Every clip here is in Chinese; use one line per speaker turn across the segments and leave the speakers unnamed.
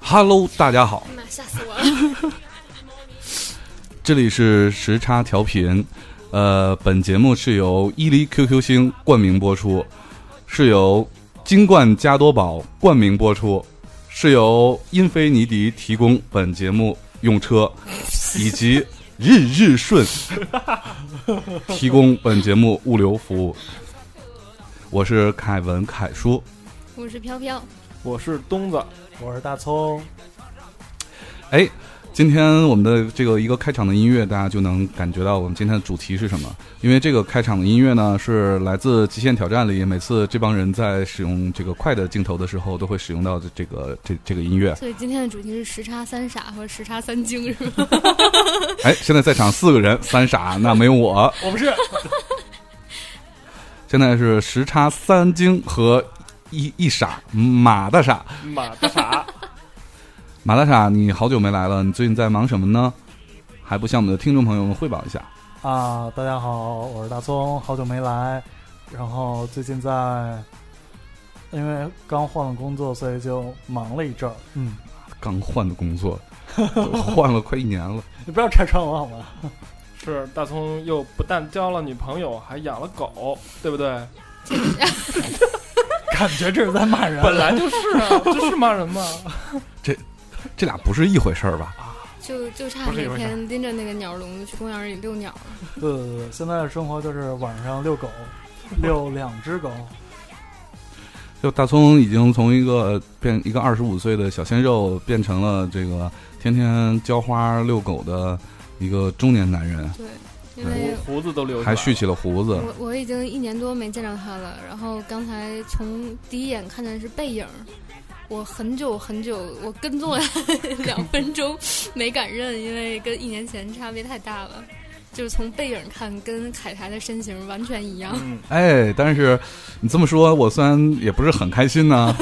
Hello，大家好，
哎妈吓死我了！
这里是时差调频，呃，本节目是由伊犁 QQ 星冠名播出，是由金冠加多宝冠名播出，是由英菲尼迪提供本节目用 车，以及日日顺 提供本节目物流服务。我是凯文凯叔，
我是飘飘，
我是东子，
我是大葱，
哎，今天我们的这个一个开场的音乐，大家就能感觉到我们今天的主题是什么。因为这个开场的音乐呢，是来自《极限挑战》里，每次这帮人在使用这个快的镜头的时候，都会使用到的这个这这个音 乐。
所以今天的主题是时差三傻和时差三精，是吗？
哎，现在在场四个人，三傻，那没有我。
我不是，
现在是时差三精和一一傻，马大傻，
马大傻，
马大傻，你好久没来了，你最近在忙什么呢？还不向我们的听众朋友们汇报一下。
啊，大家好，我是大葱，好久没来，然后最近在，因为刚换了工作，所以就忙了一阵儿。嗯，
刚换的工作，都换了快一年了。
你不要拆穿我好吗？
是大葱又不但交了女朋友，还养了狗，对不对？
感觉这是在骂人。
本来就是 啊，这是骂人吗？
这俩不是一回事儿吧？
就就差
不是
每
一回事
天拎着那个鸟笼子去公园里遛鸟了。
对对对，现在的生活就是晚上遛狗，遛两只狗。
就大葱已经从一个变一个二十五岁的小鲜肉，变成了这个天天浇花遛狗的一个中年男人，
对，因
对
为
胡胡子都留起来
还
了
蓄起了胡子。
我我已经一年多没见到他了。然后刚才从第一眼看见是背影，我很久很久，我跟 踪了两分钟没敢认，因为跟一年前差别太大了。就是从背影看，跟凯台的身形完全一样。
嗯，
哎，但是你这么说，我虽然也不是很开心呢，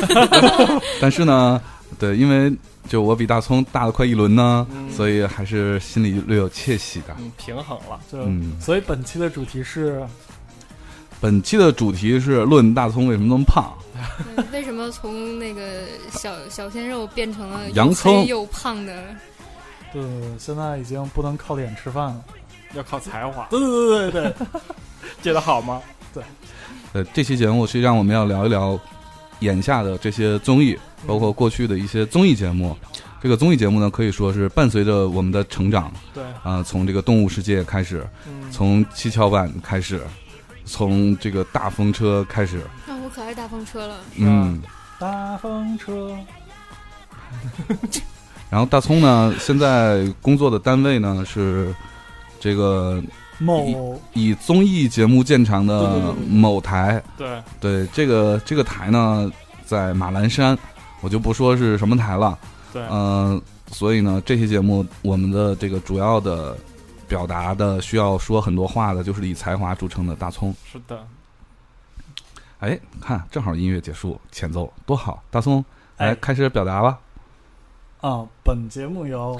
但是呢，对，因为就我比大葱大了快一轮呢，
嗯
所以还是心里略有窃喜的。
嗯平衡了，
就、
嗯
所以本期的主题是，
本期的主题是论大葱为什么那么胖。
嗯为什么从那个小小鲜肉变成了
洋
又
葱
黑又胖的？
对对对，现在已经不能靠脸吃饭了。
要靠才华，
对 对对对对，
接的好吗？
呃，这期节目实际上我们要聊一聊眼下的这些综艺，包括过去的一些综艺节目。这个综艺节目呢，可以说是伴随着我们的成长
对，
啊、从这个动物世界开始，
嗯，
从七巧板开始，从这个大风车开始，
那我可爱大风车了，
嗯。
大风车。
然后大葱呢，现在工作的单位呢是这个
某
以综艺节目见长的某台，
对，
对这个这个台呢，在马栏山，我就不说是什么台了。
对
嗯、所以呢，这期节目我们的这个主要的表达的需要说很多话的，就是以才华著称的大葱。
是的，
哎，看，正好音乐结束，前奏多好！大葱，来
哎
开始表达吧。
啊，本节目由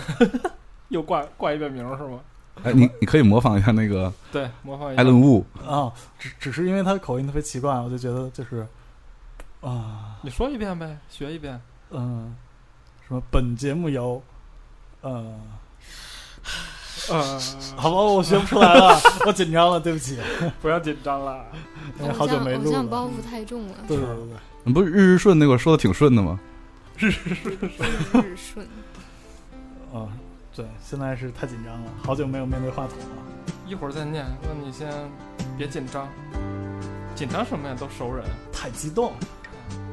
又挂挂一遍名儿是吗？
哎，你你可以模仿一下那个
对，模仿一下
艾。伦伍，
啊，只只是因为他口音特别奇怪，我就觉得就是啊，
你说一遍呗，学一遍。
嗯、什么本节目由，呃，
呃，
好吧，我学不出来了，我紧张了，对不起，
不要紧张了。
因为
偶
哎好久
像
没
偶
录
像
了。
包袱太重了，
对对对对，
你不是日日顺那会儿说的挺顺的吗？
日 顺。
啊，对，现在是太紧张了，好久没有面对话筒了。
一会儿再念，那你先别紧张，紧张什么呀？都熟人。
太激动，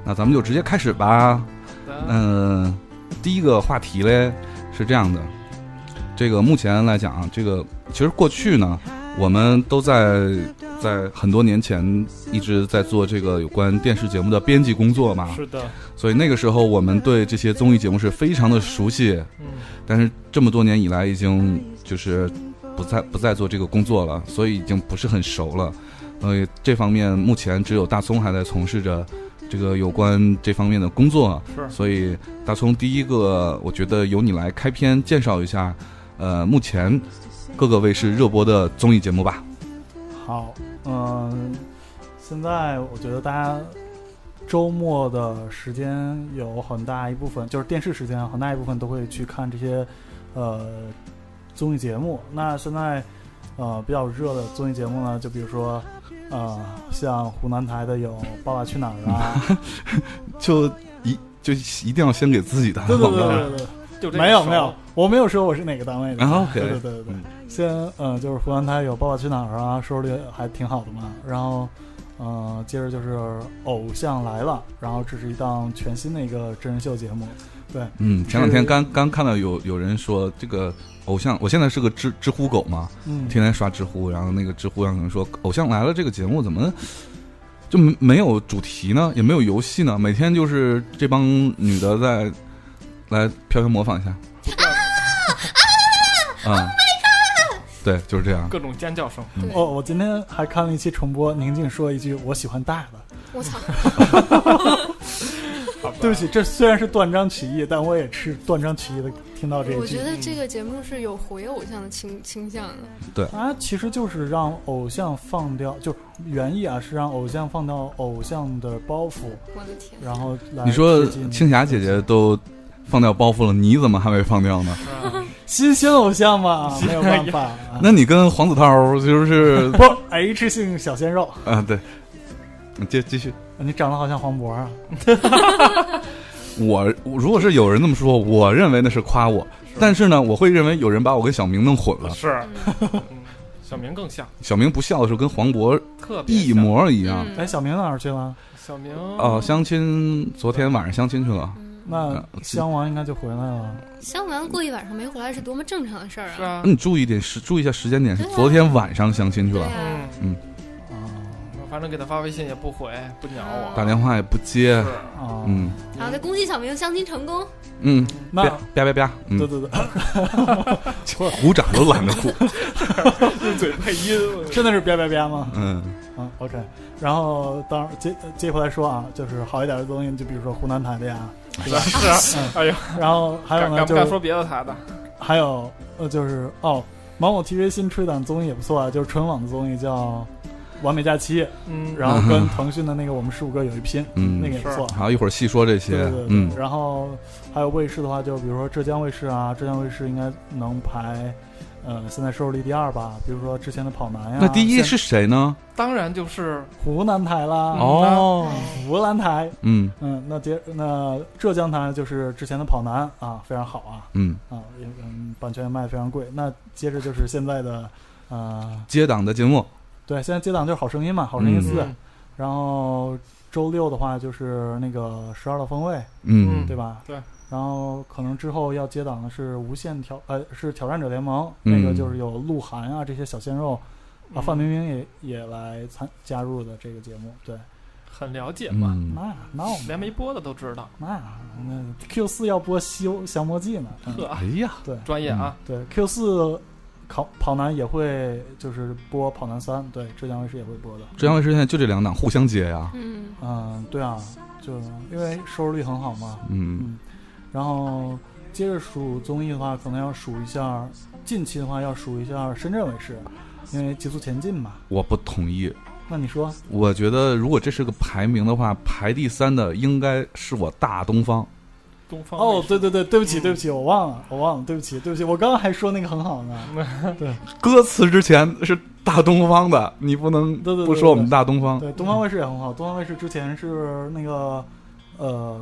那咱们就直接开始吧。
嗯，
嗯、第一个话题嘞是这样的，这个目前来讲啊，这个其实过去呢，我们都在在很多年前一直在做这个有关电视节目的编辑工作
啊
嘛，
是的，
所以那个时候我们对这些综艺节目是非常的熟悉，
嗯，
但是这么多年以来已经就是不再不再做这个工作了，所以已经不是很熟了。呃，这方面目前只有大葱还在从事着这个有关这方面的工作。
是
所以大葱第一个，我觉得由你来开篇介绍一下，呃，目前各个卫视热播的综艺节目吧。
好，嗯、现在我觉得大家周末的时间有很大一部分，就是电视时间很大一部分都会去看这些呃综艺节目。那现在呃比较热的综艺节目呢，就比如说呃像湖南台的有《爸爸去哪儿》啊，
就一就一定要先给自己打
对对
广
对
告。
对对
就这
对，
个
没有
熟
没有，我没有说我是哪个单位的。
啊，OK，
对对对对对
嗯，
先呃就是湖南台有《爸爸去哪儿》啊，收视率还挺好的嘛。然后呃接着就是《偶像来了》，然后这是一档全新的一个真人秀节目。
嗯，前两
是
天刚刚看到有有人说这个偶像，我现在是个知知乎狗嘛，
嗯，
天天刷知乎，然后那个知乎上可能说《偶像来了》这个节目怎么就没没有主题呢，也没有游戏呢，每天就是这帮女的在来飘飘模仿一下，啊，对，就是这样。
各种尖 叫声，
对，
哦，我今天还看了一期重播，宁静说一句“我喜欢大的
我 操，
好吧”。
对不起，这虽然是断章取义，但我也是断章取义的听到这
我
一句
觉。得这个节目是有活跃偶像的倾倾向的。
它啊其实就是让偶像放掉，就原意啊是让偶像放掉偶像的包袱，
我的天，
然后来
你说
致敬
青霞姐姐都放掉包袱了，你怎么还没放掉
啊
呢？
嗯
新兴偶像嘛，没有办法。啊
那你跟黄子韬就是
不 H 姓小鲜肉，
啊，对，你接继续。
你长得好像黄渤啊，
我我如果是有人那么说，我认为那是夸我，但是呢，我会认为有人把我跟小明弄混了。
是，
嗯
嗯小明更像，
小明不笑的时候跟黄渤
特别
一
像。
模一
嗯
样。
哎，小明哪儿去了？
小明
哦，相亲，昨天晚上相亲去了。
嗯，
那
嗯
啊
襄王应该就回来了。
香丸过一晚上没回来是多么正常的事儿
是
啊！
啊，
你注意点时，注意一下时间点，是
对啊
昨天晚上相亲去
对
了，
呀，
嗯，
啊
我反正给他发微信也不回，不鸟我。
打电话也不接。
是，
啊，
嗯
然后再恭喜小明相亲成功，
嗯，
那
啪啪啪啪，嗯，
对对 对，
鼓掌都懒得鼓。
用嘴配音，
真的是啪啪啪吗？
嗯，
嗯，OK。然后当然接接回来说啊，就是好一点的东西，就比如说湖南台的 呀，
是 吧？是啊，哎呀，
然后还有
敢
呢，
敢不
就
敢
是
说别的台的？
还有呃，就是哦，芒果 TV 新出一档综艺也不错啊，就是纯网的综艺叫《完美假期》，
嗯，
然后跟腾讯的那个《我们是五个》有一拼，
嗯
那个也不错。
好，一会儿细说这
对
些
对对。，
嗯
对，然后还有卫视的话，就比如说浙江卫视啊，浙江卫视应该能排，呃，现在收视率第二吧。比如说之前的跑男呀，
那第一
现
是谁呢？
当然就是
湖南台啦，
嗯
哦，
湖南台，
嗯
嗯，那接那浙江台就是之前的跑男啊，非常好啊
嗯，
啊，也嗯，版权也卖得非常贵。那接着就是现在的呃，
接档的节目，
对，现在接档就是《好声音》嘛，《好声音四》
嗯
然后周六的话就是那个《十二道锋味》，
嗯
对吧？
对。
然后可能之后要接档的是《无限挑》，呃，是《挑战者联盟》，
嗯
那个就是有鹿晗啊这些小鲜肉啊，
嗯
范冰冰也也来参加入的这个节目。对，
很了解嘛，哦
嗯，
那那我们
连没播的都知道，
那那 Q 四要播《西游降魔记》呢，嗯
呵，
哎呀，
对
专业
嗯
啊，
对 Q 四考跑男也会就是播跑男三，对浙江卫视也会播的。
浙江卫视现在就这两档互相接呀。
嗯，
嗯，对啊，就因为收视率很好嘛。
嗯
嗯，然后接着数综艺的话，可能要数一下近期的话要数一下深圳卫视，因为《极速前进》嘛。
我不同意。
那你说
我觉得如果这是个排名的话，排第三的应该是我大东方。
东方
哦
卫，视
对对对，对不起
嗯
对不起，我忘了我忘了，对不起对不起，我刚刚还说那个很好呢。
歌词之前是大东方的，你不能
对对对
不说我们大东
嗯
方。
对，东方卫视也很好。东方卫视之前是那个，呃，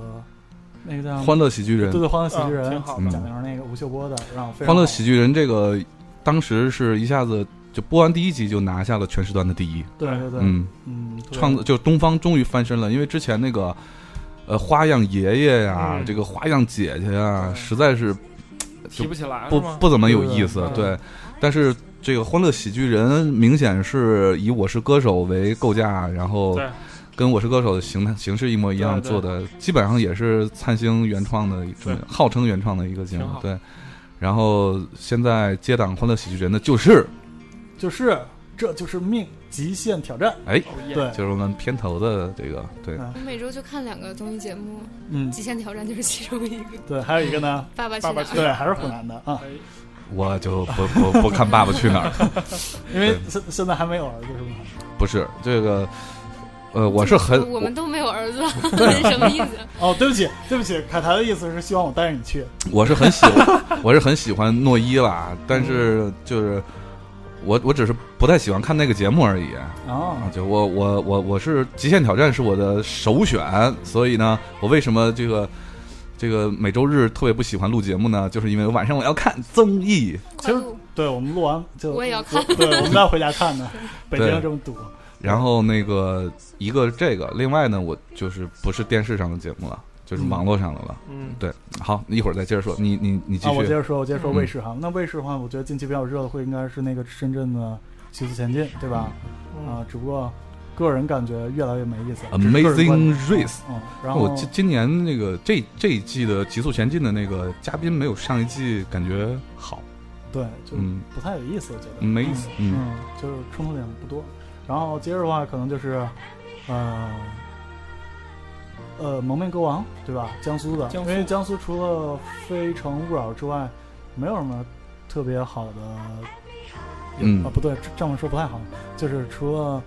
那个叫
欢乐喜剧人
对，对欢乐喜剧
啊
人，
挺好
的
贾玲那个吴秀波的，然后非常
欢乐
好
喜剧人这个当时是一下子就播完第一集就拿下了全时段的第一。
对对对，
嗯，
嗯，对
创就东方终于翻身了，因为之前那个呃花样爷爷呀、
嗯
这个花样姐姐呀、
对
实在是
提不起来
不
是吗？
不怎么有意思
嗯。
对，但是这个欢乐喜剧人明显是以《我是歌手》为构架，然后
对
跟《我是歌手》的形形式一模一样
对对
做的，基本上也是灿星原创的，这么号称原创的一个节目
挺。好
对，然后现在接档欢乐喜剧人的就是
就是这就是命极限挑战，
哎，
哦耶
对，
就是我们片头的这个对
嗯
我每周就看两个综艺节目，
嗯
《极限挑战》就是其中一个，《
对，还有一个呢，
爸爸去
爸
哪
爸
儿》
去
对，还是湖南的啊，
哎
我就不不不看《爸爸去哪儿》了。
因为现现在还没有儿子是吧？
不是这个，呃，我是很
我们都没有 儿子， 什么意思？
哦，对不起，对不起，凯台的意思是希望我带着你去。
我是很喜我是很喜欢诺一啦，但是就是我我只是不太喜欢看那个节目而已。
哦
啊，就我我我我是《极限挑战》是我的首选，所以呢，我为什么这个这个每周日特别不喜欢录节目呢？就是因为晚上我要看综艺，
其实
快录，
对我们录完就
我也要看
对，我们要回家看 呢。北京
对
这么堵，
然后那个一个这个，另外呢，我就是不是电视上的节目了，就是网络上的了。
嗯，
对，好，一会儿再接着说，你你你继
啊，我接
续。
着说，我接着说
嗯
卫视哈。那卫视的话，我觉得近期比较热的会应该是那个深圳的《西四前进》，对吧？
嗯
啊，只不过个人感觉越来越没意思。了。这是个人观
Amazing
点
Race，
嗯，然后
我哦今今年那个这这一季的《极速前进》的那个嘉宾没有上一季感觉好，
对，就
嗯，
不太有意思，我觉得
没意思
嗯
嗯，
嗯就是冲突点不多。然后接着的话，可能就是，呃，呃，蒙面歌王，对吧？江苏的，
江苏
因为江苏除了《非诚勿扰》之外，没有什么特别好的，也
嗯
啊，不对，这这么说不太好，就是除了，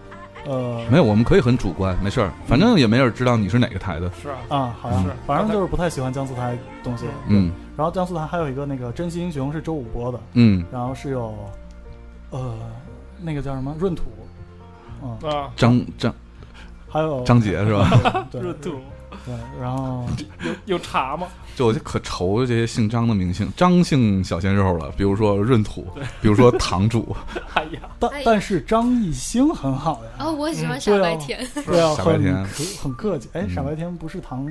呃，
没有，我们可以很主观，没事儿，反正也没人知道你是哪个台的。
是啊，
啊，好像
是
反正就是不太喜欢江苏台东西。
嗯
然后江苏台还有一个那个《真心英雄》是周五播的，
嗯，
然后是有，呃，那个叫什么闰土，嗯，
啊，
张张
还有
张杰 是吧？
对
热度
对，然后
有有茶吗？
就我就可愁这些姓张的明星，张姓小鲜肉了，比如说闰土，比如说堂主，
哎呀，
但
哎
但是张艺兴很好呀，
哦，我喜欢
嗯
傻
对啊
白甜，
对啊，
傻白
很
甜
客很客气。哎，
嗯
傻白甜不是唐，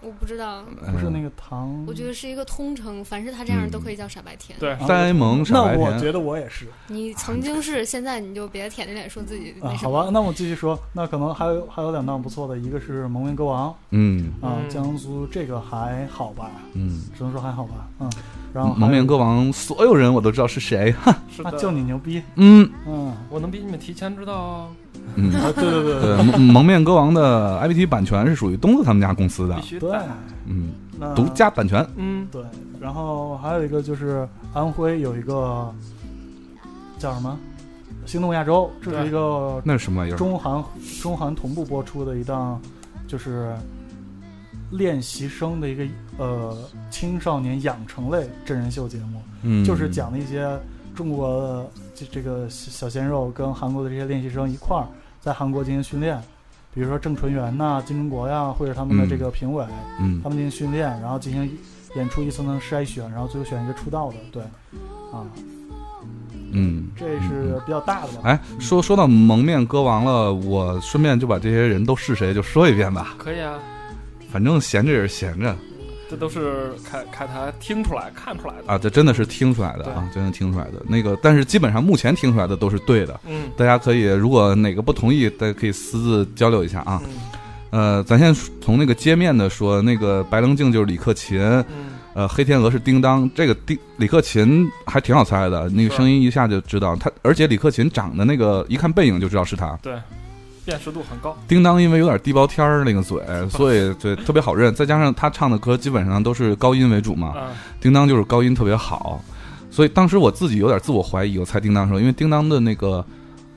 我不知道，
不是那
个
个唐，
我觉得是一个通称，凡是他这样
嗯
都可以叫傻白甜。
对，
呆萌傻
那
白
我
甜。
觉得我也是
你曾经是，现在你就别舔着脸说自己
啊
那，什
好
么。
吧，那我继续说，那可能还有还有两档不错的，一个是《蒙面歌王》
嗯
啊，
嗯
江苏这个还好吧，
嗯，
只能说还好吧，嗯，然后还有
蒙面歌王，所有人我都知道是谁。
是
啊，
的，
就你牛逼，
嗯
嗯，
我能比你们提前知道哦，
嗯，
啊，对对
对，
对
蒙蒙面歌王的 IP 版权是属于东子他们家公司的
必，须
对
的，，
嗯，
那
独家版权。
嗯，
对，然后还有一个就是安徽有一个叫什么《心动亚洲》，这是一个
那是什么玩意儿？
中韩中韩同步播出的一档，就是练习生的一个呃青少年养成类真人秀节目，
嗯，
就是讲的一些中国的这这个小鲜肉跟韩国的这些练习生一块儿在韩国进行训练，比如说郑淳元呐、金钟国呀，或者他们的这个评委。
嗯
他们进行训练，然后进行演出一层层筛选，然后最后选一个出道的。对，啊，
嗯，
这
嗯
是
嗯
比较大的吧？
哎，说说到蒙面歌王了，我顺便就把这些人都是谁就说一遍吧，
可以啊，
反正闲着也是闲着
这都是凯凯台听出来、看出来的，
啊，这真的是听出来的啊，真的听出来的。那个，但是基本上目前听出来的都是对的，
嗯
大家可以如果哪个不同意，大家可以私自交流一下啊。
嗯
呃，咱先从那个街面的说，那个白棱镜就是李克勤，
嗯，
呃，黑天鹅是叮当，这个叮李克勤还挺好猜的，那个
是
声音一下就知道他，而且李克勤长得那个一看背影就知道是他。
辨识度很高，
叮当因为有点地包天儿那个嘴，所以对特别好认。再加上他唱的歌基本上都是高音为主嘛，
嗯，
叮当就是高音特别好，所以当时我自己有点自我怀疑，我猜叮当的时候，因为叮当的那个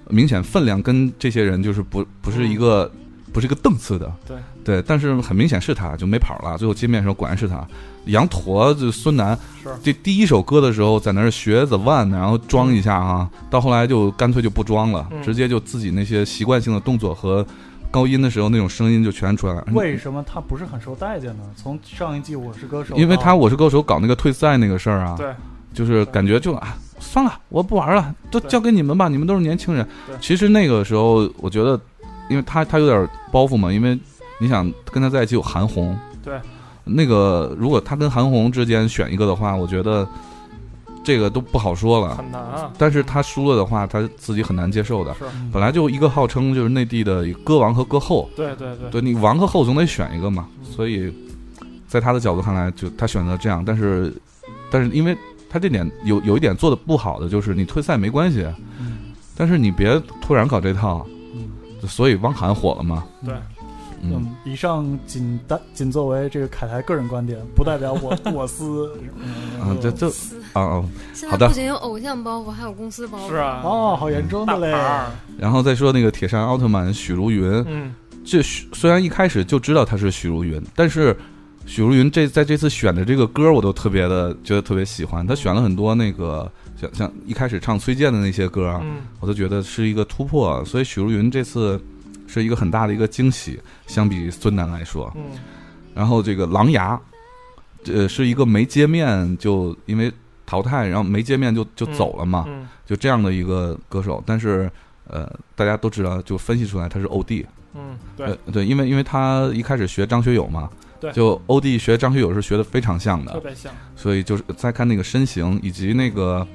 明显分量跟这些人就是不不是一个不是一个档次的，
嗯对
对，但是很明显是他就没跑了。最后见面的时候果然是他，羊驼就孙楠
是
这第一首歌的时候在那儿学 The One，然后装一下啊，到后来就干脆就不装了，
嗯
直接就自己那些习惯性的动作和高音的时候那种声音就全出来了。
为什么他不是很受待见呢？从上一季《我是歌手》到，
因为他《我是歌手》搞那个退赛那个事儿啊，
对，
就是感觉就啊，算了，我不玩了，都
对
交给你们吧，你们都是年轻人
对。
其实那个时候，我觉得，因为他他有点包袱嘛，因为你想跟他在一起有韩红，
对，
那个如果他跟韩红之间选一个的话，我觉得这个都不好说了。
很难啊，
但是他输了的话，他自己很难接受的。
是，
嗯
本来就一个号称就是内地的歌王和歌后，
对对对，
对你王和后总得选一个嘛，
嗯
所以在他的角度看来，就他选择这样，但是但是因为他这点有有一点做的不好的就是你退赛没关系，
嗯
但是你别突然搞这套，
嗯
所以汪涵火了嘛，
对
嗯，
嗯，以上仅单仅作为这个凯台个人观点，不代表 我我司
啊这这
撕
啊哦，
现
好
在
的
不仅有偶像包袱，还有公司包袱。
是啊，
哦，好严重
大
的
牌
嘞，
儿，
然后再说那个铁扇奥特曼许茹芸，
嗯，
这许虽然一开始就知道她是许茹芸，但是许茹芸这在这次选的这个歌，我都特别的觉得特别喜欢。她选了很多那个像像一开始唱崔健的那些歌啊，
嗯，
我都觉得是一个突破。啊所以许茹芸这次是一个很大的一个惊喜，相比孙楠来说。
嗯
然后这个狼牙，呃，是一个没见面就因为淘汰，然后没见面就就走了嘛，
嗯
就这样的一个歌手。但是呃，大家都知道，就分析出来他是欧弟。
嗯，
呃
对，
对，因为因为他一开始学张学友嘛，
对
就欧弟学张学友是学的非常像
特
的，
别像，
所以就是再看那个身形以及那个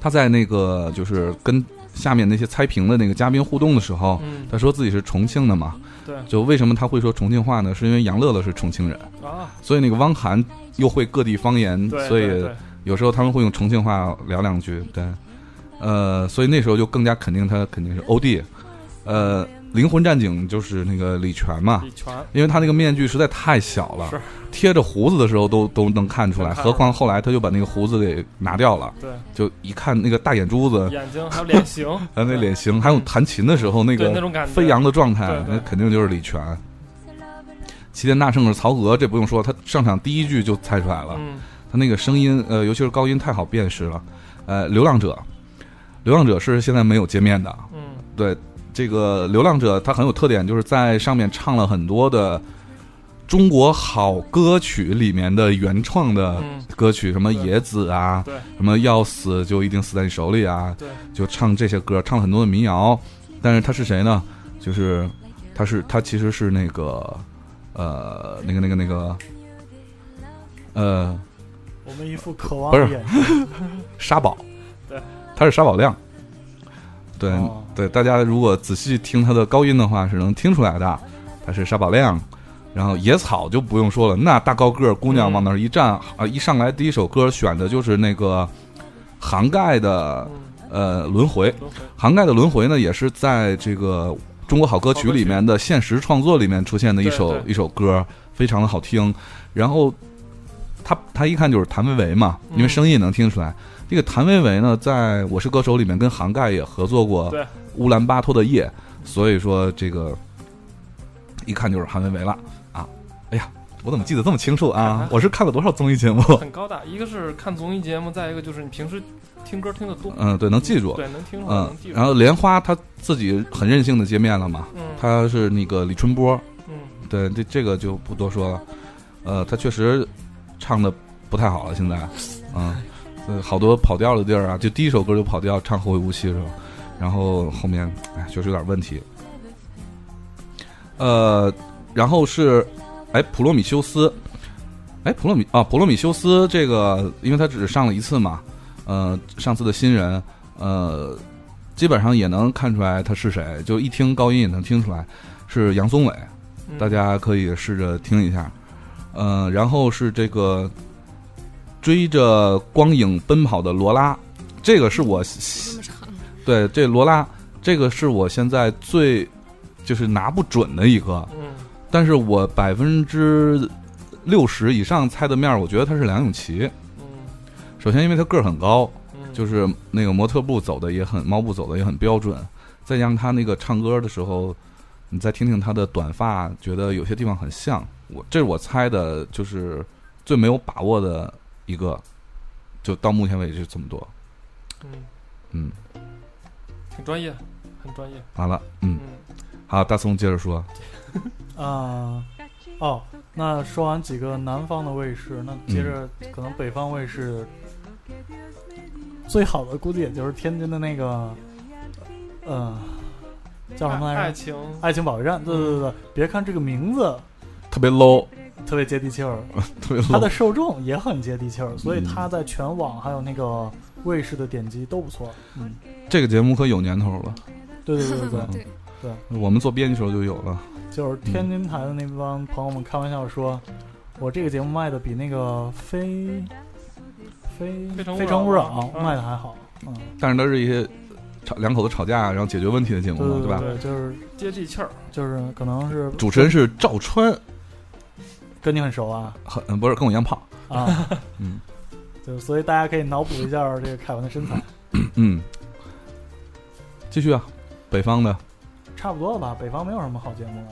他在那个就是跟下面那些猜评的那个嘉宾互动的时候，
嗯，
他说自己是重庆的嘛，
对
就为什么他会说重庆话呢？是因为杨乐乐是重庆人，
啊，
所以那个汪涵又会各地方言，
对，
嗯所
对
以啊
对
有时候他们会用重庆话聊两句，对，呃，所以那时候就更加肯定他肯定是欧弟，呃，灵魂战警就是那个李泉嘛，
李泉，
因为他那个面具实在太小了
是，
贴着胡子的时候都都能看出来，
能看
何况后来他就把那个胡子给拿掉了，
对，
就一看那个大眼珠子，
眼睛还有脸型，
还有那脸型，还有弹琴的时候那
对那
个
种感觉，
飞扬的状态
对，对
那肯定就是李泉。齐天大圣是曹格，这不用说，他上场第一句就猜出来了，
嗯，
他那个声音，呃，尤其是高音太好辨识了。呃，流浪者，流浪者是现在没有界面的，
嗯
对，这个《流浪者》它很有特点，就是在上面唱了很多的中国好歌曲里面的原创的
嗯，
歌曲，什么《
对
野子》啊，
对
什么《要死就一定死在你手里》啊，
对，
就唱这些歌，唱了很多的民谣。但是他是谁呢？就是他是他其实是那个呃那个那个那个呃
我们一副渴望
不是
的眼神。
沙宝，
对，
他是沙宝亮，对、
哦
对，大家如果仔细听他的高音的话，是能听出来的，他是沙宝亮。然后野草就不用说了，那大高个儿姑娘往那儿一站，啊、一上来第一首歌选的就是那个杭盖的
嗯，
呃轮回，
轮回，
杭盖的轮回呢，也是在这个中国好歌曲里面的现实创作里面出现的一首
对对
一首歌，非常的好听。然后他他一看就是谭维维嘛，
嗯
因为声音也能听出来。这个谭维维呢，在《我是歌手》里面跟杭盖也合作过
对
《乌兰巴托的夜》，所以说这个一看就是韩维维了啊！哎呀，我怎么记得这么清楚 啊？我是看了多少综艺节目？
很高大，一个是看综艺节目，再一个就是你平时听歌听得多，
嗯，对，能记住。
对，能听出来，
嗯
能记，住，
然后莲花她自己很任性的见面了嘛，
嗯，
他是那个李春波，
嗯，
对，这这个就不多说了。呃，他确实唱的不太好了，现在，嗯，呃好多跑调的地儿啊，就第一首歌就跑调，唱《后会无期》是吧？然后后面，哎，确实有点问题。呃，然后是，哎，普罗米修斯，哎，普罗米啊，普罗米修斯这个，因为他只上了一次嘛，呃，上次的新人，呃，基本上也能看出来他是谁，就一听高音也能听出来是杨宗纬。
嗯
大家可以试着听一下。嗯、然后是这个追着光影奔跑的罗拉，这个是我
这么长，
对这罗拉，这个是我现在最就是拿不准的一个，
嗯，
但是我百分之六十以上猜的面儿，我觉得他是梁咏琪。
嗯
首先，因为他个儿很高，
嗯，
就是是那个模特步走的也很，猫步走的也很标准。再加上他那个唱歌的时候，你再听听他的短发，觉得有些地方很像。我这是我猜的，就是最没有把握的一个，就到目前为止就这么多。
嗯，
嗯，
挺专业，很专业，
完了，嗯，
嗯
好，大松接着说，
啊、哦，那说完几个南方的卫视，那接着
嗯
可能北方卫视、最好的估计也就是天津的那个，呃，叫什么
爱
来
爱
着？
情，嗯
爱情保卫战。对对对对，别看这个名字
特别 low，
特别接地气儿，
特别
它
low
的。受众也很接地气儿，所以
嗯
它在全网还有那个卫视的点击都不错。嗯，
这个节目可有年头了，
对对对
嗯
对对。
对，
我们做编辑时候就有 了。
就是天津台的那帮朋友们开玩笑说，我这个节目卖的比那个非非
非诚勿扰
非诚勿扰
嗯
卖的还好。嗯，
但是它是一些吵两口子吵架然后解决问题的节目
对
嘛，嗯
对
吧？
对，就是
接地气儿，
就是可能是
主持人是赵川，
跟你很熟啊
很嗯不是跟我一样胖，
啊，
嗯，
就是所以大家可以脑补一下 这个凯文的身材。
嗯，继续啊，北方的
差不多了吧？北方没有什么好节目了，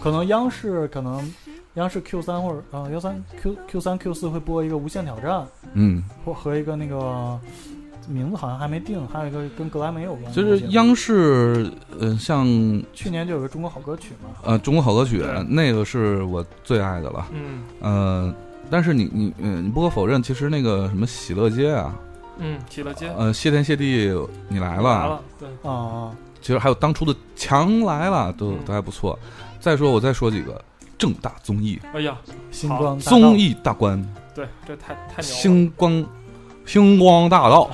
可能央视可能央视 Q 三或者啊 Q 三 Q Q 三 Q 四会播一个《无限挑战》，
嗯，
或和一个那个名字好像还没定，还有一个跟格莱美有关的节
就
目，
是央视，呃，像
去年就有个中国好歌曲嘛，
呃《中国好歌曲
对》
那个是我最爱的了，
嗯
呃，但是你你呃你不可否认，其实那个什么喜乐街啊，
嗯，起了街
呃谢天谢地你来
来
了，
了，对，
啊、
其实还有当初的强来了都
嗯
都还不错。再说我再说几个正大综艺
哎呀，
星光大道
综艺大观
对，这太太牛了，
星光星光大道，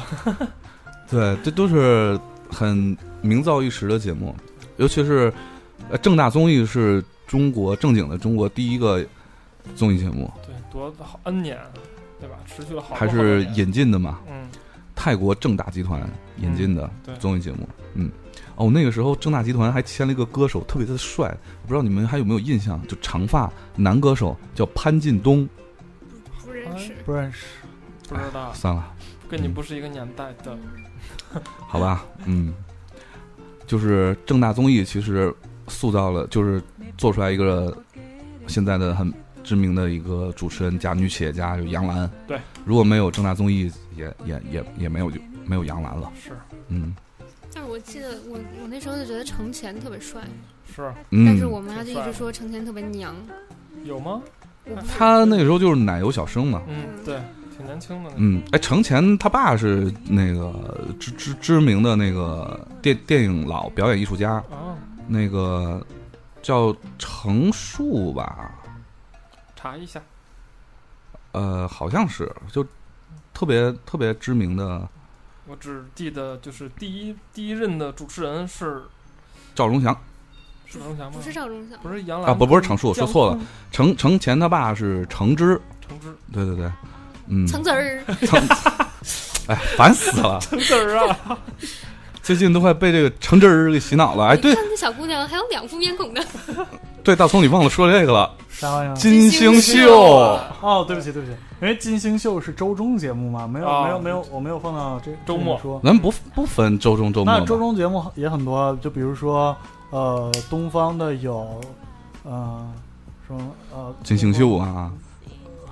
对，这都是很名噪一时的节目，尤其是呃正大综艺是中国正经的中国第一个综艺节目，
对，多好 N 年，对吧？持续了好多
还
好多
是
年
引进的嘛，
嗯，
泰国正大集团引进的
对
综艺节目，嗯。哦，那个时候正大集团还签了一个歌手，特别的帅，我不知道你们还有没有印象？就长发男歌手叫潘劲东，
不认识。
不认识，
不知道，
算了，
跟你不是一个年代的，
好吧，嗯，就是正大综艺其实塑造了，就是做出来一个现在的很知名的一个主持人加女企业家，就杨澜。
对，
如果没有正大综艺，也也也也没有就没有杨澜了。
是
嗯
但是我记得我我那时候就觉得程前特别帅，
是
嗯，
但是我妈就
挺
一
帅
直说程前特别娘。
有吗？
我不
他那个时候就是奶油小生嘛。
嗯，对，挺年轻的那个，
嗯，哎，程前他爸是那个知知知名的那个电电影老表演艺术家，
哦，
那个叫程树吧，
查一下，
呃，好像是，就特别特别知名的
我只记得就是第一第一任的主持人是
赵忠祥
是荣祥吗
不？是赵忠祥，嗯
不是杨澜
啊，不不是程树，说错了，，程程前他爸是程之，
橙汁
对对对，嗯，
橙子儿，
哎，烦死 了，
橙汁儿啊，
最近都快被这个程之儿给洗脑了。哎，
你
对
看那小姑娘还有两副面孔呢。
对，大葱你忘了说这个了，
啥玩意儿？
金星秀，
哦，对不起，对不起，因为金星秀是周中节目嘛，没有，
哦
没有，没有，我没有放到这
周末
这里说。
咱不不分周中周末
那
吧
周中节目也很多，就比如说，呃，东方的有，呃，什么呃，
金星秀啊，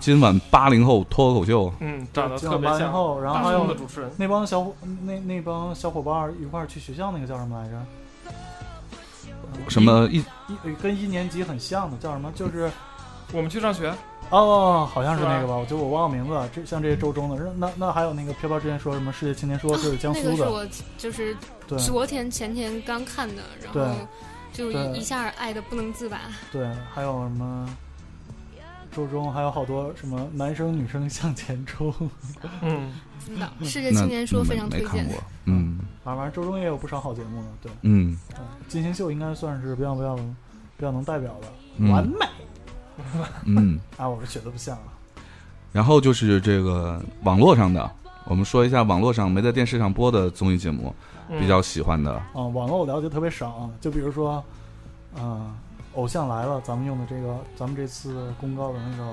今晚八零后脱口秀，
嗯，长得
今
特
晚
别
八零
像
后，然后
大
还
胸的
有
主持人，
那帮小伙，那那帮小伙伴儿一块儿去学校，那个叫什么来着？
什么一
一跟一年级很像的叫什么？就是
我们去上学，
哦，好像是
是吧
那个吧，我觉得我忘了名字了。这像这些周中的，那那还有那个飘飘之前说什么世界青年说，这是江
啊那个
苏
是
的，
我就是
对
昨天前天刚看的，然
对
后就
对
一一下爱的不能自拔。
对，还有什么周中，还有好多什么男生女生向前冲，
嗯，
不知道，世界
那
青年说非常
没
推
没看
荐。
过，嗯
啊，反正周中也有不少好节目呢。对，
嗯
嗯金星秀应该算是比较比较比较能代表的，完
嗯
美
嗯。
啊，我是觉得不像啊。
然后就是这个网络上的，我们说一下网络上没在电视上播的综艺节目，
嗯
比较喜欢的。
啊、网络我了解特别少啊，就比如说，嗯、偶像来了，咱们用的这个，咱们这次公告的那个，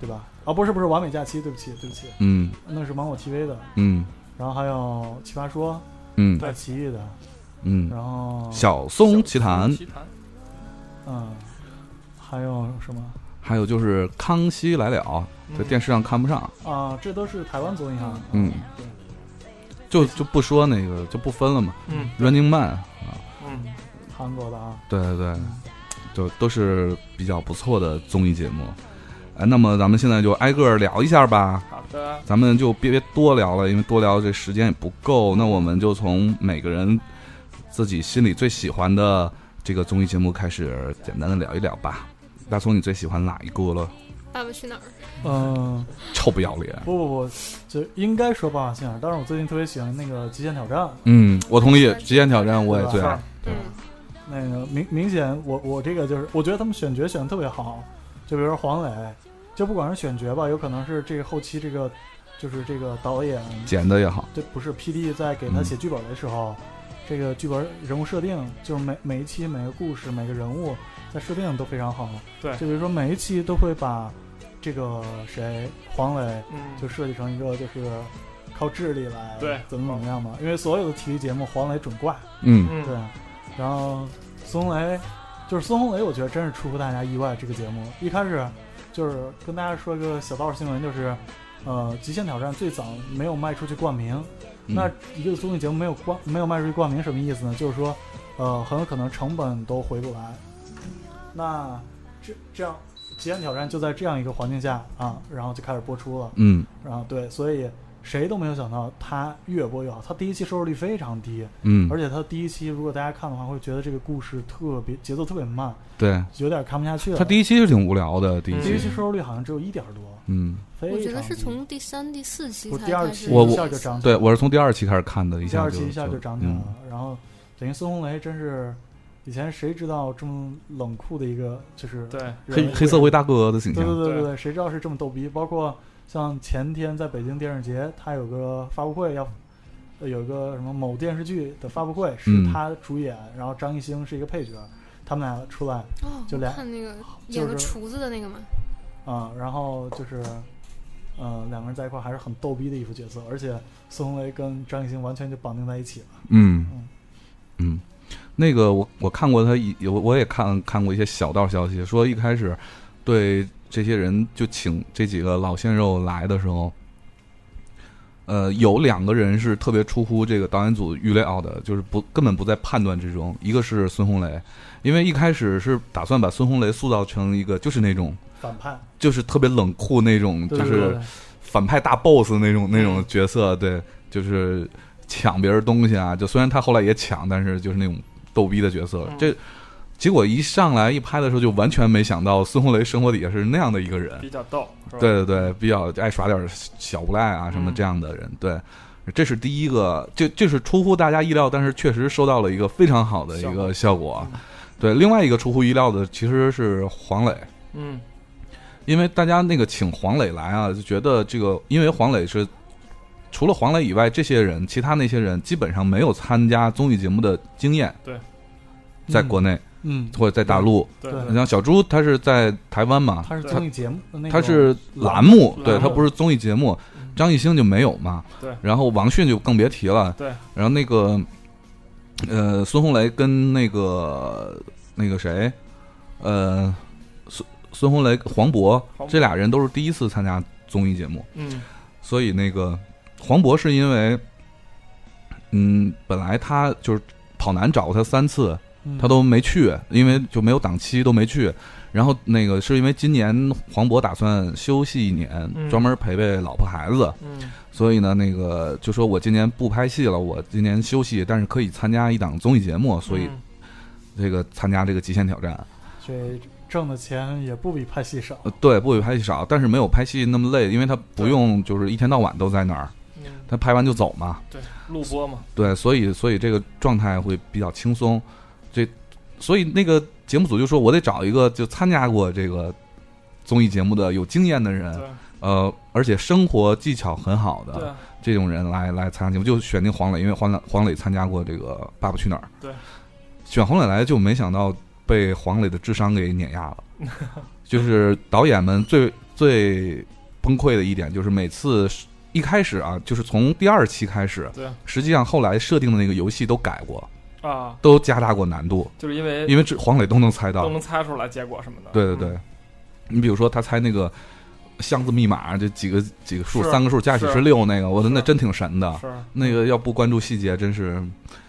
对吧？啊，不是不是，完美假期，对不起对不起，
嗯
那是芒果 TV 的，
嗯
然后还有奇葩说，
嗯
爱奇艺的，
嗯，
然后
小松奇谈，
奇谈，
嗯，还有什么
还有就是《康熙来了》，在电
视
视上看不上。
啊？这都是台湾综艺啊，
嗯，就就不说那个就不分了嘛，
嗯
《Running Man》啊，
嗯，
韩国的啊，
对对对，就都是比较不错的综艺节目。哎，那么咱们现在就挨个儿聊一下吧。
好的，
咱们就别别多聊了，因为多聊这时间也不够。那我们就从每个人自己心里最喜欢的这个综艺节目开始，简单的聊一聊吧。大葱，你最喜欢哪一个了？
爸爸去哪儿？
嗯、
臭不要脸！
不不不，就应该说《爸爸去哪儿》，但是我最近特别喜欢那个《极限挑战》，
嗯，我同意，《极限挑战》我也最爱。对
嗯，
那个明明显我我这个就是，我觉得他们选角选的特别好，就比如说黄磊，就不管是选角吧，有可能是这个后期这个就是这个导演，
剪的也好，
这不是 P D 在给他
嗯
写剧本的时候，这个剧本人物设定就是每每一期每个故事每个人物在设定都非常好，
对
就比如说每一期都会把这个谁黄磊
嗯，
就设计成一个就是靠智力来
对
怎么怎么样嘛，因为所有的体育节目黄磊准挂，
嗯
嗯
对，然后孙红雷，就是孙红雷，我觉得真是出乎大家意外。这个节目一开始就是跟大家说一个小道新闻，就是呃，《极限挑战》最早没有卖出去冠名，
嗯
那一个综艺节目没有冠没有卖出去冠名什么意思呢？就是说，呃，很有可能成本都回不来。那这这样《极限挑战》就在这样一个环境下啊，然后就开始播出了。
嗯
然后对，所以谁都没有想到它越播越好。它第一期收视率非常低，
嗯
而，且它第一期如果大家看的话，会觉得这个故事特别节奏特别慢，
对，
有点看不下去了。
他第一期就挺无聊的，第一
嗯
第一
期，
期收视率好像只有一点多，
嗯，
非常
我
低。
觉得是从第三、第四期
不
才
第二
开
期
始
我
一
我
下就涨起来
对我是从第二期开始看的，一
第
下
二
就
期一下就涨起来了
嗯，。
然后等于孙红雷真是以前谁知道这么冷酷的一个就是
对，
人
黑黑社会大哥的形
对对
象，
对对
对
对，谁知道是这么逗逼？包括像前天在北京电视节，他有个发布会要。呃有个什么某电视剧的发布会是
嗯
他主演，然后张艺兴是一个配角，他们俩出来
哦，
就
我
俩
看那个
就是
演个厨子的那个嘛，
啊、然后就是，呃，两个人在一块儿还是很逗逼的一副角色，而且孙红雷跟张艺兴完全就绑定在一起了。
嗯
嗯
嗯，那个我我看过他一我我也看看过一些小道消息，说一开始对这些人就请这几个老鲜肉来的时候，呃，有两个人是特别出乎这个导演组预料的，就是不根本不在判断之中，一个是孙红雷，因为一开始是打算把孙红雷塑造成一个就是那种。
反派，
就是特别冷酷那种，
对
就
对对
是反派大 boss 那种那
嗯
种角色，对，就是抢别人东西啊。就虽然他后来也抢，但是就是那种逗逼的角色
嗯。
这结果一上来一拍的时候，就完全没想到孙红雷生活底下是那样的一个人。
比较逗，是吧？
对对对，比较爱耍点小无赖啊什么
嗯
这样的人，对。这是第一个，这这是出乎大家意料，但是确实收到了一个非常好的一个效果。
嗯
对，另外一个出乎意料的其实是黄磊，
嗯，
因为大家那个请黄磊来啊，就觉得这个，因为黄磊是除了黄磊以外，这些人其他那些人基本上没有参加综艺节目的经验，在国内、
嗯，嗯
或者在大陆。
对
对
你像小猪，他是在台湾嘛，
他是综艺节目，那
他
种
是栏目，
栏
对他
目
不是综艺节目。
嗯
张艺兴就没有嘛，
对
然后王迅就更别提了，
对。
然后那个呃，孙红雷跟那个那个谁，呃，孙孙红雷、黄渤
黄渤
这俩人都是第一次参加综艺节目，
嗯
所以那个黄渤是因为，嗯，本来他就是跑男找过他三次，
嗯
他都没去，因为就没有档期都没去。然后那个是因为今年黄渤打算休息一年，
嗯
专门陪陪老婆孩子，
嗯
所以呢，那个就说我今年不拍戏了，我今年休息，但是可以参加一档综艺节目，所以
嗯
这个参加这个极限挑战，
这挣的钱也不比拍戏少。
呃对，不比拍戏少，但是没有拍戏那么累，因为他不
对
用就是一天到晚都在那儿，
嗯
他拍完就走嘛。
对，录播嘛，
对，所以所以这个状态会比较轻松。这，所以那个节目组就说，我得找一个就参加过这个综艺节目的有经验的人，
对
呃，而且生活技巧很好
对
的，这种人来来参加节目，就选定黄磊，因为黄磊黄磊参加过这个《爸爸去哪儿》，
对，
选黄磊来就没想到被黄磊的智商给碾 压了，就是导演们最最崩溃的一点就是每次。一开始啊，就是从第二期开始，
对
实际上后来设定的那个游戏都改过，
啊，
都加大过难度，
就是因为
因为这黄磊都能猜到
呃都。能猜出来结果什么的。嗯
对对对，你比如说他猜那个箱子密码这几个几个数，
是
三个数加起
是
是六，那个我的那
是
真挺神的
嗯，。是
啊那个要不关注细节，真是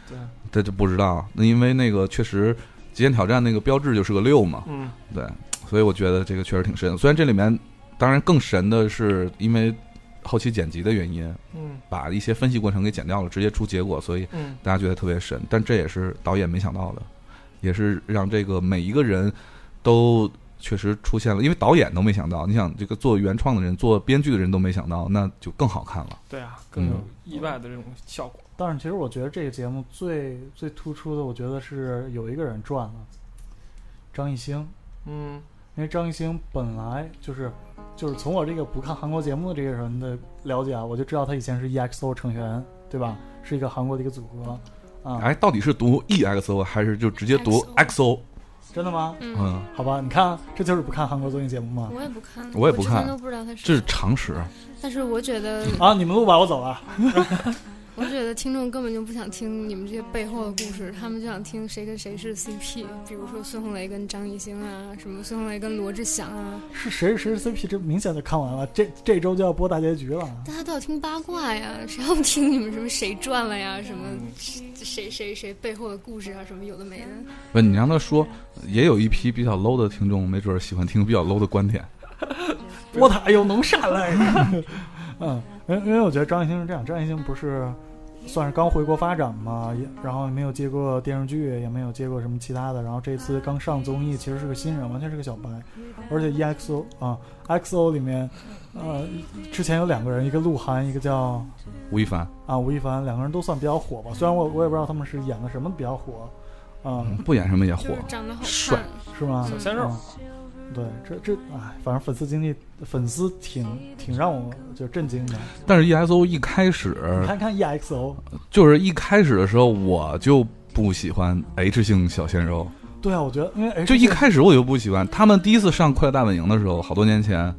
对，
这就不知道。那因为那个确实《极限挑战》那个标志就是个六嘛，
嗯
对，所以我觉得这个确实挺神。虽然这里面当然更神的是因为后期剪辑的原因，
嗯
把一些分析过程给剪掉了，直接出结果，所以
嗯，
大家觉得特别神，但这也是导演没想到的，也是让这个每一个人都确实出现了，因为导演都没想到，你想这个做原创的人、做编剧的人都没想到，那就更好看了。
对啊，更
嗯
有意外的这种效果。嗯
但是其实我觉得这个节目最最突出的，我觉得是有一个人赚了，张艺兴。
嗯
因为张艺兴本来就是就是从我这个不看韩国节目的这个人的了解啊，我就知道他以前是 EXO 成员，对吧？是一个韩国的一个组合啊。
哎，到底是读 EXO 还是就直接读 XO？
真的吗？
嗯，
嗯，
好吧，你看，这就是不看韩国综艺节目嘛。
我也不看，
我也不
之
看
前都不知道他
这
是
是
谁，
常识。
但是我觉得
啊，你们录吧，我走了。
我觉得听众根本就不想听你们这些背后的故事，他们就想听谁跟谁是 CP，比如说孙红雷跟张艺兴啊，什么孙红雷跟罗志祥啊，
是谁是谁是 CP，这明显就看完了，这这周就要播大结局了。
大家都要听八卦呀， 谁要听你们什么谁赚了呀，什么谁谁谁背后的故事啊，什么有的没的。
不，你让他说，也有一批比较 low 的听众，没准儿喜欢听比较 low 的观点。
我塔有农闪来。 嗯，因为因为我觉得张艺兴是这样，张艺兴不是算是刚回国发展嘛，也然后也没有接过电视剧，也没有接过什么其他的，然后这次刚上综艺，其实是个新人，完全是个小白，而且 EXO 啊、XO 里面，呃，之前有两个人，一个鹿晗，一个叫
吴亦凡
啊吴亦凡，两个人都算比较火吧，虽然我我也不知道他们是演的什么比较火，啊、
嗯不演什么也
就
火
是，长得好
帅
看，
是吗？
小鲜肉
嗯对，这这哎，反正粉丝经历，粉丝挺挺让我就震惊的。
但是 EXO 一开始
你看 E 看 EXO，
就是一开始的时候，我就不喜欢 H 姓小鲜肉，
对啊，我觉得因为 H
就一开始我就不喜欢。他们第一次上《快乐大本营》的时候，好多年前，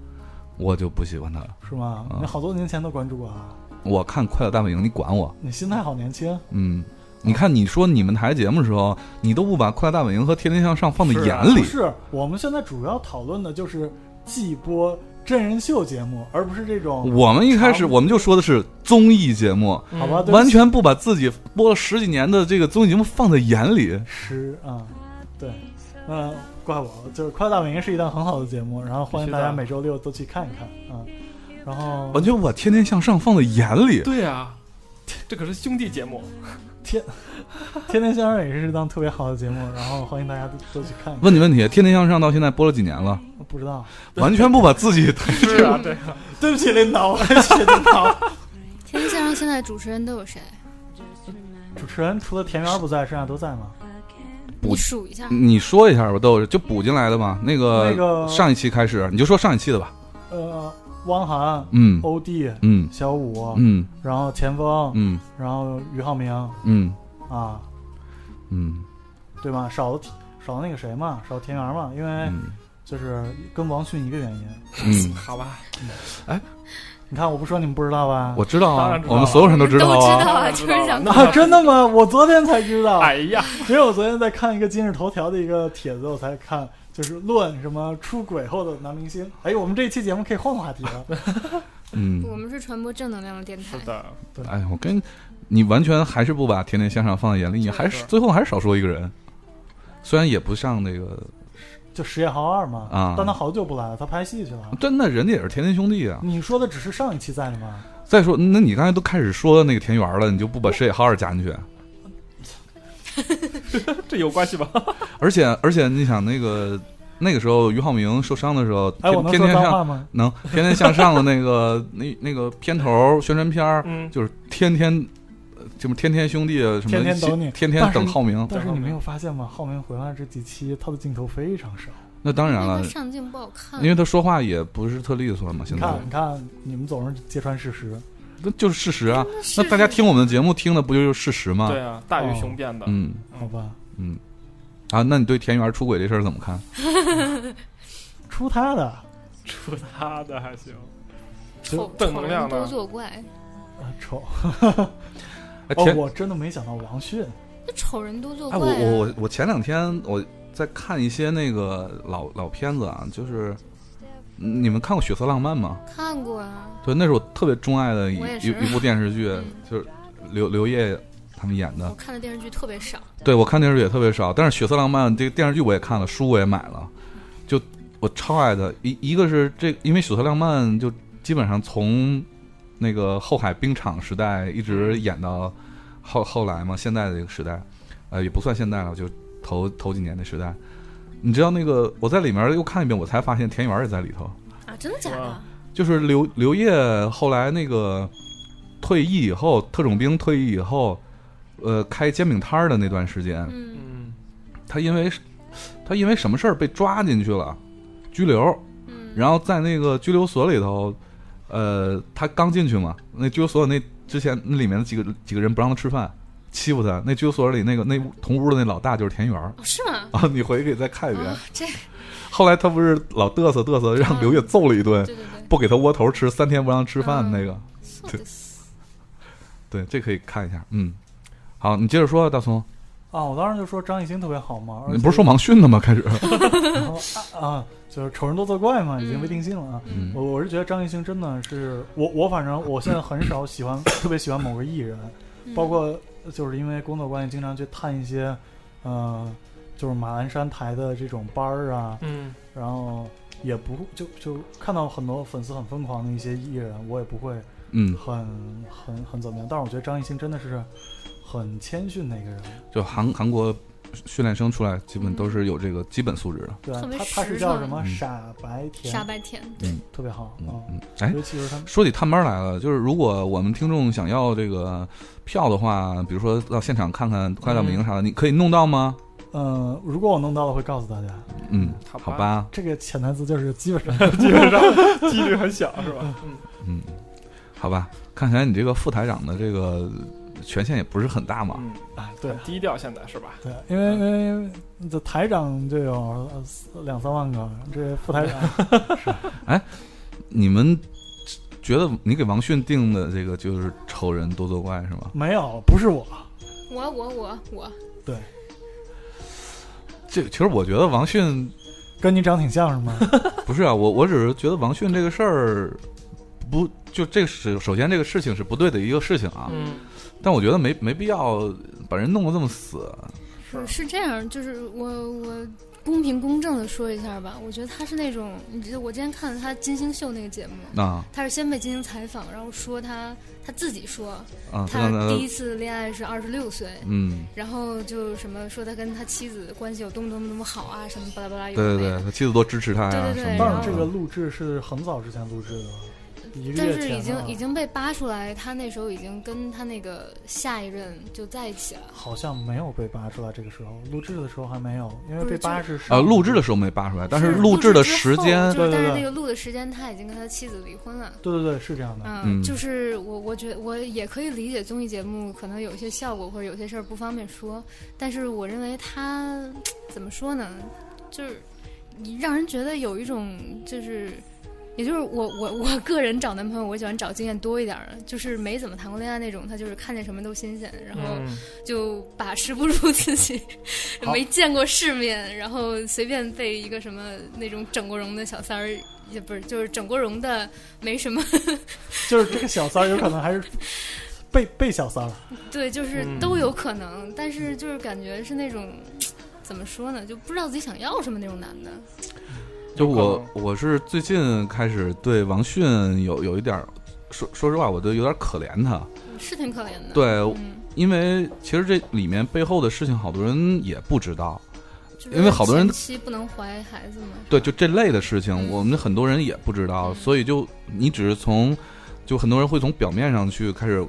我就不喜欢他了。
是吗？
啊
你好多年前都关注啊，
我看《快乐大本营》，你管我？
你心态好年轻。
嗯，你看你说你们台节目的时候，你都不把《快乐大本营》和《天天向上》放在
是啊
眼里
不，是，我们现在主要讨论的就是季播真人秀节目，而不是这种
我们一开始
长
我们就说的是综艺节目，
嗯
好吧？对不起
完全不把自己播了十几年的这个综艺节目放在眼里。
十啊、对，那怪我了，就是《快乐大本营》是一档很好的节目，然后欢迎大
必须
家
的
每周六都去看一看啊、然后
完全不把《天天向上》放在眼里。
对啊，这可是兄弟节目，
《天天向上》也是一档特别好的节目，然后欢迎大家都都去看一看。
问你问题，《天天向上》到现在播了几年了？
不知道，
完全不把自 己
是啊，对啊，
对不起，领导， 我还是领导。
天天向上现在主持人都有谁？
主持人除了田园不在，剩下都在吗？
我
你数一下。
你说一下吧，都就补进来的嘛。那个
那个
上一期开始，你就说上一期的吧。
呃，汪涵、
嗯
哦
欧弟、
嗯
小五，
嗯
然后钱枫，
嗯
然后俞灏明
嗯
啊，
嗯
对吧？少了少了那个谁嘛，少了田园嘛，因
哎
为
嗯
就是跟王迅一个原因。
嗯，
好 吧，
你看，我不说你们不知道吧？
我知道
当
啊
然，知道
我们所有人都知道
都知
啊。
道啊，
当然
就
知
是
道了
想
那
啊，真的吗？我昨天才知道，
哎呀，
因为我昨天在看一个今日头条的一个帖子，我才看，就是论什么出轨后的男明星。哎，我们这期节目可以换话题 了。
嗯，
我们是传播正能量的电台
是。的，
哎，我跟你完全还是不把《天天向上》放在眼里，你还是
是
最后还是少说一个人。虽然也不上那个，
就实验豪二嘛，
啊
但他好久不来了，他拍戏去了。
真的人家也是天天兄弟啊。
你说的只是上一期在的吗？
再说，那你刚才都开始说那个田园了，你就不把石野浩二加进去？
这有关系吧？
而且而且，你想那个那个时候俞灏明受伤的时候，
哎，
天
我能
天
说
天
脏
向
话吗？
能天天向上的那 个那那个片头宣传片儿，
嗯，
就是天天，呃就是天天兄弟啊什么，
天天等你
天天等浩明。
但是你没有发现吗？浩明回来这几期，他的镜头非常少。
那当然
因为
了
他，哎上镜不好看
嗯因，为他说话也不是特利索嘛，现
你
在
看，你看，你们总是揭穿事实。
那就是事实啊。
是
那大家听我们的节目听的不就是事实吗？
对啊，大鱼雄辩的，
嗯
好吧，
嗯。啊，那你对田园出轨这事儿怎么看？
出他的，
出他的还行，
丑
正能量
丑人
呢
都作怪，
啊丑
哎，
哦！
田
我真的没想到王迅，
那丑人都作
哎，
怪
我我
啊。
我我前两天我在看一些那个老老片子啊，就是嗯你们看过《血色浪漫》吗？
看过啊，
对，那是我特别钟爱的一
我也是
一一部电视剧
嗯，
就是刘刘烨他们演
我
的。
看的电视剧特别少。
对我看电视剧也特别少，但是《血色浪漫》这个电视剧我也看了，书我也买了，就我超爱的。一一个是这，因为《血色浪漫》就基本上从那个后海冰场时代一直演到后后来嘛，现在的这个时代，呃，也不算现代了，就头头几年的时代。你知道那个我在里面又看一遍，我才发现田园也在里头。
啊，真的假的
哇？
就是刘刘烨后来那个退役以后，特种兵退役以后，呃，开煎饼摊儿的那段时间，
嗯
嗯，
他因为他因为什么事儿被抓进去了，拘留，
嗯，
然后在那个拘留所里头，呃，他刚进去嘛，那拘留所那之前那里面的几个几个人不让他吃饭，欺负他，那拘留所里那个那同屋的那老大就是田园儿。
哦是吗？
啊，你回去可以再看一遍。
啊，这
后来他不是老嘚瑟嘚瑟，让
啊
刘烨揍了一顿，
对对对，
不给他窝头吃，三天不让吃饭
嗯
那个。
そうです
对，这可以看一下。嗯，好，你接着说，大葱。
啊，我当时就说张艺兴特别好嘛，而
你不是说
且
盲训的吗？开始，
然后啊啊，就是仇人多作怪嘛，已经被定性了啊。
嗯
我我是觉得张艺兴真的是我我反正我现在很少喜欢特别喜欢某个艺人，
嗯
包括就是因为工作关系经常去探一些，呃，就是马鞍山台的这种班儿啊，
嗯
然后也不就就看到很多粉丝很疯狂的一些艺人，我也不会
嗯，
很很很怎么样。但是我觉得张艺兴真的是很谦逊的一个人，
就韩韩国训练生出来，基本都是有这个基本素质的。
对、啊
特，别
他他是
实
叫
诚
什么
嗯
傻白甜，
傻白甜，对，
嗯
特别好啊。
哦
嗯嗯，哎，
尤其是他们，
说起探班来了，就是如果我们听众想要这个票的话，比如说到现场看看《快乐大本营》啥的，你可以弄到吗？
嗯，如果我弄到了，会告诉大家。
嗯，
好吧
好吧，
这个潜台词就是基本 上
基本上几率很小，是吧？嗯，
嗯，好吧。看起来你这个副台长的这个权限也不是很大嘛。
嗯
啊，嗯对
很低调现在是吧？
对，因为因为因为这台长就有呃四两三万个，这副台长
你们觉得你给王迅定的这个就是仇人多作怪是吗？
没有，不是我，
我我我我，
对，
这其实我觉得王迅
跟你长挺像是 吗？
不是啊，我我只是觉得王迅这个事儿不就这个是首先这个事情是不对的一个事情啊，
嗯，
但我觉得没没必要把人弄得这么死。
是
是这样，就是我我公平公正的说一下吧，我觉得他是那种，你知道我之前看了他金星秀那个节目，
啊
他是先被进行采访，然后说他他自己说
啊，他
他
刚才
第一次恋爱是二十六岁，
嗯，
然后就什么说他跟他妻子关系有多么多么多么好啊，什么巴拉巴拉有
对
的
对
没
对，
的，
他妻子多支持他呀
对对
什么
对
但
的。
是这个录制是很早之前录制的，一个
但
月
是已
前啊了
经已经被扒出来，他那时候已经跟他那个下一任就在一起了。
好像没有被扒出来，这个时候录制的时候还没有，因为
不
被
是
扒是
啊，录制的
时
时候没扒出来，但
是
啊录制
制
的
之
时
后
间，
就是
对对
但是
对
那个录的时间，他已经跟他妻子离婚了。
候，对对对，是这样的，
嗯
嗯，就是我，我觉得我也可以理解综艺节目可能有一些效果或者有些事儿不方便说，但是我认为他怎么说呢，就是你让人觉得有一种就是，也就是我我我个人找男朋友，我喜欢找经验多一点儿的，就是没怎么谈过恋爱那种，他就是看见什么都新鲜，然后
嗯
就把持不住自己，
好
没见过世面，然后随便被一个什么那种整过容的小三儿，也不是就是整过容的，没什么，
就是这个小三儿有可能还是被被小三儿，
对，就是
嗯
都有可能，但是就是感觉是那种。怎么说呢？就不知道自己想要什么那种男的，
就
有可
我我是最近开始对王迅有有一点儿，说说实话，我都有点儿可怜他。
是挺可怜的。，
对，
嗯，
因为其实这里面背后的事情，好多人也不知道。
就是
因为好多人
前期不能怀孩子嘛。
对，就这类的事情，
嗯
我们很多人也不知道，
嗯
所以就你只是从，就很多人会从表面上去开始，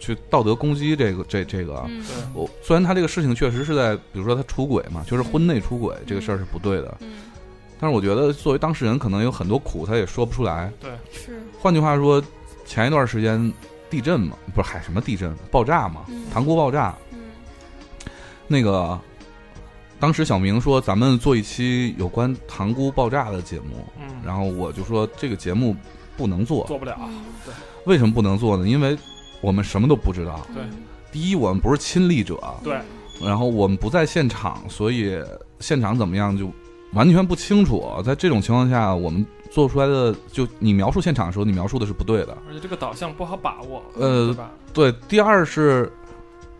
去道德攻击这个这这个。啊
嗯
对
我虽然他这个事情确实是在，比如说他出轨嘛，就是婚内出轨、这个事儿是不对的，
嗯，
但是我觉得作为当事人，可能有很多苦他也说不出来。
是，
换句话说，前一段时间地震嘛，不是还什么地震爆炸嘛
嗯，
塘沽爆炸，
嗯
那个，当时小明说咱们做一期有关塘沽爆炸的节目，
嗯，
然后我就说这个节目不能做，
做不了，
嗯，
为什么不能做呢？因为我们什么都不知道。
对
嗯
第一，我们不是亲历者，
对，
然后我们不在现场，所以现场怎么样就完全不清楚。在这种情况下，我们做出来的就你描述现场的时候，你描述的是不对的。
而且这个导向不好把握，
呃
对吧？
对，第二是，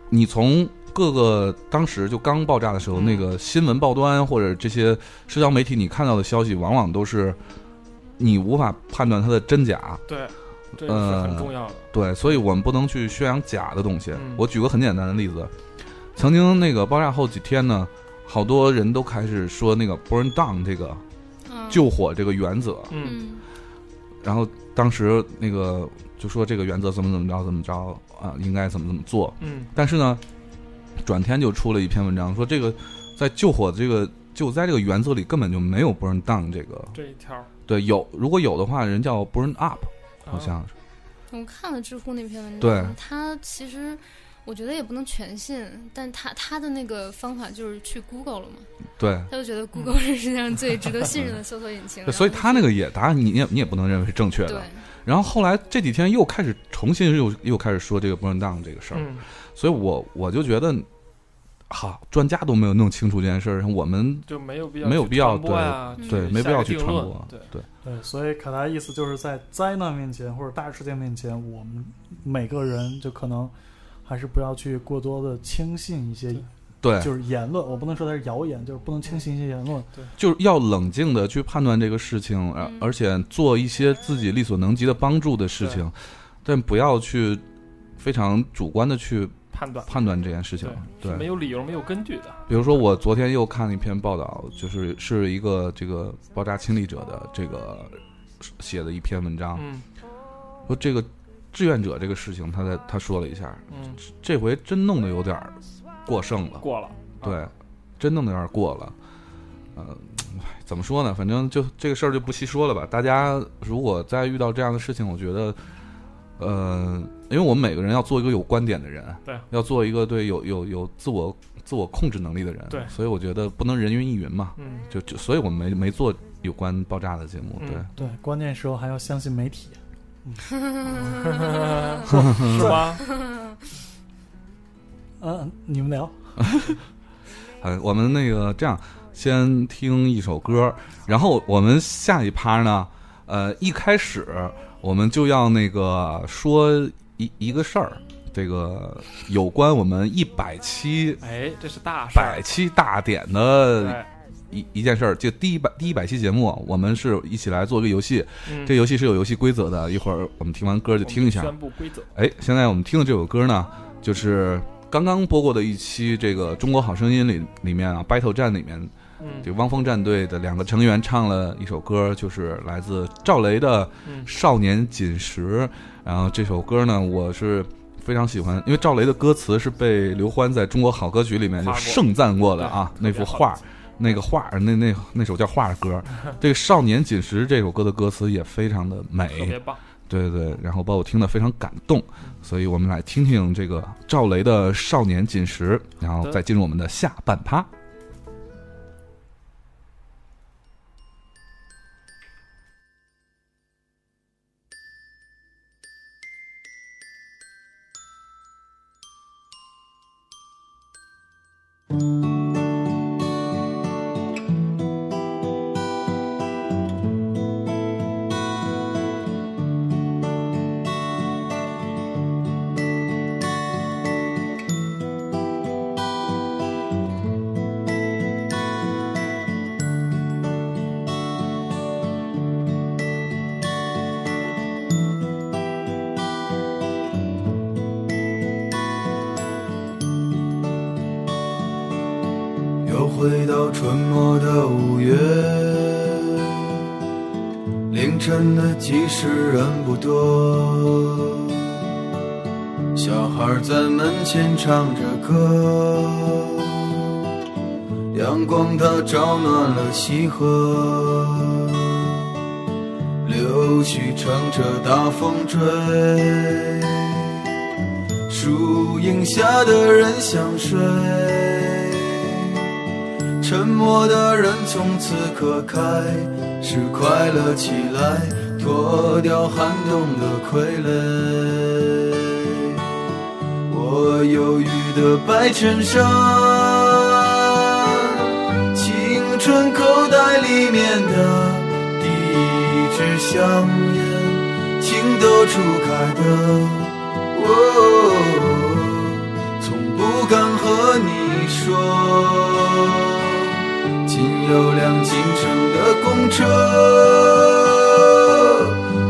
你从各个当时就刚爆炸的时候，
嗯
那个新闻报端或者这些社交媒体你看到的消息，往往都是你无法判断它的真假。
对，这个是
呃
很重要的。
对，所以我们不能去宣扬假的东西。
嗯
我举个很简单的例子，曾经那个爆炸后几天呢，好多人都开始说那个 “burn down” 这个
嗯
救火这个原则，
嗯
嗯
然后当时那个就说这个原则怎么怎么着怎么着啊，应该怎么怎么做。
嗯
但是呢，转天就出了一篇文章，说这个在救火这个救灾这个原则里根本就没有 burn down 这个。
这一条儿啊
对，有如果有的话，人叫 burn up，好
啊
像是。
我看了知乎那篇文章，
对
他其实我觉得也不能全信，但他他的那个方法就是去 Google 了嘛，
对，
他就觉得 Google 是世界上最值得信 任的搜索引擎，然后
嗯所以他那个也答案你也你也不能认为是正确
对
的。然后后来这几天又开始重新又又开始说这个 burn down 这个事儿，
嗯，
所以我我就觉得，哈，专家都没有弄清楚这件事儿，然后我们
就没有必要
没有
去
必要
传播呀，
对
去
对
嗯下
没必
一
要
个
去
定
传
论
播
对，
对
对，所以凯达意思就是在灾难面前或者大事件面前，我们每个人就可能还是不要去过多的轻信一些
对
对，
就是言论，我不能说它是谣言，就是不能轻信一些言论。
就是要冷静的去判断这个事情，而
嗯
而且做一些自己力所能及的帮助的事情，但不要去非常主观的去
判断
判断这件事情。
是没
对，
有理由、没有根据的。
比如说我昨天又看了一篇报道，就是是一个这个爆炸亲历者的这个写的一篇文章，
嗯
说这个志愿者这个事情，他在他说了一下，
嗯，
这回真弄得有点儿过剩了。
过了。
对，真弄得有点过了。呃，唉怎么说呢？反正就这个事儿就不细说了吧。大家如果再遇到这样的事情，我觉得，呃，因为我们每个人要做一个有观点的人，
对，
要做一个对有有有自我自我控制能力的人，
对
所以我觉得不能人云亦云嘛。
嗯，
就就，所以我们没没做有关爆炸的节目，
嗯
对，
对，关键时候还要相信媒体。
是吗？
嗯，你们聊。
呃，我们那个这样，先听一首歌，然后我们下一趴呢，呃，一开始我们就要那个说一一个事儿，这个有关我们一百期
哎，这是大事儿
百。期大典
对
的一一件事儿。就第一百第一百期节目，我们是一起来做个游戏，
嗯
这游戏是有游戏规则的，一会儿我们听完歌就听一下
我。们宣布规则。
哎，现在我们听的这首歌呢，就是刚刚播过的一期这个《中国好声音里》里面啊，battle 战里面，
嗯
这个汪峰战队的两个成员唱了一首歌，就是来自赵雷的《
嗯
少年锦时》。然后这首歌呢，我是非常喜欢，因为赵雷的歌词是被刘欢在《中国好歌曲》里面就
夸过
盛赞过的啊，那
对
幅
特别好
画。那个画，那那那首叫画歌，这个《少年锦时》这首歌的歌词也非常的美，
特别棒。
对对对，然后把我听得非常感动，所以我们来听听这个赵雷的《少年锦时》，然
好
后
的
再进入我们的下半趴。
又回到春末的五月，凌晨的集市人不多，小孩在门前唱着歌，阳光它照暖了溪河，柳絮乘着大风追，树荫下的人想睡。沉默的人从此刻开始快乐起来，脱掉寒冬的傀儡。我忧郁的白衬衫，青春口袋里面的第一支香烟，情窦初开的我，从不敢和你说。仅有辆进城的公车，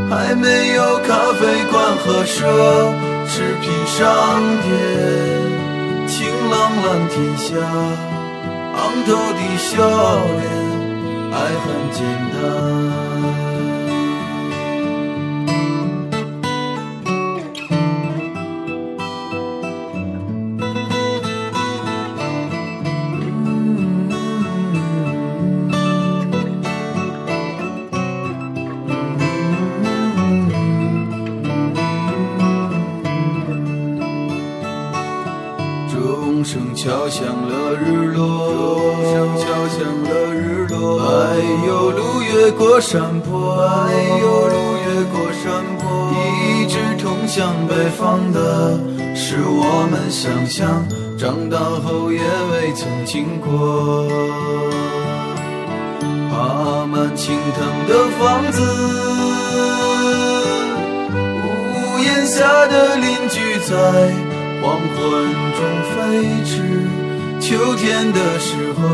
还没有咖啡馆和奢侈品商店。晴朗蓝天下，昂头的笑脸，爱很简单。声敲响了日落，声敲响了日落。哎呦，路越过山坡，哎呦，路越过山坡，一直通向北方的是我们想象，长大后也未曾经过。爬满青藤的房子，屋檐下的邻居在黄昏中飞驰。秋天的时候，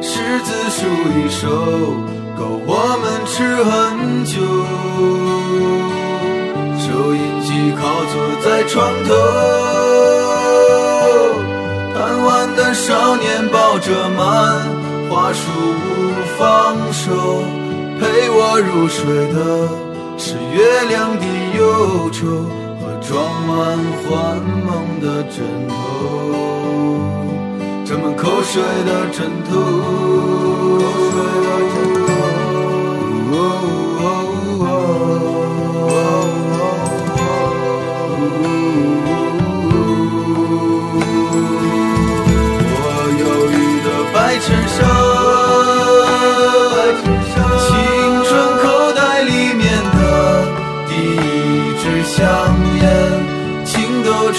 柿子树一熟，够我们吃很久。收音机靠坐在床头。贪玩的少年抱着满花束不放手，陪我入睡的是月亮的忧愁和装满幻梦的枕头，沾满口水的枕头。哦哦哦哦我忧郁的白衬衫，青春口袋里面的第一支香烟，情窦初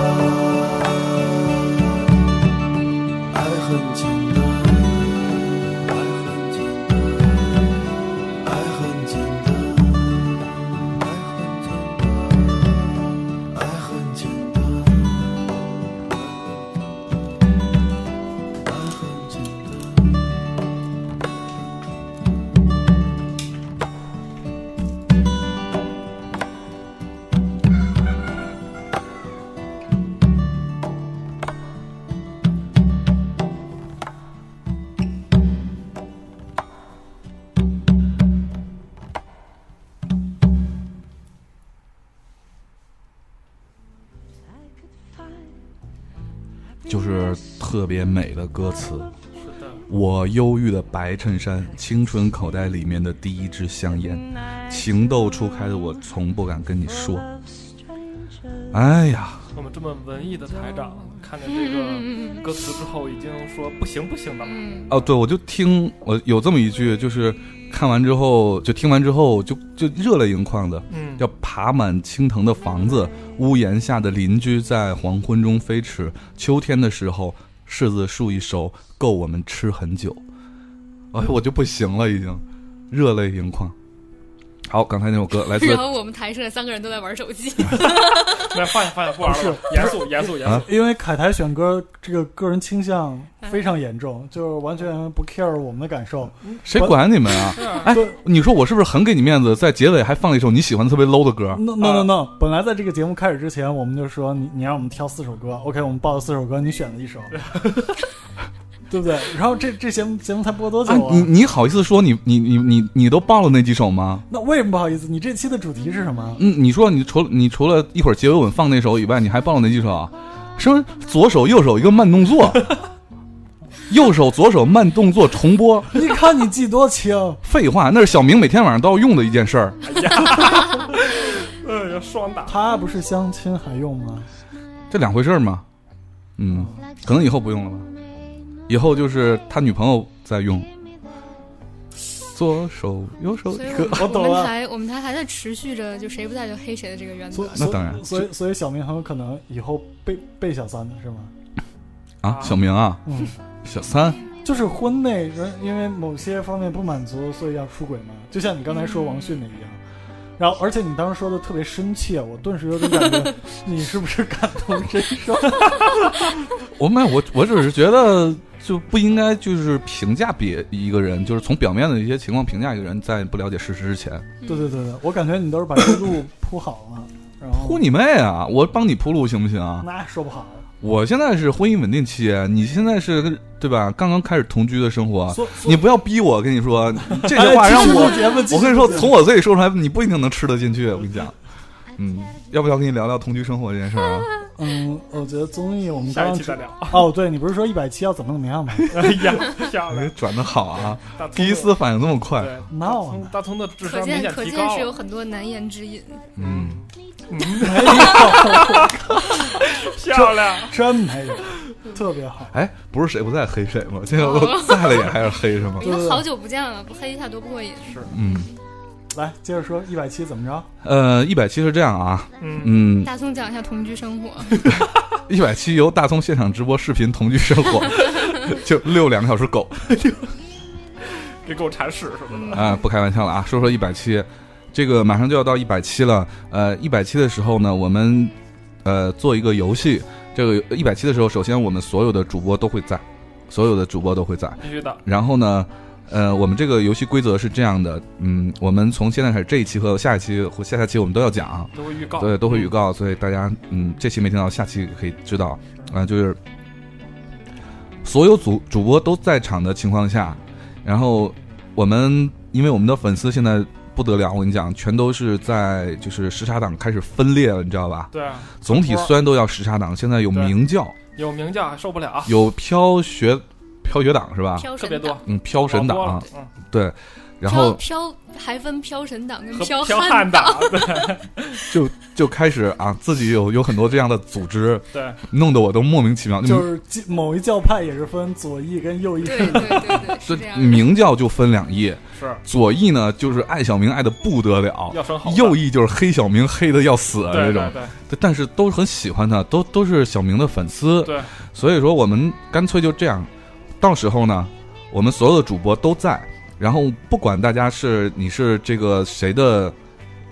爱很简单，爱很简单，爱很简单，爱很简单，爱很简单，爱很简单。
就是特别美的歌词。
是的，
我忧郁的白衬衫，青春口袋里面的第一支香烟，情窦初开的我从不敢跟你说。哎呀，
我们这么文艺的台长
嗯
看见这个歌词之后，已经说不行不行的了。
嗯，
哦，对，我就听我有这么一句，就是看完之后，就听完之后，就就热泪盈眶的，
嗯，
叫爬满青藤的房子，屋檐下的邻居在黄昏中飞驰。秋天的时候，柿子树一熟，够我们吃很久。哎，我就不行了，已经热泪盈眶。好，刚才那首歌来自
然后我们台上三个人都在玩手机，
那放下放下，不玩了，严肃严肃严
哦啊
肃。
因为凯台选歌这个个人倾向非常严重，就是完全不 care 我们的感受。
谁管你们啊？
是啊，
哎
对，
你说我是不是很给你面子？在结尾还放了一首你喜欢的特别 low 的歌，
No no no no！、本
啊
来在这个节目开始之前，我们就说你你让我们挑四首歌，OK，我们报了四首歌，你选了 一首，对不对？然后这这节目节目才播多久
啊，
啊？
你你好意思说你你你你你都报了那几首吗？
那为什么不好意思？你这期的主题是什么？
嗯，你说你除了你除了一会儿结尾我们放那首以外，你还报了哪几首啊？是不是左手右手一个慢动作， 右手左手慢动作重播？
你看你记多清，
废话，那是小明每天晚上都要用的一件事儿。
哎呀，双打。
他不是相亲还用吗？
这两回事儿吗？嗯，可能以后不用了吧。以后就是他女朋友在用，左手右手
所以
一
我
个
们。
我懂了
们台我们台还在持续着，就谁不在就黑谁的这个原则
所以。
那当然
所以所以所以小明很有可能以后被被小三的是吗？
啊，小明啊，
嗯，
小三，
就是婚内人因为某些方面不满足，所以要出轨嘛。就像你刚才说王迅的一样，然后而且你当时说的特别深切，我顿时有种 感觉，你是不是感同身受？
我没有，我我只是觉得就不应该就是评价别一个人，就是从表面的一些情况评价一个人，在不了解事实之前，
嗯
对对对对，我感觉你都是把这路铺好了，然后
铺你妹啊！我帮你铺路行不行啊？
那说不好，
我现在是婚姻稳定期，你现在是对吧？刚刚开始同居的生活，
所
你不要逼我，跟你 说这些
哎
话让我，
节目，
我跟你说，从我嘴里说出来，你不一定能吃得进去。我跟你讲，嗯，要不要跟你聊聊同居生活这件事儿啊？
嗯，我觉得综艺我们刚
下一
刚
期再
只
聊。
哦，对你不是说一百七要怎么怎么样吗？
哎呀，吓
哎
了！
转的好啊，
大葱
嗯第一次哦反应这么快，
对大
闹
葱
呢？
大葱的智
可
商明
见
显
可
提
见
高
是。有很多难言之隐。
嗯，
嗯，
没有，
漂亮！
真 没有，特别好。
哎，不是谁不在黑谁吗？现在我在了也还是黑是吗
我？们好久不见了，不黑一下多不过瘾。
嗯，
来，接着说一百七怎么着？
呃，一百七是这样啊，
嗯，
嗯，
大葱讲一下同居生活，
一百七由大葱现场直播视频同居生活， 就遛两个小时狗。
给狗铲屎什么的。
啊、不开玩笑了啊！说说一百七，这个马上就要到一百七了。呃，一百七的时候呢，我们呃做一个游戏。这个一百七的时候，首先我们所有的主播都会在，所有的主播都会在。
必须的，
然后呢，呃，我们这个游戏规则是这样的，嗯，我们从现在开始，这一期和下一期或下下期我们都要讲，
都会预告。
对，都会预告，所以大家嗯，这期没听到，下期可以知道。啊、就是所有主主播都在场的情况下，然后我们因为我们的粉丝现在不得了，我跟你讲，全都是在就是时差党开始分裂了，你知道吧？
对啊，
总体虽然都要时差党，现在有
对
明教，
有名将受不了，啊
有飘学飘学党是吧？
飘
特
神
别多
党，。
嗯，飘神
老多
党
了，嗯
对，然
飘
后
飘还分飘神党跟
和
飘
彪
汉
悍党， 对
就就开始啊，自己有有很多这样的组织，
对，
弄得我都莫名其妙。
就是基某一教派也是分左翼跟右翼，
对对 对对，是这样的。
明教就分两翼，
是
左翼呢就是爱小明爱的不得了，
要生好的
右翼就是黑小明黑的要死啊
对
哦这
对
种，
对
对但是都很喜欢他，都都是小明的粉丝，
对，
所以说我们干脆就这样，到时候呢，我们所有的主播都在，然后不管大家是你是这个谁的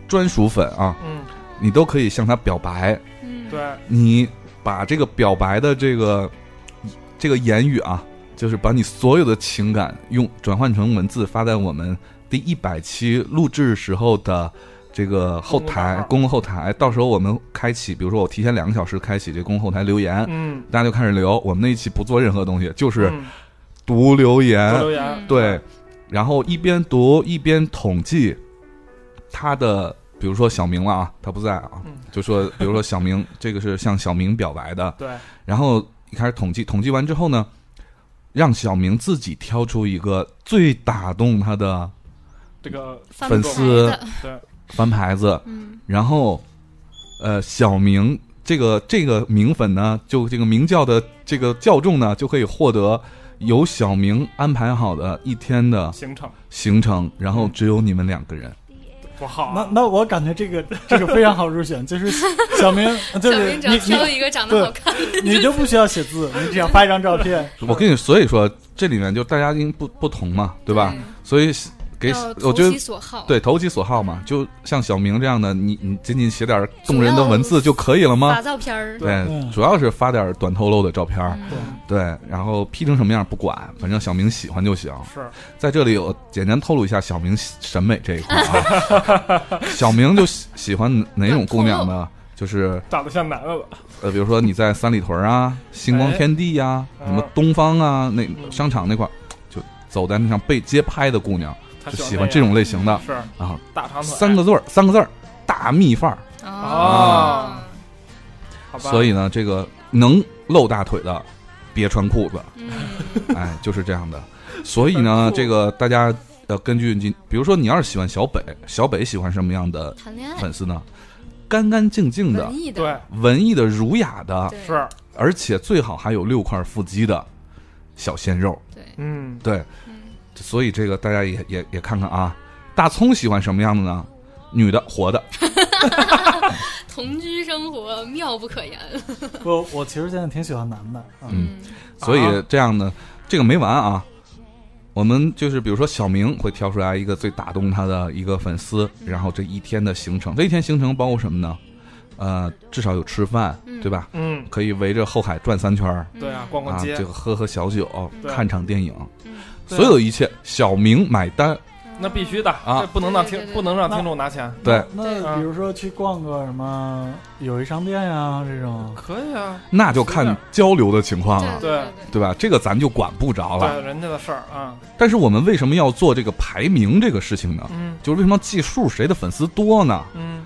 专属粉啊，
嗯
你都可以向他表白，
嗯，
对，
你把这个表白的这个这个言语啊，就是把你所有的情感用转换成文字发在我们第一百期录制时候的这个后台公
公
共后台，到时候我们开启，比如说我提前两个小时开启这公共后台留言，
嗯
大家就开始留。我们那一期不做任何东西，就是
嗯
读留言，
多留言
嗯
对，然后一边读一边统计他的，比如说小明了啊，他不在啊，
嗯
就说比如说小明，这个是向小明表白的，
对，
然后一开始统计，统计完之后呢，让小明自己挑出一个最打动他的
这个
翻
粉
牌
丝
子
对
翻牌子，
嗯，
然后，呃，小明这个这个明粉呢，就这个明教的这个教众呢，就可以获得由小明安排好的一天的
行程
行程，然后只有你们两个人。
多好啊，
那那我感觉这个这个非常好入选，就是 小明，就
小
是
明只
你
要挑一个长得
对
好看，
你你就不需要写字，你只要发一张照片，
我跟你，所以说这里面就大家因为不不同嘛，对吧？所以给
要
我
投
觉
其
得。
所好，
对，投其所好嘛，就像小明这样的，你你仅仅写点动人的文字就可以了
发
吗？
照片儿，
对
嗯，
主要是发点短透露的照片儿，
嗯
对
对，然后 P 成什么样不管，反正小明喜欢就行。
是
在这里，我简单透露一下小明审美这一块啊。 小明就喜喜欢哪种姑娘呢？就是
长得像男的了，
呃，比如说你在三里屯啊、星光天地呀、
哎
什么东方啊，那
嗯
商场那块儿，就走在那上被街拍的姑娘，
他
就
喜
喜
欢
欢这种类型的
那样
啊。
是大长腿，
三个字儿，三个字儿，大蜜范儿。
哦，
好吧，
所以呢，这个能露大腿的，别穿裤 子。
嗯，
哎，就是这样的。所以呢，这个大家要根据你，比如说你要是喜欢小北，小北喜欢什么样的
谈恋爱
粉丝呢？干干净净的
文，艺的，
对
文艺的、儒雅的，
对
是
而且最好还有六块腹肌的小鲜肉。
对，
嗯
对，
嗯，
所以这个大家也也也看看啊，大葱喜欢什么样的呢？女的，活的，
同居生活妙不可言，
我我其实现在挺喜欢男的，嗯，
嗯，所以这样呢，这个没完啊。我们就是比如说小明会挑出来一个最打动他的一个粉丝，
嗯
然后这一天的行程，这一天行程包括什么呢？呃，至少有吃饭，
嗯
对吧？
嗯
可以围着后海转三圈儿
嗯
对啊，逛逛
啊，
街
这个喝喝小酒，
嗯
对
看场电影，
嗯
所有一切小明买单，
嗯
那必须的，
啊
这不能让
对对
听
对对
不能让听众拿钱，
对，
那比如说去逛个什么友谊商店呀、这种，
可以啊，
那就看交流的情况
对
了，
对
对吧？这个咱就管不着了。
对人家的事儿啊，
但是我们为什么要做这个排名这个事情呢？
嗯
就是为什么要计数谁的粉丝多呢？
嗯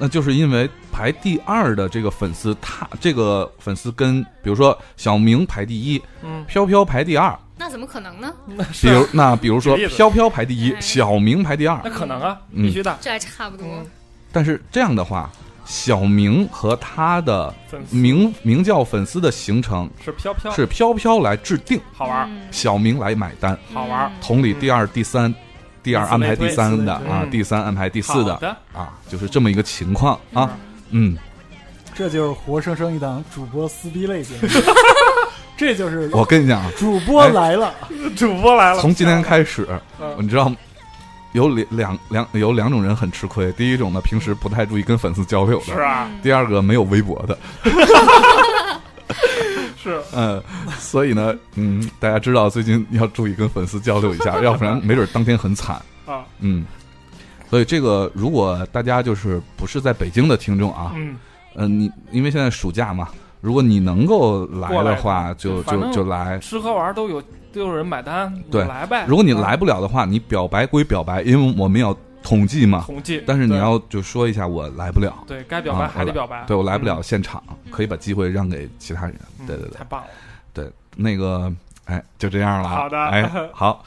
那就是因为排第二的这个粉丝，他这个粉丝跟比如说小明排第一，
嗯，
飘飘排第二，
那怎么可能呢？
那是
比如那比如说
举例子
飘飘排第一，
哎
小明排第二
那，可能啊，
嗯
必须的，
这还差不多。
嗯，
但是这样的话，小明和他的
粉丝
名名叫粉丝的形成
是飘飘，
嗯是飘飘来制定，
好玩儿，
嗯
小明来买单，
好玩儿
同理第二、第三。第二
以此
安排
类
第
推
三的
以此
类推
啊，
嗯
第三安排第四
好
的
的，
啊，就是这么一个情况啊，
嗯
嗯，
这就是活生生一档主播撕逼类节目，这就是
我跟你讲啊，
主播来了，
主播来了，
从今天开始，
嗯，
你知道有两两两有两种人很吃亏，第一种呢，平时不太注意跟粉丝交流的，
是啊，
第二个没有微博的，
是
嗯，所以呢，嗯，大家知道最近要注意跟粉丝交流一 下，要不然没准当天很惨，
啊，
嗯。所以这个，如果大家就是不是在北京的听众啊，
嗯，
嗯、你因为现在暑假嘛，如果你能够来
过来
的话，就
反
就
正
就来；
吃喝玩儿都有都有人买单，你
哎对
来呗。
如果你
啊
来不了的话，你表白归表白，因为我们要统计嘛，
统计，
但是你
嗯对
要就说一下我来不了，
对该表白
啊
还得表白，
对我来不了
嗯，
现场，可以把机会让给其他人。
嗯
对对对
太棒了，
对，那个哎，就这样了啊。
好的
哎，好，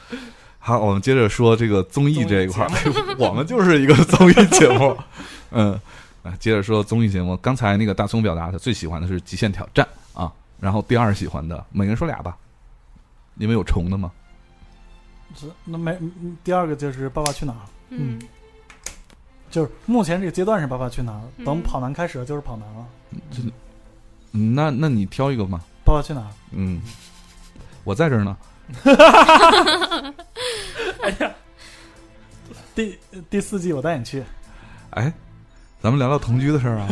好，我们接着说这个综艺这一块儿， 我们就是一个综艺节目， 嗯。啊，接着说综艺节目，刚才那个大葱表达他最喜欢的是《极限挑战》啊，然后第二喜欢的，每人说俩吧。你们有重的吗？
这那没嗯第二个就是《爸爸去哪儿》，
嗯，
就是目前这个阶段是《爸爸去哪儿》，等
嗯
跑男开始了就是跑男了，
嗯那那你挑一个嘛。
《爸爸去哪儿》
嗯，我在这儿呢。
第第四季我带你去，
哎，咱们聊聊同居的事儿啊。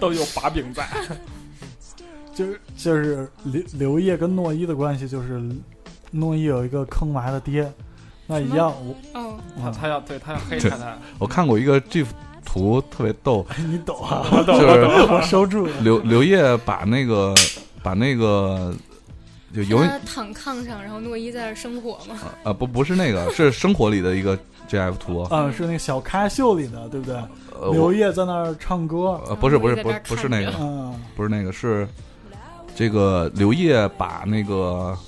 都有把柄 在，
就是就是刘刘烨跟诺一的关系就是，诺一有一个坑娃的爹，那一样我
嗯
哦，
他
啊
他要对他要黑
对
他他，
我看过一个 GIF 图，特别逗，
你懂 啊，
我懂
就
我懂，
是
我收住了。
刘刘烨把那个把那个就游
他躺炕上，然后诺一在那儿生火嘛。
啊不不是那个是生活里的一个 GIF 图，啊
嗯，是那个小咖秀里的，对不对？
呃
刘
我
烨在那儿唱歌，
呃不是不是
在
不
这儿
是不是那个
嗯，
不是那个是这个刘烨把那个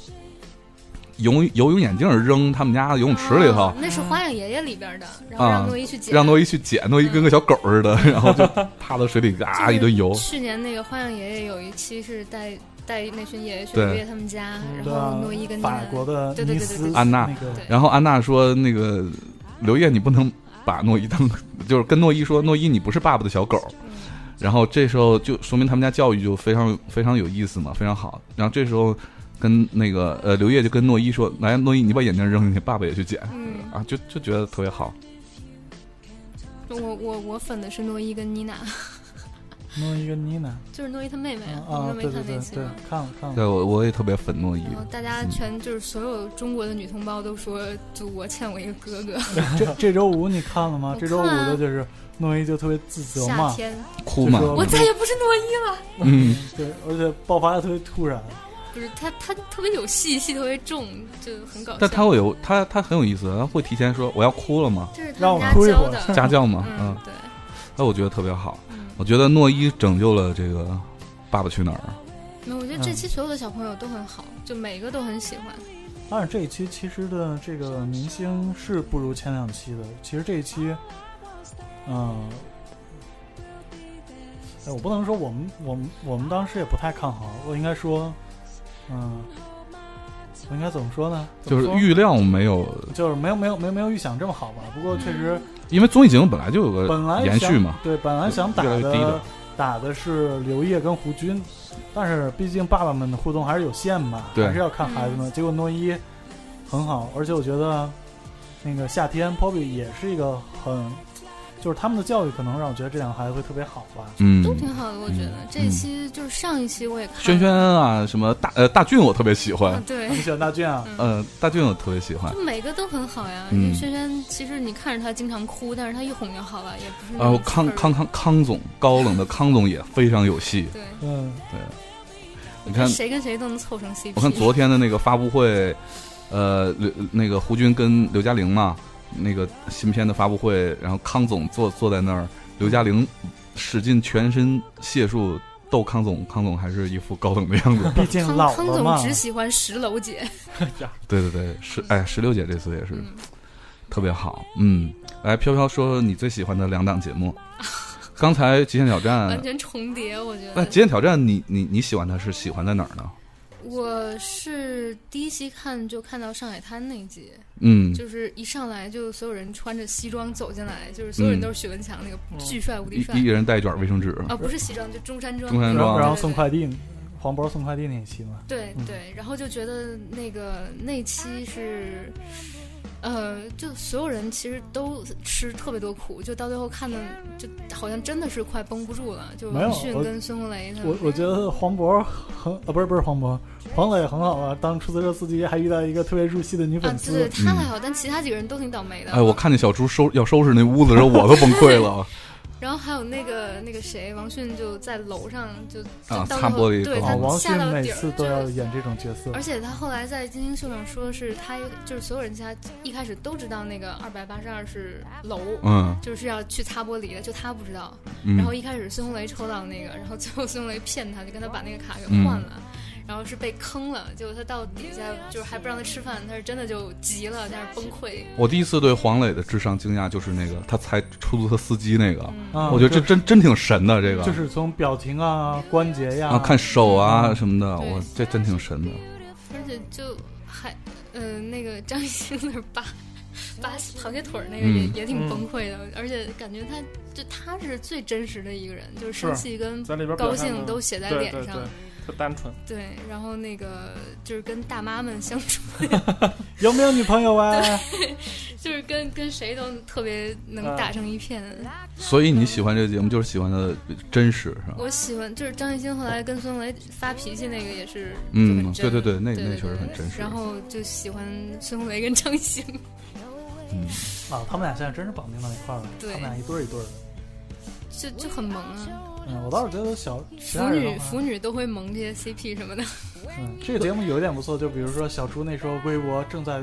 游游泳眼镜扔他们家游泳池里头
哦。那是《花样爷爷》里边的，然后让诺一去捡，
啊
嗯
让诺一去捡，诺一跟个小狗似的，然后就趴到水里，
就
嘎
是
一顿游。
去年那个《花样爷爷》有一期是带带那群爷爷去
对
刘烨他们家，然
对
后
啊
诺一跟，他
法
们
国的
对对
尼
对对
斯
对
安娜
那个
对
然后安娜说：“那个刘烨，你不能把诺一当， 就是跟诺一说，诺一你不是爸爸的小狗。”然后这时候就说明他们家教育就非常非常有意思嘛，非常好。然后这时候跟那个呃刘烨就跟诺一说：“来，诺一，你把眼镜扔进去，爸爸也去捡。
嗯”，
啊，就就觉得特别好。
我我我粉的是诺一跟妮娜，
弄一个妮娜
就是诺一他妹妹，你
啊，
们
对
没
对
看那
对
期
对
吗？，
看了看
对
了，
我我也特别粉诺一，
然后大
嗯
家全就是所有中国的女同胞都说，祖国欠我一个哥哥。
这这周五你看了吗
我？
这周五
看啊
的就是诺一就特别自责
夏
嘛，
天，
哭嘛
就，说
我再也不是诺一了。
嗯，
对，而且爆发的特别突然，
不是他，他特别有戏，戏特别重，就很搞笑。
但他会有他他很有意思，他会提前说我要哭了吗？
这是他
让我
们家
哭一会
教
儿
的，
家教嘛，
嗯
嗯，，
对，
那我觉得特别好。
嗯。
我觉得诺一拯救了这个《爸爸去哪儿》。
没有，我觉得
嗯
这期所有的小朋友都很好，就每个都很喜欢。
但是这一期其实的这个明星是不如前两期的。其实这一期，嗯、哎，我不能说我们我们我们当时也不太看好，我应该说，嗯、我应该怎么说呢？怎
就
么
是
说
预料没有，
就是没有没有没有没有预想这么好吧。不过确实
因为综艺节目本来就有个
本来
嗯延
想
续嘛，
对，本来想打
越来
的
越低的
打的是刘烨跟胡军，但是毕竟爸爸们的互动还是有限嘛，
对
还是要看孩
嗯
子们。结果诺一很好，而且我觉得那个夏天 Poppy 也是一个很，就是他们的教育可能让我觉得这两个孩子会特别好吧。
嗯
都，挺好的，我觉得
嗯
这一期就是上一期我也看了，
轩轩啊，什么大呃大俊，我特别喜
啊
欢，，
对嗯
你，喜欢大俊啊？
呃大俊我特别喜欢
嗯
就。每个都很好呀。
嗯
因为轩轩其实你看着他经常哭，但是他一哄就好了，也不是
啊
那
然后
种
康
刺儿
康康康总高冷的康总也非常有戏，
对，
嗯，。
你看
谁跟谁都能凑成 CP。
我看昨天的那个发布会，呃，刘那个胡军跟刘嘉玲嘛，那个新片的发布会，然后康总坐坐在那儿，刘嘉玲使尽全身解数逗康总，康总还是一副高冷的 样子
毕竟
康
老
康
了嘛
总。只喜欢石榴姐，
对对对，十哎石榴姐这次也是
嗯，
特别好，嗯，来飘飘说说你最喜欢的两档节目，刚才《极限挑战
完》，全重叠，我觉
那《
得
极。限挑战》你你你喜欢它是喜欢在哪儿呢？
我是第一期看就看到上海滩那一集，
嗯，
就是一上来就所有人穿着西装走进来，就是所有人都是许文强那个巨帅无敌
嗯哦一
帅
一人带一卷卫生纸，
啊，不是西装就中山装，
中山
然
装
后
啊
然后送快递，黄渤送快递那一期嘛。
对
嗯
对，然后就觉得那个那期是，呃，就所有人其实都吃特别多苦，就到最后看的，就好像真的是快绷不住了。就
没有
闻讯
我
跟孙红雷他
我
们，
我觉得黄渤很啊，不是不是黄渤，黄磊很好啊。当出租车司机还遇到一个特别入戏的女
啊
粉，
对对，
丝，嗯
他还好，但其他几个人都挺倒霉的。
哎，我看见小猪收要收拾那屋子的时候，我都崩溃了。啊
然后还有那个那个谁，王迅就在楼上就就
啊
到
擦
最后
玻璃
对
各
啊，
种
他
王
下
迅
到
每
底儿
次都
就
要演这种角色
而。且他后来在金星秀上说是他就是所有人家一开始都知道那个二百八十二是楼，
嗯，
就是要去擦玻璃的，就他不知道。
嗯
然后一开始孙红雷抽到那个，然后最后孙红雷骗他，就跟他把那个卡给
嗯
换了，然后是被坑了。结果他到底下就是还不让他吃饭，他是真的就急了，在那儿崩溃。
我第一次对黄磊的智商惊讶就是那个他猜出租车司机那个，
啊，
我觉得这
就是
真真挺神的这个，
就是从表情啊、关节呀、
啊看手啊什么的，
对
我这真挺神的。
而且就还，呃，那个张艺兴那儿扒扒螃蟹腿儿那个也、
嗯
也挺崩溃的，而且感觉他就他是最真实的一个人，就是生
是
气跟
在里边表
高
现
兴
得
都写在
对
脸
对
上。
对特单纯，
对，然后那个就是跟大妈们相处。
有没有女朋友啊？
就是跟跟谁都特别能打成一片。
所以你喜欢这个节目，就是喜欢它的真实，是吧？
我喜欢就是张艺兴后来跟孙红雷发脾气那个也是，
嗯
就很
对
真
对对那
对
那
对
确实很真实
然后就喜欢孙红雷跟张艺兴，
嗯，
啊，他们俩现在真是绑定到一块儿了，他
对哦
们俩一对儿一对儿的。
就就很萌啊，
嗯，我倒是觉得小
腐
其他人的
女
话
腐女都会萌这些 CP 什么的。
嗯，这个节目有一点不错，就比如说小猪那时候微博正在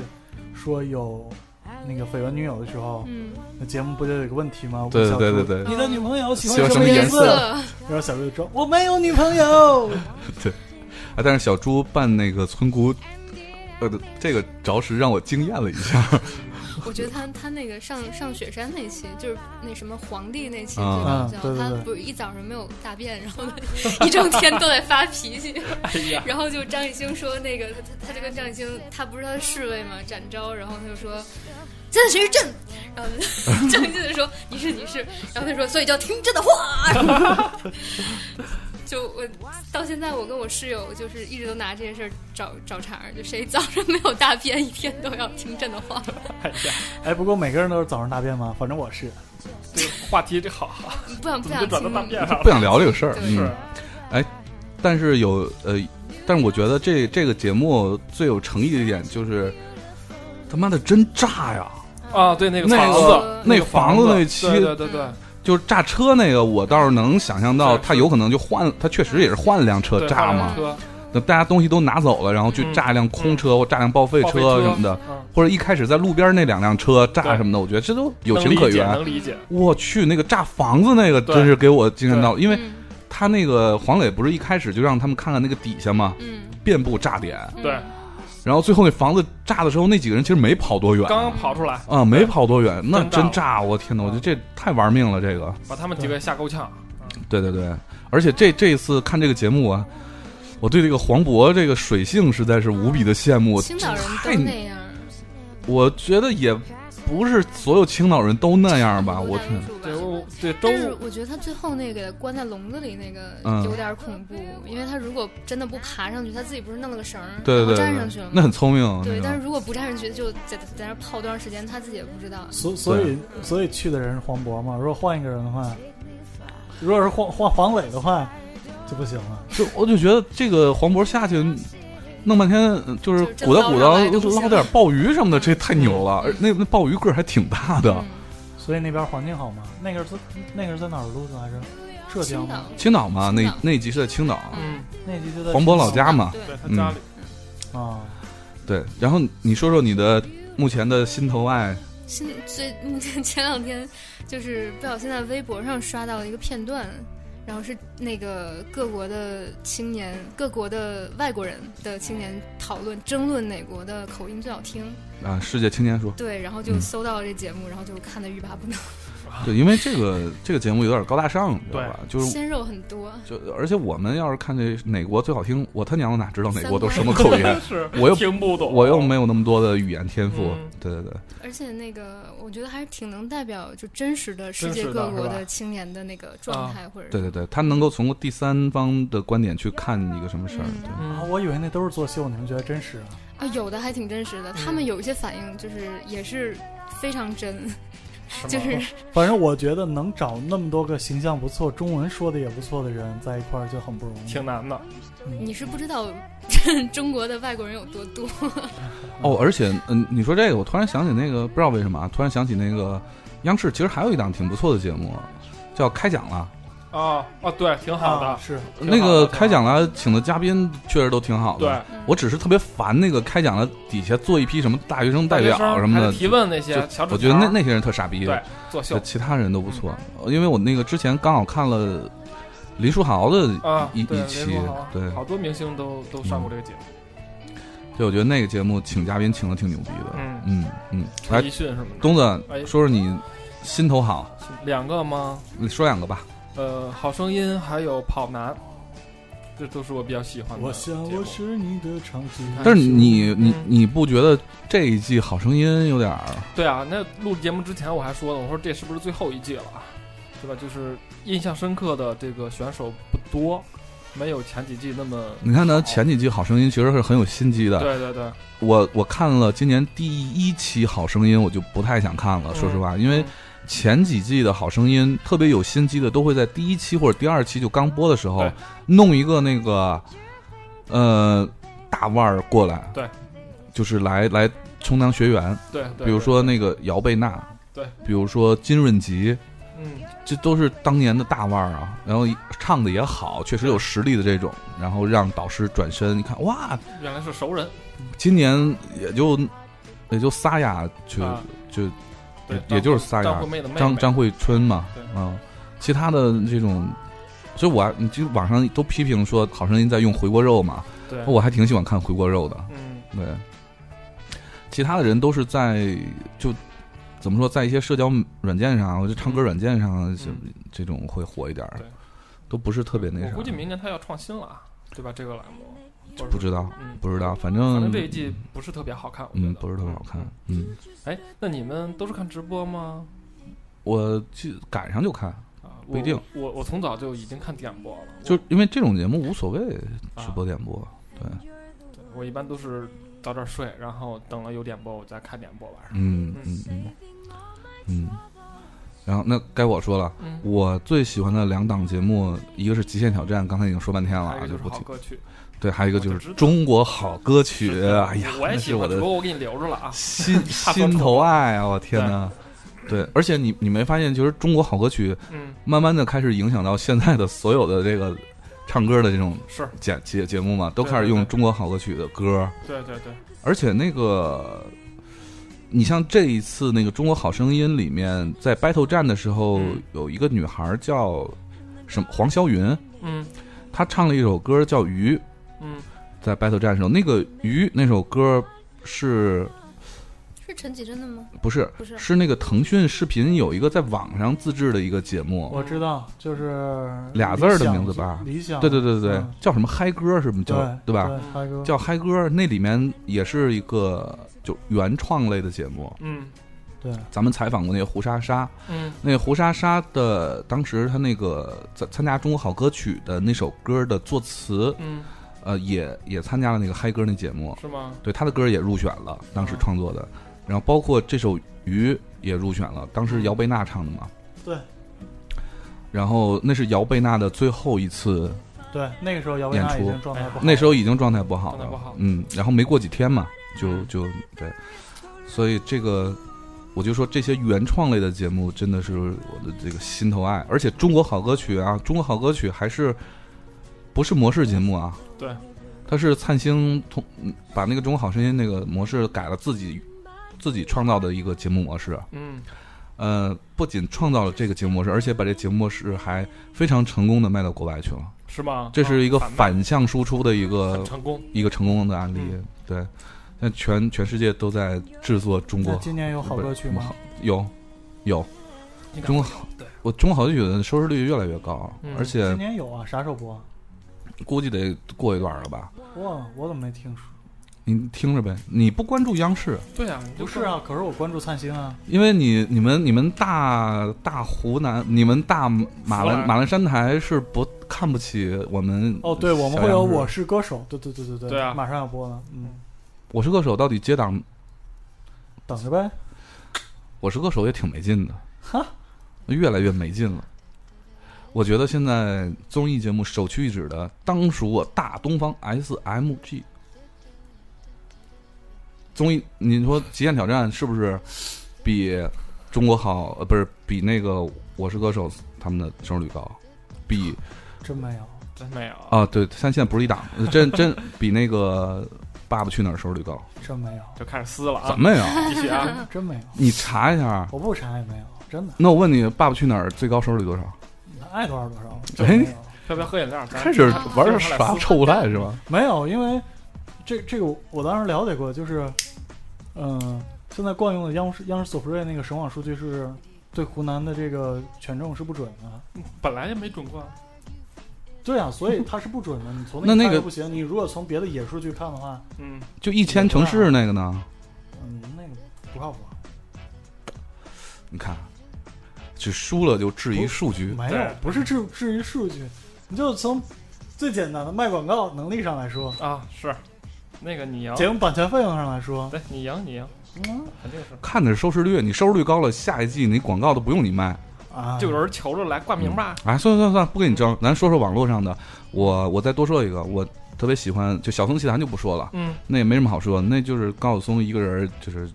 说有那个绯闻女友的时候，
嗯，
那节目不就有一个问题吗？
对
问小
对对
猪
对对
你的女朋友喜
喜
欢
欢什
么
么
颜
颜色
然后小猪就说我没有女朋友。
啊，但是小猪扮那个村姑，呃，这个着实让我惊艳了一下。
我觉得他他那个上上雪山那期，就是那什么皇帝那期最
啊
搞笑，
对对
他
对
不是一早上没有大便，然后他 一整天都在发脾气，
哎
然后就张艺兴说那个他他他就跟张艺兴，他不是他的侍卫嘛，展昭，然后他就说。现在谁是朕？然后 张艺兴就说你是你是，然后他说所以就要听朕的话。 然后就我到现在，我跟我室友就是一直都拿这件事儿找找茬儿，就谁早上没有大便，一天都要听朕的话。
哎呀，
哎，不过每个人都是早上大便吗？反正我是。
这个话题这好，
不想不
怎么
想
就转到
听
大便啊上
不
了？
想聊这个事儿，
对
嗯
是，
但是有呃，但是我觉得这这个节目最有诚意的一点就是，他妈的真炸呀！
嗯
啊，对那个
那
房子，
个
那
个
房
子
子那期
对对对对，
就是炸车那个，我倒是能想象到，
是
他有可能就换，他确实也是换了辆车
对
炸
换了
嘛。
车，
那大家东西都拿走了，然后去
嗯
炸一辆空车或炸辆报废
报废
车什么的，
嗯，
或者一开始在路边那两辆车炸什么的，我觉得这都有情可原。
能理解，
我去，那个炸房子那个
对
真是给我惊艳到了，因为
嗯
他那个黄磊不是一开始就让他们看看那个底下嘛，
嗯，
遍布炸点，
嗯
对
然后最后那房子炸的时候，那几个人其实没跑多远
能理解，刚刚跑出来，
啊，没跑多远，那
真炸
真
了嗯
炸！我天哪，我觉得这太玩命了，这个。
把他们几个吓够呛。嗯
对对对，而且这这一次看这个节目啊，我对这个黄渤这个水性实在是无比的羡慕。
青岛人
太
都那样，
我觉得也不是所有青岛人都那样吧，
都
我
拦
天
不，住吧
对，我对，周
但是
五
我觉得他最后那个关在笼子里那个
嗯
有点恐怖，因为他如果真的不爬上去，他自己不是弄了个绳儿，
对
然后
对
站
对
上去
对
了，
那
吗？
很聪明啊。
对，
那个
但是如果不站上去，就在在那儿泡多长时间，他自己也不知道。
所所以所以去的人是黄渤嘛，如果换一个人的话，如果是黄黄黄磊的话就不行了。
就我就觉得这个黄渤下去弄半天，呃就是
就是真
鼓捣
捞
鼓
上
捣
来都不
捞
行
点鲍鱼什么的，这太牛了。而那那鲍鱼个儿还挺大的。
嗯，
所以那边环境好吗？那个是那个是在哪儿录的来着？浙江
青
吗
岛？，
青岛嘛，那
青岛
那一集是在青岛，
嗯，
那集就在
黄渤老家嘛。
对
对他
嗯
家里
啊。
对，然后你说说你的目前的心头爱，
现最 目前前两天就是不小心在微博上刷到了一个片段，然后是那个各国的青年、各国的外国人的青年讨论争论哪国的口音最好听。
啊，世界青年说，
对，然后就
嗯
搜到了这节目，然后就看的欲罢不能，啊
对，因为这 个这个节目有点高大上，你知道吧？就是
鲜肉很多。
就，而且我们要是看这哪国最好听，我他娘的哪知道哪国都什么
三
口
观
音？
是
我又
听不懂，
我又没有那么多的语言天赋
嗯。
对对对，
而且那个，我觉得还是挺能代表就真实的世界
真实的
各国
是吧啊
的青年的那个状态，或者
对对对，他能够从第三方的观点去看一个什么事儿。
嗯
对
啊，
嗯，
我以为那都是作秀，你们觉得真实啊？
啊，有的还挺真实的。
嗯
他们有一些反应就是也是非常真，
什么
就是
反正我觉得能找那么多个形象不错、中文说的也不错的人在一块儿就很不容易。
挺难的，
你是不知道 中国的外国人有多多。
哦，而且嗯，你说这个，我突然想起那个，不知道为什么啊，突然想起那个央视其实还有一档挺不错的节目，啊叫《开讲了》。
啊啊，对，挺好
啊，
的，
是
挺
那
好的
个
挺好
开讲了，请的嘉宾确实都挺好的。
对，
嗯
我只是特别烦那个开讲了底下做一批什么大学生代表什么
还
的
得，提问那
就
些小纸条，
我觉得那那些人特傻逼。
对作
就
秀
其他人都不错，因为我那个之前刚好看了林书豪的
啊，
一
对
一期
林书豪
对
好多明星都都上过这个节目，
对，我觉得那个节目请嘉宾请的挺牛逼的。
嗯
嗯嗯，来
陈，奕迅什么的，
东子
哎
说说你心头好，
两个吗？
你说两个吧。
呃，好声音还有跑男，这都是我比较喜欢的。
我想我，是你的长镜头。
但是你你
嗯
你不觉得这一季《好声音》有点儿
对啊，那录节目之前我还说呢，我说这是不是最后一季了啊？对吧？就是印象深刻的这个选手不多，没有前几季那么。
你看他前几季《好声音》其实是很有心机的。
对对对，
我我看了今年第一期《好声音》，我就不太想看了，
嗯
说实话，因为前几季的《好声音》特别有心机的，都会在第一期或者第二期就刚播的时候
对
弄一个那个呃大腕儿过来，
对，
就是来来充当学员，
对对，
比如说那个姚贝娜，
对，
比如说金润吉，
嗯，
这都是当年的大腕儿啊，然后唱的也好，确实有实力的这种，然后让导师转身，你看哇，
原来是熟人，
今年也就也就仨呀，就、
啊
就
对
也，也就是仨
张
呀
惠，妹的妹妹
张张惠春嘛
对，
嗯，其他的这种，所以我还就网上都批评说《好声音》在用回锅肉嘛，
对，
我还挺喜欢看回锅肉的，
嗯
对，其他的人都是在就怎么说，在一些社交软件上，或者唱歌软件上，这、
嗯
这种会火一点儿
对，
都不是特别那
我
啥
估，计明年他要创新了啊，对吧？这个栏目或者
不知道，
嗯，
不知道，反
反
正
正这一季不是特别好看，我觉
嗯
得
不是特别好看，
嗯
嗯，
哎，那你们都是看直播吗？
我记赶上就看，
啊，
不一定
我。我我从早就已经看点播了，
就
我
因为这种节目无所谓
啊
直播点播，对，
我一般都是早点睡，然后等了有点播我再看点播晚上。
嗯嗯嗯嗯，然后那该我说了。
嗯，
我最喜欢的两档节目，一个是《极限挑战》，刚才已经说半天了
还有
啊，
一个就是
不
好
提。
歌曲，
对，还有一个就
我就知
是
道
中国好歌曲，哎呀，
我也
那
喜
是我
欢，只不
的
过我给你留着了啊。
心
怕做
心
错
头爱啊！我天哪，对，而且你你没发现，就是中国好歌曲
嗯，
慢慢的开始影响到现在的所有的这个唱歌的这种
是
节节节目嘛，都
对
开始
对
用
对
中国好歌曲的歌，
对对对，
而且那个。你像这一次那个《中国好声音》里面，在 battle 战的时候，
嗯
有一个女孩叫什么黄霄云，
嗯
她唱了一首歌叫《鱼》，
嗯，
在 battle 战的时候，那个《鱼》那首歌是
是陈绮贞的吗？
不是
不是
是那个腾讯视频有一个在网上自制的一个节目，
我知道，就是
俩字儿的名字吧
理想，
对对对对对
嗯，
叫什么嗨歌是么
对
叫对吧？？
嗨歌
叫嗨歌，那里面也是一个就原创类的节目，
嗯，
对，
咱们采访过那个胡莎莎，
嗯
那个胡莎莎的当时她那个在参加《中国好歌曲》的那首歌的作词，
嗯，
呃，也也参加了那个嗨歌那节目，
是吗？
对她的歌也入选了，当时创作的，然后包括这首《鱼》也入选了，当时姚贝娜唱的嘛，
对，
然后那是姚贝娜的最后一次，
对，那个时候姚贝娜已经状态不好，
那时候已经状态不好
状态不
了
好，嗯
嗯，然后没过几天嘛，就就对，所以这个。我就说这些原创类的节目真的是我的这个心头爱，而且《中国好歌曲》啊，《中国好歌曲》还是不是模式节目啊？
对，
它是灿星同嗯把那个《中国好声音》那个模式改了自己自己创造的一个节目模式，
嗯，
呃，不仅创造了这个节目模式，而且把这节目模式还非常成功的卖到国外去了。
是吗？
这是一个
啊反
反呃向输出的一
卖
个
很成功，
一个成功的案例。
嗯
对，现在全全世界都在制作中
那
国
今年有好歌曲吗？？
有，有。
应该
中
会有对，
我中国好歌曲的收视率越来越高，
嗯
而且
今年有啊，啥时候播啊？
估计得过一段了吧？
哇，我怎么没听说？
你听着呗，你不关注央视，
对啊，你就
不是啊，可是我关注灿星啊。
因为你你们你们大大湖南，你们大马
湖
栏
南
马栏山台是不看不起我们
哦，对，我们
小
会有《
央视
我是歌手》，对对对对对，
对啊
马上要播了，嗯，
我是歌手到底接档
等着呗。
我是歌手也挺没劲的，
哈，
越来越没劲了。我觉得现在综艺节目首屈一指的，当属我大东方 SMG。综艺，你说《极限挑战》是不是比中国好？呃，不是比那个《我是歌手》他们的收视率高？比
真没有，
真没有啊，
啊，对，但现在不是一档，真真比那个《爸爸去哪儿》收视率高？
真没有，
就开始撕了啊
怎，么有？
继续啊，
真没有，
你查一下。
我不查也没有，真的，
那我问你，《爸爸去哪儿》最高收视率多少？
爱多少多少，真没
哎
有，
飘飘喝饮料，咱
开始玩儿耍臭无赖是
嗯
吧？
没有，因为这这个我我当时了解过，就是，嗯、现在惯用的央视央视索福瑞那个省网数据是对湖南的这个权重是不准的。
本来就没准过，啊
对啊，所以它是不准的。你从
那那
那看
个
就不行，你如果从别的野数据看的话，
嗯，
就一千城市那个呢？
嗯，那个不靠谱。
你看，只输了就质疑数据，
没有
对，
不是至至于数据，你就从最简单的卖广告能力上来说，
啊，是，那个
啊
你赢，
节目版权费用上来说，
对，你赢，你赢，
嗯
肯定是，
看的是收视率。你收视率高了，下一季你广告都不用你卖。
啊，
就有人求着来冠名吧，
哎，算了算了算了，不跟你争，咱说说网络上的。我我再多说一个，我特别喜欢，就小松奇谈就不说了，
嗯，
那也没什么好说，那就是高晓松一个人，就是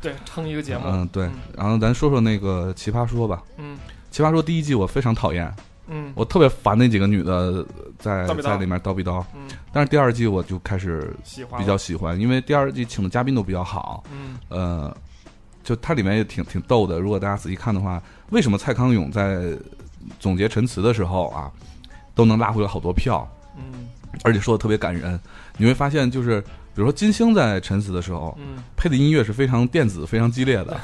对，撑一个节目，
嗯对
嗯。
然后咱说说那个奇葩说吧，
嗯
奇葩说第一季我非常讨厌，
嗯
我特别烦那几个女的在
叨逼叨
在里面叨逼叨，
嗯，
但是第二季我就开始
喜欢
比较，喜欢，因为第二季请的嘉宾都比较好，
嗯
呃，就它里面也挺挺逗的。如果大家仔细看的话，为什么蔡康永在总结陈词的时候啊，都能拉回来好多票，
嗯
而且说的特别感人？你会发现，就是比如说金星在陈词的时候，
嗯，
配的音乐是非常电子、非常激烈 的，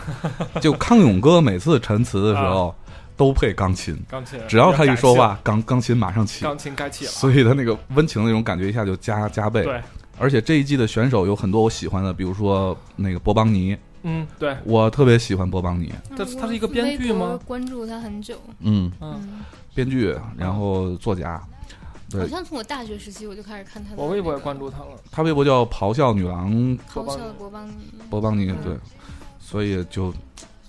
就康永哥每次陈词的时候都配钢琴，
钢琴，
只要他一
啊感
说
性，
话，钢钢琴马上起。
钢琴该起了，啊
所以他那个温情的那种感觉一下就加加倍，
对，
而且这一季的选手有很多我喜欢的，比如说那个博邦尼，
嗯对，
我特别喜欢博邦尼，
嗯
这
我
他是一个编剧吗
微博关注他很久，
嗯，
嗯，
嗯，
编剧，然后作家，
好
对
像从我大学时期我就开始看他的那个。
我微博也关注他了，
他微博叫咆哮女郎
咆哮的国邦尼，
博邦尼，
嗯
对，所以就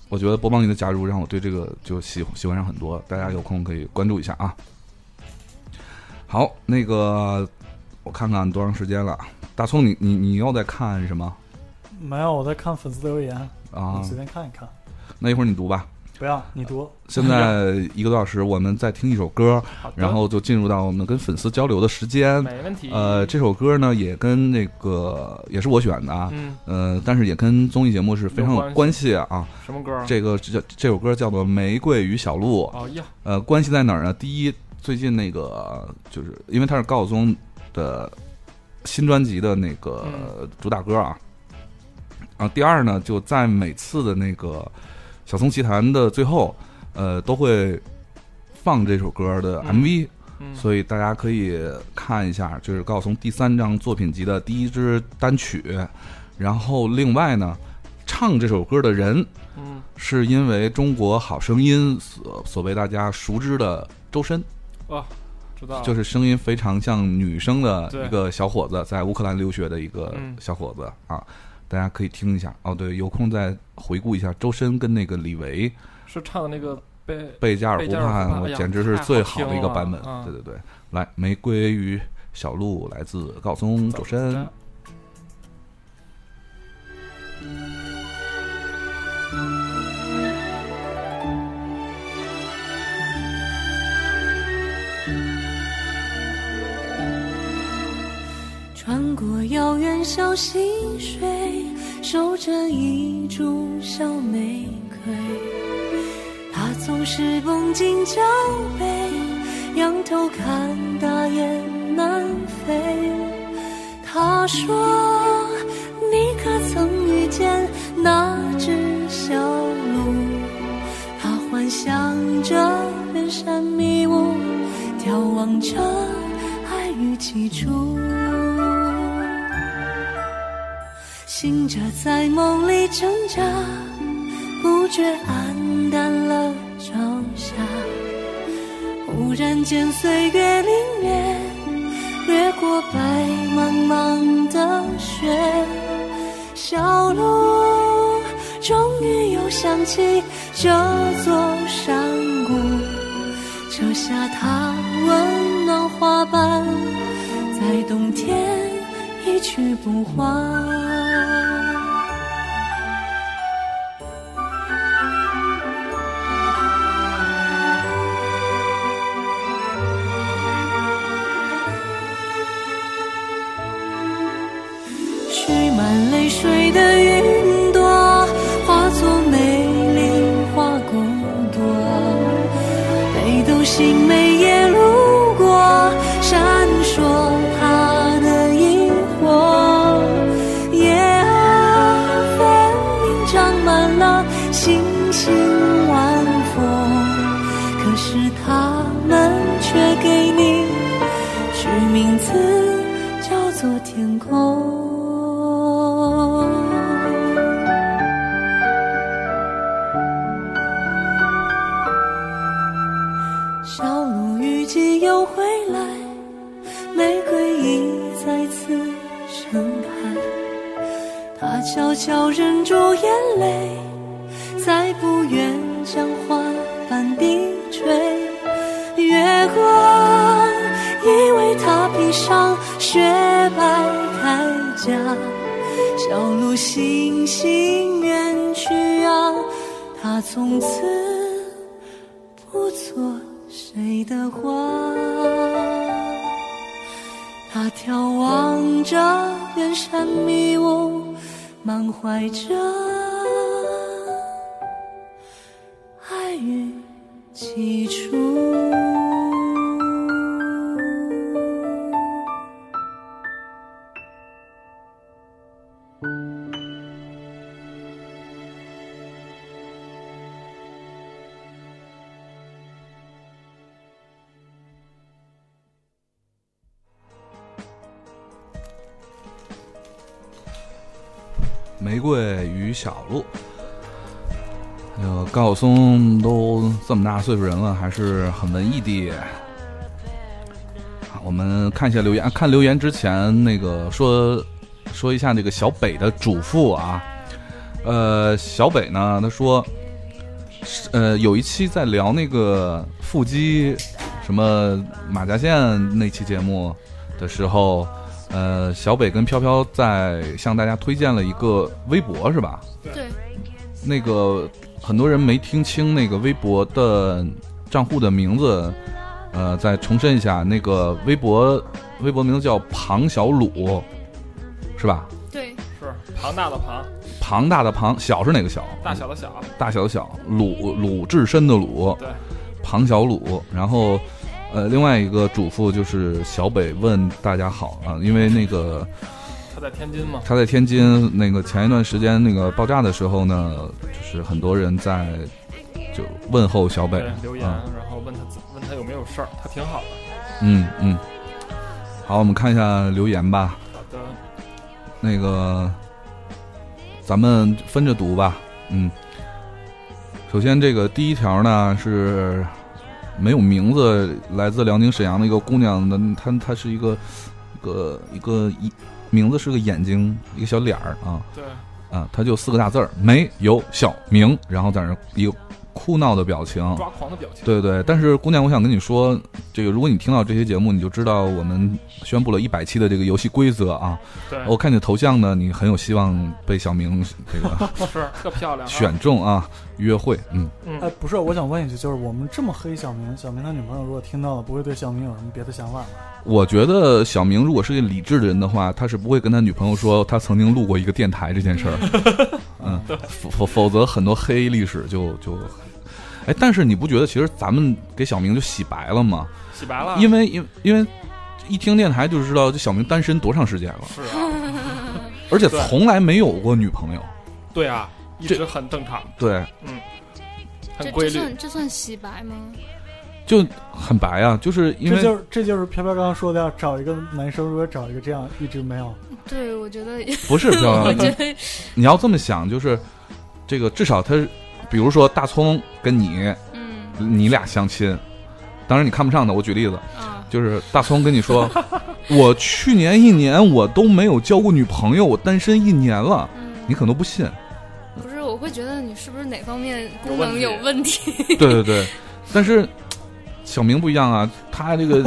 我觉得博邦尼的加入让我对这个就喜喜欢上很多，大家有空可以关注一下啊。好，那个我看看多长时间了，大葱你你你又在看什么
没有，我在看粉丝留言，
啊
你？随便看一看，
那一会儿你读吧。
不要你读，
现在一个多小时，我们再听一首歌，
好的
然后就进入到我们跟粉丝交流的时间。
没问题，
呃，这首歌呢也跟那个也是我选的啊，
嗯
呃，但是也跟综艺节目是非常
有
有
关系
关系啊。
什么歌儿？
这个这这首歌叫做《玫瑰与小鹿》，
哦呀，
呃，关系在哪儿呢？第一，最近那个就是因为它是高晓松的新专辑的那个
嗯
主打歌啊，啊，第二呢，就在每次的那个小松奇谈的最后，呃，都会放这首歌的
嗯
MV，、
嗯
所以大家可以看一下，就是高晓松第三张作品集的第一支单曲。然后另外呢，唱这首歌的人，
嗯，
是因为《中国好声音》所所被大家熟知的周深，
啊，知道了，
就是是声音非常像女生的
对
一个小伙子，在乌克兰留学的一个
嗯
小伙子啊，大家可以听一下哦。对，有空再回顾一下周深跟那个李维
是唱的那个被
贝加尔湖
贝加尔湖
畔，
畔
我
哎呀
简直是最好的一个版本
太好。听了嗯
对对对，来，玫瑰与小鹿来自高松周深。
穿过遥远小溪水，守着一株小玫瑰。它总是绷紧脚背，仰头看大雁南飞。他说：“你可曾遇见那只小鹿？”他幻想着远山迷雾，眺望着爱与起初。醒着在梦里挣扎，不觉黯淡了朝霞。忽然间，岁月凛冽，掠过白茫茫的雪。小路终于又想起这座山谷，折下它温暖花瓣，在冬天一去不还。蓄满泪水的云朵，化作美丽花骨朵。北斗星每夜路过，闪烁它的萤火。夜啊，分明长满了星星晚风，可是它们却给你取名字叫做天空。小鹿雨季又回来，玫瑰已再次盛开。它悄悄忍住眼泪，再不愿像花般低垂。月光以为它披上雪白铠甲，小鹿心心远去啊，它从此不做谁的花。他眺望着远山迷雾，满怀着爱与起初。
玫瑰与小鹿。哎呦，高晓松都这么大岁数人了，还是很文艺的。我们看一下留言，啊看留言之前那个说说一下那个小北的嘱咐啊。呃，小北呢，他说，是呃，有一期在聊那个腹肌什么马甲线那期节目的时候，呃，小北跟飘飘在向大家推荐了一个微博，是吧？
对，
那个很多人没听清那个微博的账户的名字，呃，再重申一下，那个微博微博名字叫庞小鲁，是吧？
对，
是庞大的庞，
庞大的庞，小是哪个小？
大小的小，
大小的小，鲁鲁智深的鲁，
对，
庞小鲁。然后，呃，另外一个嘱咐就是小北问大家好啊，因为那个
他在天津嘛，
他在天津那个前一段时间那个爆炸的时候呢，就是很多人在就问候小北
对，留言，
啊
然后问他自问他有没有事儿，他挺好的。
嗯嗯。好，我们看一下留言吧。
好的，
那个咱们分着读吧。嗯，首先这个第一条呢是没有名字，来自辽宁沈阳的一个姑娘的，她她是一个一个一个一名字是个眼睛，一个小脸儿啊
对，
啊，她就四个大字儿没有小明，然后在那儿一个哭闹的表情，
抓狂的表情。
对对，但是姑娘，我想跟你说，这个如果你听到这些节目，你就知道我们宣布了一百期的这个游戏规则啊。
对，
我看你的头像呢，你很有希望被小明这个
是特漂亮啊。
选中啊，约会。嗯，
哎
嗯，，
不是，我想问一句，就是我们这么黑小明，小明他女朋友如果听到了，不会对小明有什么别的想法吗？
我觉得小明如果是个理智的人的话，他是不会跟他女朋友说他曾经录过一个电台这件事儿。嗯，否否否则很多黑历史就就。哎，但是你不觉得其实咱们给小明就洗白了吗？
洗白了。
因为因为因为一听电台就知道这小明单身多长时间了。
是啊，
而且
对
从来没有过女朋友。
对啊，一
这
直很正常，
对，
这
很规
这
律。
算这算洗白吗？
就很白啊，就是因
这
为
就是这就是飘飘刚刚说的，要找一个男生，如果找一个这样一直没有，
对，我觉得，
不是漂
啊
我
亮
觉
的。
得
你要这么想，就是这个至少他，比如说大葱跟你，
嗯
你俩相亲，当然你看不上他。我举例子，
啊，
就是大葱跟你 说，我去年一年我都没有交过女朋友，我单身一年了，你
嗯，
可能都不信。
不是，我会觉得你是不是哪方面功
问
能
题
有问题？
对对对，但是小明不一样啊，他这个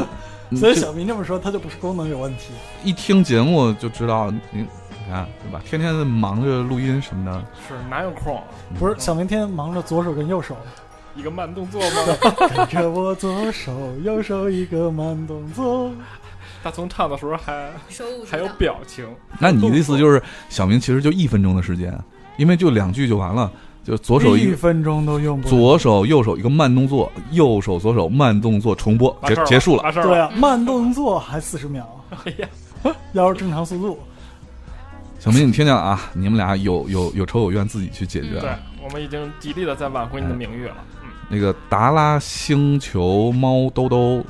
所
这
以小明这么说，他就不是功能有问题。
一听节目就知道你。你看，对吧？天天忙着录音什么的，
是哪有空啊？
不是，小明天天忙着左手跟右手，
一个慢动作吗？
跟着我左手右手一个慢动作。
大葱唱的时候还
手舞足
还有
蹈
表情，
那你的意思就是，小明其实就一分钟的时间，因为就两句就完了，就左手一
一分钟都用不了。
左手右手一个慢动作，右手左手慢动作重播
完
结
事儿
结束了。
完事儿
对
了。
啊，慢动作还四十秒，
哎呀，
要是正常速度，
小明，你听听啊，你们俩有有有仇有怨，自己去解决。啊
对，我们已经极力的在挽回你的名誉了。嗯，
那个达拉星球猫兜兜，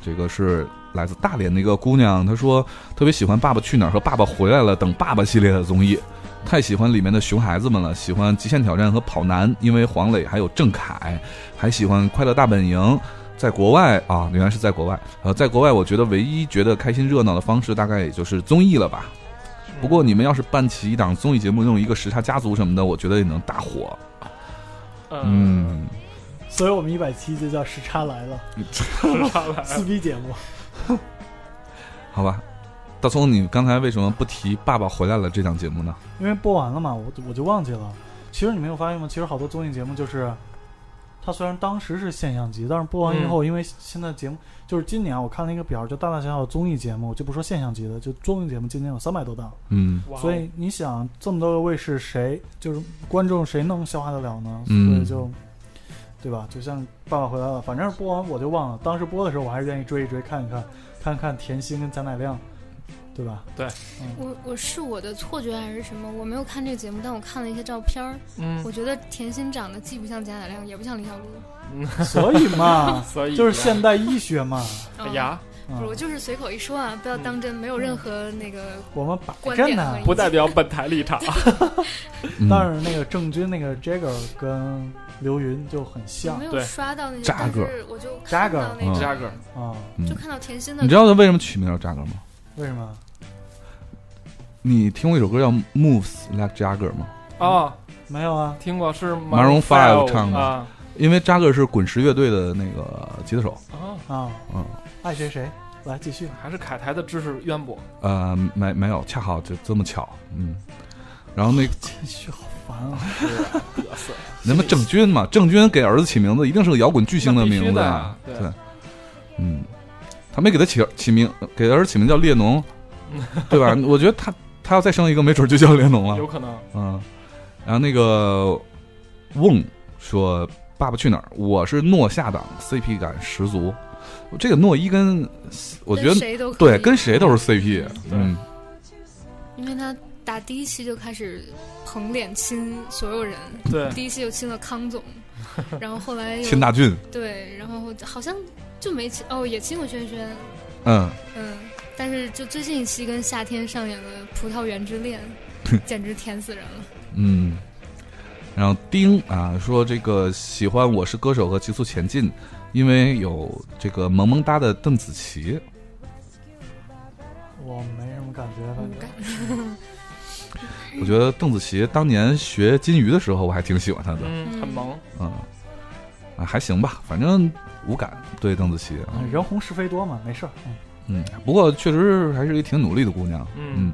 这个是来自大连的一个姑娘，她说特别喜欢《爸爸去哪儿》和《爸爸回来了》等爸爸系列的综艺，太喜欢里面的熊孩子们了，喜欢《极限挑战》和《跑男》，因为黄磊还有郑恺，还喜欢《快乐大本营》。在国外啊，原来是在国外。呃，在国外，我觉得唯一觉得开心热闹的方式，大概也就是综艺了吧。不过你们要是办起一档综艺节目，用一个时差家族什么的，我觉得也能大火。
嗯，
嗯，
所以我们一百期就叫时差来了，
是吧来
撕逼节目。
好吧，大葱，你刚才为什么不提《爸爸回来了》这档节目呢？
因为播完了嘛，我就我就忘记了。其实你没有发现吗？其实好多综艺节目就是，它虽然当时是现象级，但是播完以
嗯
后，因为现在节目就是今年我看了一个表，就大大小小的综艺节目，就不说现象级的，就综艺节目今年有三百多档，
嗯，
哇哦
所以你想这么多个卫视，谁就是观众谁能消化得了呢？
嗯
所以就，对吧？就像《爸爸回来了》，反正播完我就忘了，当时播的时候我还是愿意追一追看一看，看看甜心跟贾乃亮，对吧？
我我是我的错觉还是什么？我没有看这个节目，但我看了一些照片儿，
嗯，，
我觉得甜心长得既不像贾乃亮，也不像李小璐。
所以嘛
所以
就是现代医学嘛。
嗯
哎呀，
嗯
不是，我就是随口一说啊，不要当真，没有任何那个
我们摆
观
着
点
呢
和。
不代表本台立 场。
嗯
但是那个郑钧那个 Jagger 跟刘云就很
我
像
没有
对
刷到那些，
扎
但
个
是我就
扎
看
个
到那
嗯
扎
个，
个，
啊，
就看到甜心的。
你知道他为什么取名叫扎格吗？
为什么？
你听过一首歌叫《Moves Like Jagger》吗？
哦，
没有啊，
听过是
Maroon Five 唱的
啊
因为扎格是滚石乐队的那个吉他手。
啊，
啊，
嗯，
爱谁谁，来继续。
还是凯台的知识渊博。
呃，没没有，恰好就这么巧。嗯，然后那
真是好烦啊！
是啊嘚瑟
那么郑钧嘛，郑钧给儿子起名字一定是个摇 滚巨星
那必须
名字
的
啊。
对
对，嗯，他没给他起起名，给儿子起名叫列侬，对吧？我觉得他他要再生一个，没准就叫列侬了。
有可能
嗯，然后那个瓮说《爸爸去哪儿》，我是诺下档，CP 感十足。这个诺一跟我觉得
跟谁都可
对，
以
跟谁都是 CP。嗯，
因为他打第一期就开始捧脸亲所有人，
对，
第一期就亲了康总，然后后来又
秦大俊，
对，然后好像就没亲哦，也亲过轩轩，
嗯，
嗯， 但是就最近一期跟夏天上演了《葡萄园之恋》，简直甜死人了。
嗯，然后丁啊说这个喜欢《我是歌手》和《极速前进》，因为有这个萌萌哒的邓紫棋。
我没什么感觉，反正
我觉得邓紫棋当年学金鱼的时候，我还挺喜欢她的，
嗯，很萌。
嗯，啊还行吧，反正无感对邓紫棋啊，
嗯人红是非多嘛，没事儿。嗯
嗯，不过确实还是一挺努力的姑娘，
嗯，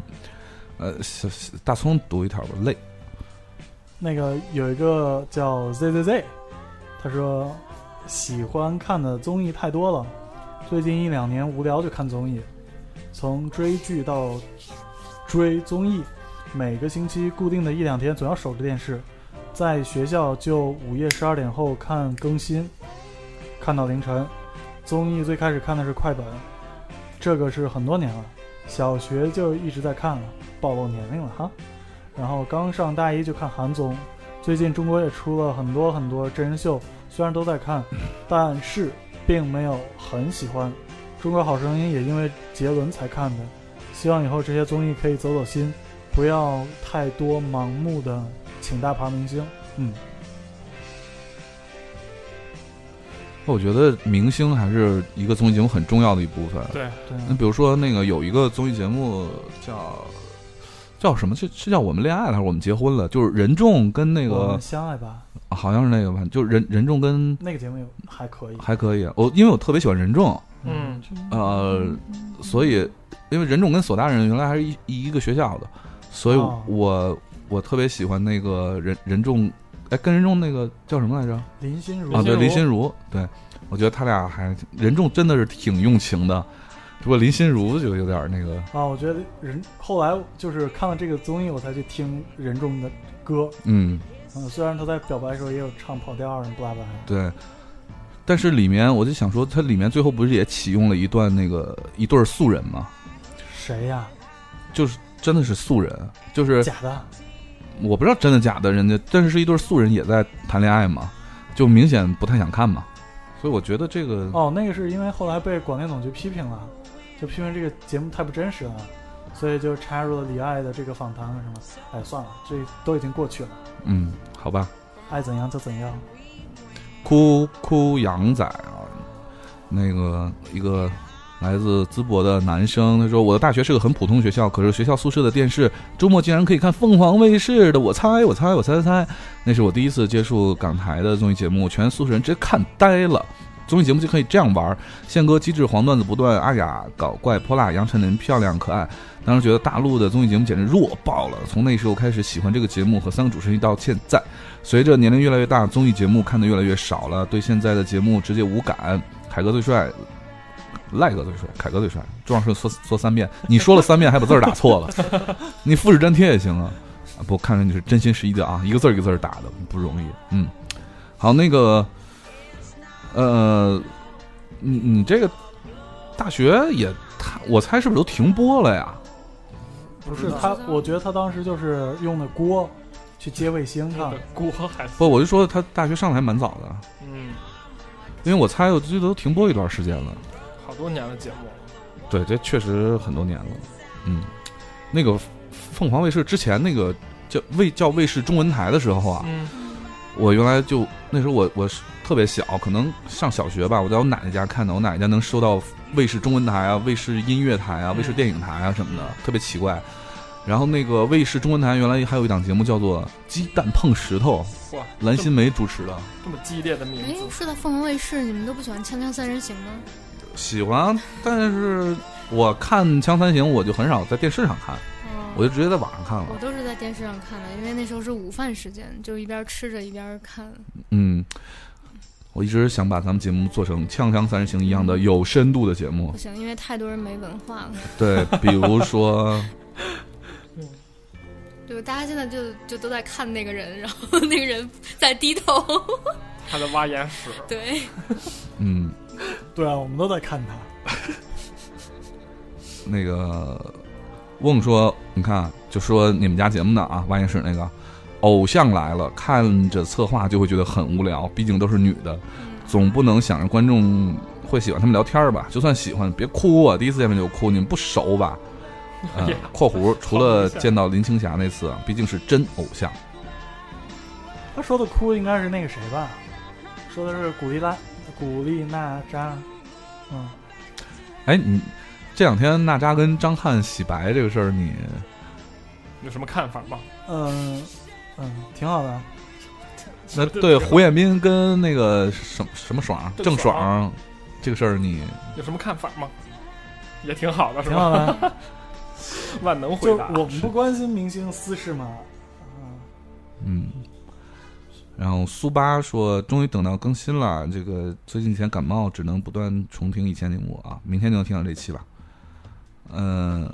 呃，小小大葱读一条吧，累，
那个有一个叫 Z Z Z，他说喜欢看的综艺太多了，最近一两年无聊就看综艺，从追剧到追综艺，每个星期固定的一两天总要守着电视，在学校就午夜十二点后看更新，看到凌晨。综艺最开始看的是快本，这个是很多年了，小学就一直在看了，暴露年龄了哈。然后刚上大一就看韩综，最近中国也出了很多很多真人秀，虽然都在看，
嗯
但是并没有很喜欢。中国好声音也因为杰伦才看的，希望以后这些综艺可以走走心，不要太多盲目的请大牌明星。嗯，
我觉得明星还是一个综艺节目很重要的一部分。
对，
对，
那比如说那个有一个综艺节目叫叫什么？是是叫我们恋爱了还是我们结婚了？就是任重跟那
我
个啊
们相爱吧，
好像是那个吧，就是任任重跟
那个节目有还可以。
还可以。啊我因为我特别喜欢任重，
嗯，
呃，所以因为任重跟索大人原来还是一一个学校的，所以
哦
我、我特别喜欢那个任任重，哎，跟任重那个叫什么来着？
林心如
啊，对，林
林
心
心
如，对我觉得他俩还任重真的是挺用情的，只不过林心如就有点那个，
啊，我觉得人后来就是看了这个综艺，我才去听任重的歌。
嗯，
嗯，虽然他在表白的时候也有唱跑调儿啊什么不拉不拉的。
对。但是里面我就想说，它里面最后不是也启用了一段那个一对儿素人吗？
谁呀、
就是真的是素人，就是
假的，
我不知道真的假的，人家但是是一对素人也在谈恋爱嘛，就明显不太想看嘛，所以我觉得这个
哦，那个是因为后来被广电总局批评了，就批评这个节目太不真实了，所以就插入了李艾的这个访谈和什么。哎，算了，这都已经过去了，
嗯，好吧，
爱怎样就怎样。
哭哭羊仔啊，那个一个来自淄博的男生，他说我的大学是个很普通学校，可是学校宿舍的电视周末竟然可以看凤凰卫视的，我猜我猜我猜猜，那是我第一次接触港台的综艺节目，全宿舍人直接看呆了。综艺节目就可以这样玩儿，宪哥机智，黄段子不断，阿雅搞怪泼辣，杨丞琳漂亮可爱。当时觉得大陆的综艺节目简直弱爆了，从那时候开始喜欢这个节目和三个主持人到现在。随着年龄越来越大，综艺节目看的越来越少了，对现在的节目直接无感。凯哥最帅，赖哥最帅，凯哥最帅。周老师说说三遍，你说了三遍还把 字儿打错了，你复制粘贴也行啊。啊不，看着你是真心实意的啊，一个字儿一个字儿打的不容易。嗯，好，那个，呃，你你这个大学也，他我猜是不是都停播了呀？
不是他，我觉得他当时就是用的锅去接卫星
嗯
啊看。
郭海思，
不，我就说他大学上的还蛮早的，
嗯，
因为我猜我记得都停播一段时间了。
好多年的节目了，
对，这确实很多年了。嗯，那个凤凰卫视之前那个叫卫叫卫视中文台的时候啊，
嗯
我原来就那时候我我是特别小，可能上小学吧，我在我奶奶家看的，我奶奶家能收到卫视中文台啊、卫视音乐台啊、卫视电影台啊什么的，特别奇怪。然后那个卫视中文台原来还有一档节目叫做《鸡蛋碰石头
哇，》，
蓝心湄主持的。
这么激烈的
哎
名，字，
说到凤凰卫视，你们都不喜欢《锵锵三人行》吗？
喜欢，但是我看《锵三行》，我就很少在电视上看，我就直接在网上看了
哦我。都是在电视上看的，因为那时候是午饭时间，就一边吃着一边看。
嗯，我一直想把咱们节目做成《锵锵三人行》一样的有深度的节 目
不，行，因为太多人没文化了。
对，比如说，
对，大家现在就就都在看那个人，然后那个人在低头。
他的挖眼屎，
对，
嗯，
对啊，我们都在看他。
那个问说，你看，就说你们家节目呢啊，万眼室那个偶像来了，看着策划就会觉得很无聊，毕竟都是女的，
嗯
总不能想着观众会喜欢他们聊天儿吧？就算喜欢，别哭啊，第一次见面就哭，你们不熟吧？嗯
哎呀，
括弧除了
好一下
见到林青霞那次啊，毕竟是真偶像。
他说的哭应该是那个谁吧？说的是古力拉古力娜扎，嗯，
哎，你这两天娜扎跟张翰洗白这个事儿，你
有什么看法吗？
嗯嗯，挺好的。
那对胡彦斌跟那个什么什么爽
郑
郑
爽
爽这个事儿，你
有什么看法吗？也挺好的，是
挺
吧？
好的，
万能回
就
答。
我们不关心明星私事嘛，嗯，
嗯。然后苏八说：“终于等到更新了，这个最近几天感冒，只能不断重听以前节目啊，明天就能听到这期了。”嗯，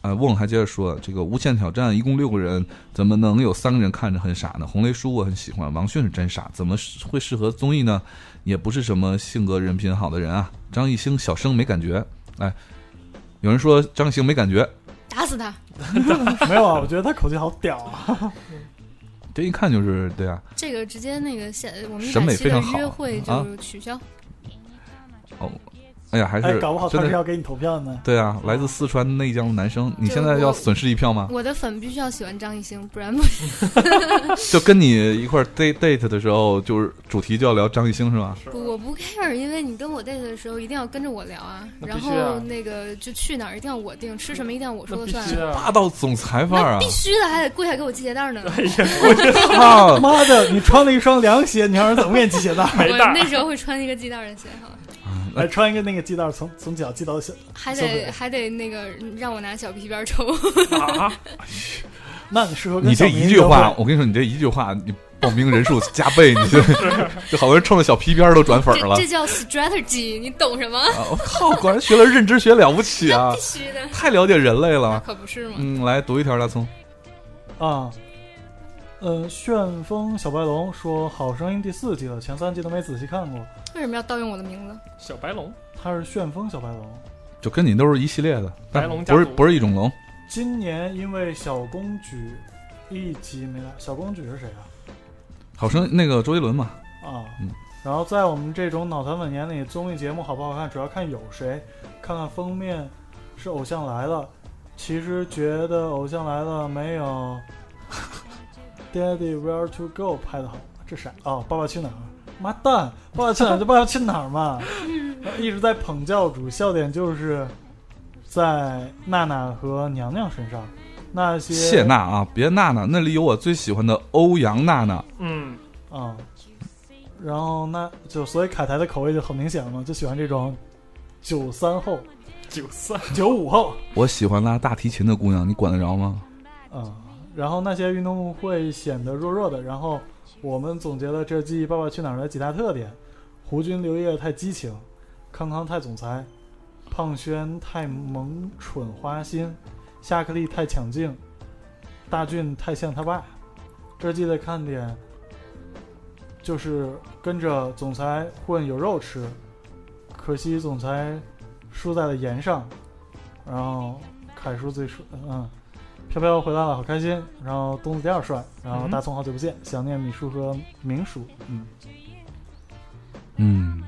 啊，瓮还接着说：“这个无限挑战一共六个人，怎么能有三个人看着很傻呢？红雷叔我很喜欢，王迅是真傻，怎么会适合综艺呢？也不是什么性格人品好的人啊。张艺兴小生没感觉，哎，有人说张艺兴没感觉，
打死他！
没有啊，我觉得他口气好屌啊。
这一看就是对啊，
这个直接那个现我们一
审美
百期
非
的
常好
约会
啊
就取消。
哦，哎呀，还是
哎，搞不好
真
他
的
是要给你投票呢。
对啊，来自四川内江的男生，你
对
现在
我
要损失一票吗？
我的粉必须要喜欢张艺兴，不然不
就跟你一块儿 date date 的时候，就是主题就要聊张艺兴是吗？
是
不我不 care，因为你跟我 date 的时候一定要跟着我聊啊，
那
然
必须啊
后那个就去哪儿一定要我定，吃什么一定要我说
那
了
必
算
须。啊！
霸道总裁范儿
那
啊
必！须的，还得跪下给我系鞋带儿呢。
操
妈的，你穿了一双凉鞋，你让人怎么给你系鞋 带？
没
我
带儿
那时候会穿一个系带儿的鞋哈，
还穿一个那个系带，从从脚系到小。
还
受不
得
了
还得那个让我拿小皮鞭抽。
啊，
那你适合跟
你
小
这
明
一句
约
话，
会
我跟你说，你这一句话，你报名人数加倍，你 这就好多人冲着小皮鞭儿都转粉儿
这
了。
这叫 strategy，你懂什么？
啊我靠，果然学了认知学了不起啊
必！须的，
太了解人类了。
可不是吗？
嗯，来读一条大葱。
啊。呃，旋风小白龙说《好声音》第四季了，前三季都没仔细看过。
为什么要盗用我的名字？
小白龙，
他是旋风小白龙，
就跟你都是一系列的，但
白龙家
不是
族
不是一种龙，
今年因为小公举一集没来，小公举是谁啊？
好声那个周杰伦嘛，
啊，
嗯
然后在我们这种脑残粉眼里，综艺节目好不好看，主要看有谁，看看封面是《偶像来了》，其实觉得《偶像来了》没有 《Daddy Where to Go》拍的好，这啥？哦，《爸爸去哪儿》。妈蛋，爸爸去哪儿就爸爸去哪儿 嘛，一直在捧教主，笑点就是在娜娜和娘娘身上，那些
谢娜啊，别娜娜，那里有我最喜欢的欧阳娜娜。
嗯，
啊、然后那就所以凯台的口味就很明显了嘛，就喜欢这种九三后、
九三，
九五后
我喜欢拉大提琴的姑娘，你管得着吗？
啊、然后那些运动会显得弱弱的。然后我们总结了这季《爸爸去哪儿》的几大特点：胡军、刘烨太激情，康康太总裁，胖轩太萌蠢花心，夏克立太抢镜，大俊太像他爸。这季的看点就是跟着总裁混有肉吃，可惜总裁输在了盐上。然后凯叔最帅，嗯，飘飘回来了，好开心。然后东子第二帅，然后
嗯
大葱好久不见，想念米叔和明叔。嗯，
嗯，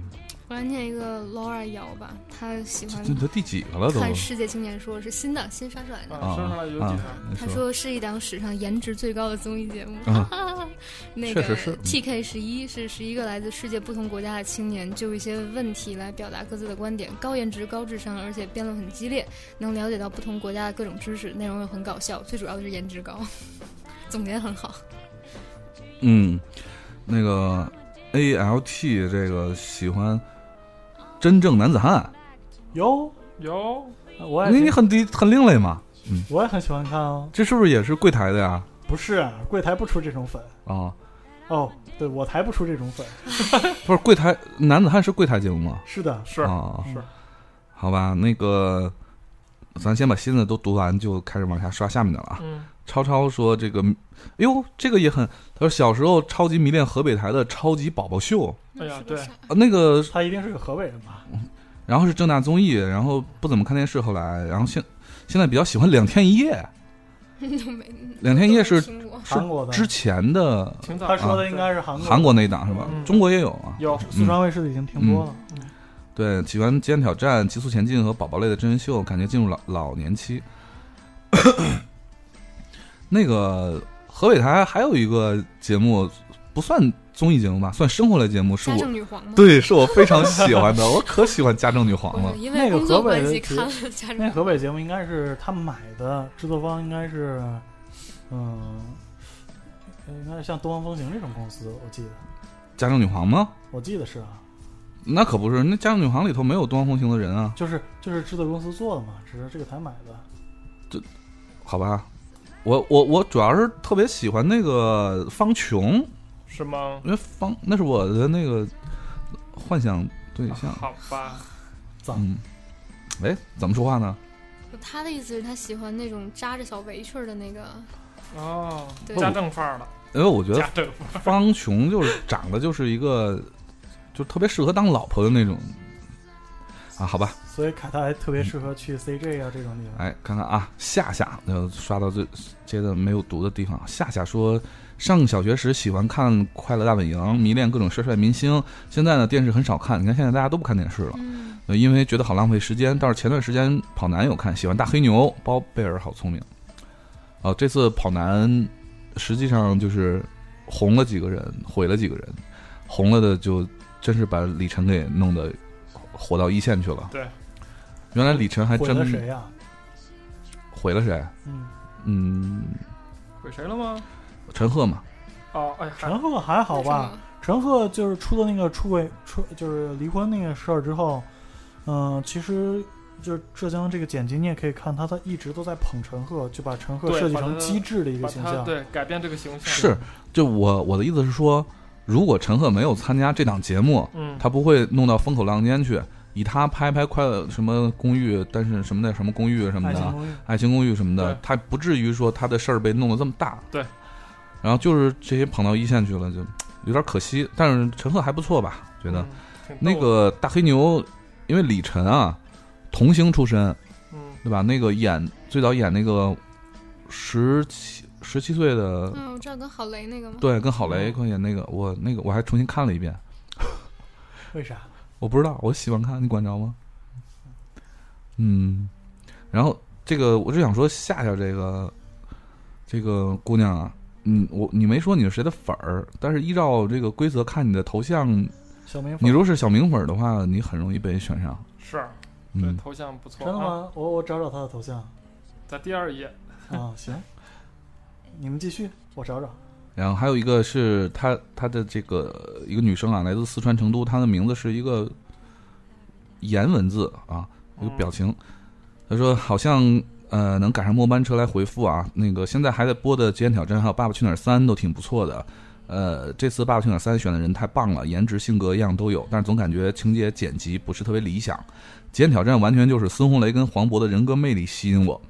我来念一个 Laura 瑶吧，她喜欢
这都第几个了都？
看《世界青年说》，是新的新刷出来的。
啊，
啊
说出来有
啊
几条。
你
他说是一档史上颜值最高的综艺节目，
啊
那
确
个
实是
TK 十一是十一个来自世界不同国家的青年，就一些问题来表达各自的观点，高颜值、高智商，而且辩论很激烈，能了解到不同国家的各种知识，内容又很搞笑，最主要的是颜值高， 总结得很好。
嗯，那个 A L T 这个喜欢真正男子汉，
哟，
有
我也
你你
挺
很低很另类嘛，
我也很喜欢看哦。
这是不是也是柜台的呀？
不是啊，柜台不出这种粉
啊，
哦，对我台不出这种粉。
不是柜台男子汉是柜台节目吗？
是的，
是
啊，
是，
好吧，那个咱先把新的都读完，就开始往下刷下面的了啊。
嗯，
超超说这个，哎呦，这个也很，他说小时候超级迷恋河北台的超级宝宝秀
哎呀
是不是
对
傻
啊，那个
他一定是个河北人吧？
然后是正大综艺，然后不怎么看电视，后来，然后现现在比较喜欢两天一夜。
都没
两天一夜是
都没听过
是
韩国的
之前的
挺早。
他说的应该是韩国的
韩国那档是吧？
嗯
中国也有啊。
有
四川卫视已经停播了。
嗯对，喜欢《极限挑战》《极速前进》和《宝宝类的真人秀，感觉进入老老年期。 那个河北台还有一个节目不不算综艺节目吧，算生活类节目，是
家
我
政女皇吗？
对，是我非常喜欢 的，我可喜欢《家政女皇》
我
了
是。因
那
为
个
工作
河北
关
的
系
节
看了《家政女
那
皇》，
河北节目应该是他们买的，制作方应该是，嗯，应该是像东方风行这种公司，我记得，
家政女皇吗？
我记得是啊，
那可不是，那《家政女皇》里头没有东方红行的人啊，
就是就是制作公司做的嘛，只是这个台买的。
好吧。我我我主要是特别喜欢那个方琼，
是吗？
因为方那是我的那个幻想对象。
好吧，
嗯，哎，怎么说话呢？
他的意思是，他喜欢那种扎着小围裙儿的那个，
哦，
对
家政范儿了，
因为我觉得
家政范儿
方琼就是 长得就是一个，就特别适合当老婆的那种。啊，好吧，
所以凯特还特别适合去 CJ 啊这种地方。
哎，看看啊，夏夏，呃，刷到最接着没有读的地方。啊夏夏说，上小学时喜欢看《快乐大本营》，迷恋各种帅帅明星。现在呢，电视很少看，你看现在大家都不看电视了，
嗯，
呃因为觉得好浪费时间。倒是前段时间跑男有看，喜欢大黑牛，包贝尔好聪明。哦、这次跑男实际上就是红了几个人，毁了几个人，红了的就真是把李晨给弄得火到一线去了。
对，
原来李晨还
毁
真
了谁呀、
毁了谁？
嗯，
嗯，
毁谁了吗？
陈赫嘛，
哦，哎，还
陈赫还好吧？陈赫就是出了那个出轨出就是离婚那个事儿之后，嗯、其实就是浙江这个剪辑，你也可以看他，他一直都在捧陈赫，就把陈赫
对
设计
把
成
他
机智的一个
把
形
他
象。
对改变这个形象
是，就我我的意思是说，如果陈赫没有参加这档节目，
嗯，
他不会弄到风口浪尖去，以他拍拍快乐什么公寓，但是什么的什么公寓什么
爱情
的，啊
公寓，
爱情公寓什么的
对，
他不至于说他的事儿被弄得这么大。
对，
然后就是这些捧到一线去了，就有点可惜。但是陈赫还不错吧？觉得、
嗯挺
那
逗
个
的
大黑牛，因为李晨啊，童星出身，
嗯，
对吧？那个演最早演那个十七十七岁的，
嗯，我知道跟郝蕾那个吗？
对，跟郝蕾关演那个，我那个我还重新看了一遍，
为啥？
我不知道，我喜欢看，你管着吗？嗯，然后这个我就想说夏夏这个这个姑娘啊，嗯，我你没说你是谁的粉儿，但是依照这个规则看你的头像，
小明粉，
你如果是小明粉儿的话，你很容易被选上。
是，对
嗯，
头像不错，
真的
啊？
吗？我我找找他的头像
在第二页，
啊，行，你们继续，我找找。
然后还有一个是她，她的这个一个女生啊，来自四川成都，她的名字是一个颜文字啊，一
嗯
个表情。她说好像呃能赶上末班车来回复啊，那个现在还在播的《极限挑战》还有《爸爸去哪儿三》都挺不错的。呃，这次《爸爸去哪儿三》选的人太棒了，颜值、性格一样都有，但是总感觉情节剪辑不是特别理想。《极限挑战》完全就是孙红雷跟黄渤的人格魅力吸引我。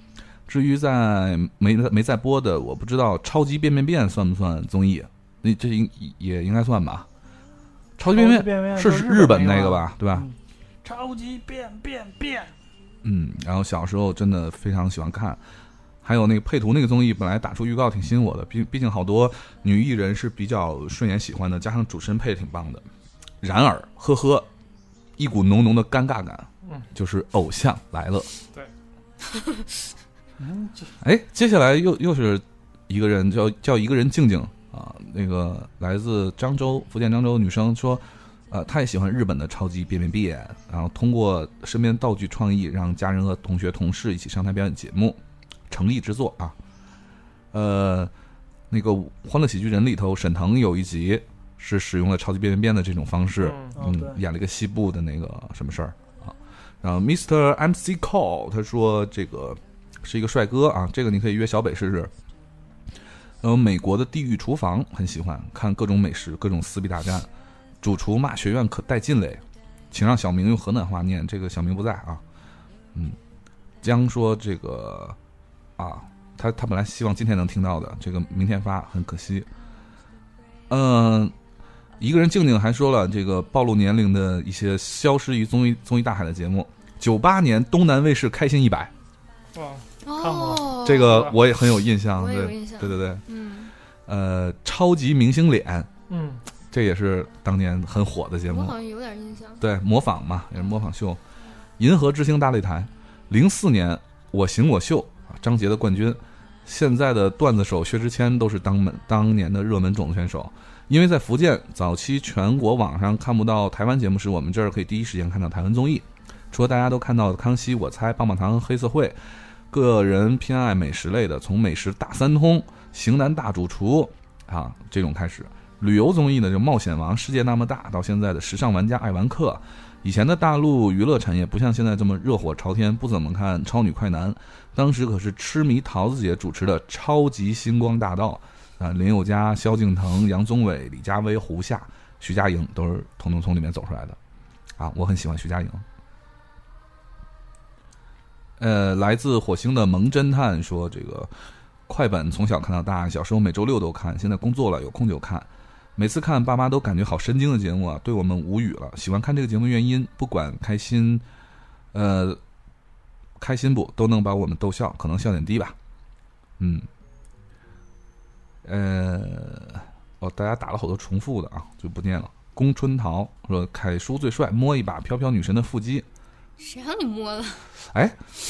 至于在没没在播的，我不知道《超级变变变》算不算综艺？那这应也应该算吧。超级变变
变变
是
就是
日本那
那
个？吧，对吧？
嗯超级变变变，
嗯，然后小时候真的非常喜欢看，还有那个配图那个综艺，本来打出预告挺吸引我的，毕毕竟好多女艺人是比较顺眼喜欢的，加上主持人配的挺棒的。然而，呵呵，一股浓浓的尴尬感，
嗯
就是偶像来了。
嗯，这
哎，接下来又又是一个人叫叫一个人静静啊，那个来自漳州福建漳州的女生说，呃，她也喜欢日本的超级变变变，然后通过身边道具创意，让家人和同学同事一起上台表演节目，诚意之作啊。呃，那个《欢乐喜剧人》里头，沈腾有一集是使用了超级变变变的这种方式，
嗯
哦
嗯，
对，
演了一个西部的那个什么事儿啊。然后 Mr. MC Call 他说这个是一个帅哥啊，这个你可以约小北试试。然后美国的《地狱厨房》很喜欢看各种美食，各种撕逼大战，主厨骂学院可带劲嘞，请让小明用河南话念，这个小明不在啊。嗯，江说这个啊，他他本来希望今天能听到的，这个明天发，很可惜。嗯、一个人静静还说了这个暴露年龄的一些消失于综艺综艺大海的节目。九八年东南卫视《开心一百
哇，
看过
哦》，，
这个我也很有印象。
我也有
对
印象
对，对对，
嗯，
呃，超级明星脸，
嗯，
这也是当年很火的节
我
目
好。像有点印象，
对，模仿嘛，也是模仿秀。银河之星大擂台，零四年我行我秀，啊张杰的冠军。现在的段子手薛之谦都是当门当年的热门种子选手，因为在福建早期全国网上看不到台湾节目时，我们这儿可以第一时间看到台湾综艺。除了大家都看到的《康熙》《我猜》《棒棒糖》《黑社会》，个人偏爱美食类的，从美食大三通、型男大主厨啊这种开始。旅游综艺呢，就《冒险王》《世界那么大》，到现在的《时尚玩家》《爱玩客》。以前的大陆娱乐产业不像现在这么热火朝天，不怎么看《超女快男》，当时可是痴迷桃子姐主持的《超级星光大道》啊，林宥嘉、萧敬腾、杨宗纬、李佳薇、胡夏、徐佳莹都是统统从里面走出来的啊，我很喜欢徐佳莹。呃，来自火星的萌侦探说，这个快本从小看到大，小时候每周六都看，现在工作了有空就看。每次看爸妈都感觉好神经的节目啊，对我们无语了。喜欢看这个节目原因，不管开心，呃，开心不都能把我们逗笑，可能笑点低吧。嗯，呃，哦，大家打了好多重复的啊，就不念了。龚春桃说：“凯叔最帅，摸一把飘飘女神的腹肌。
谁让你摸了？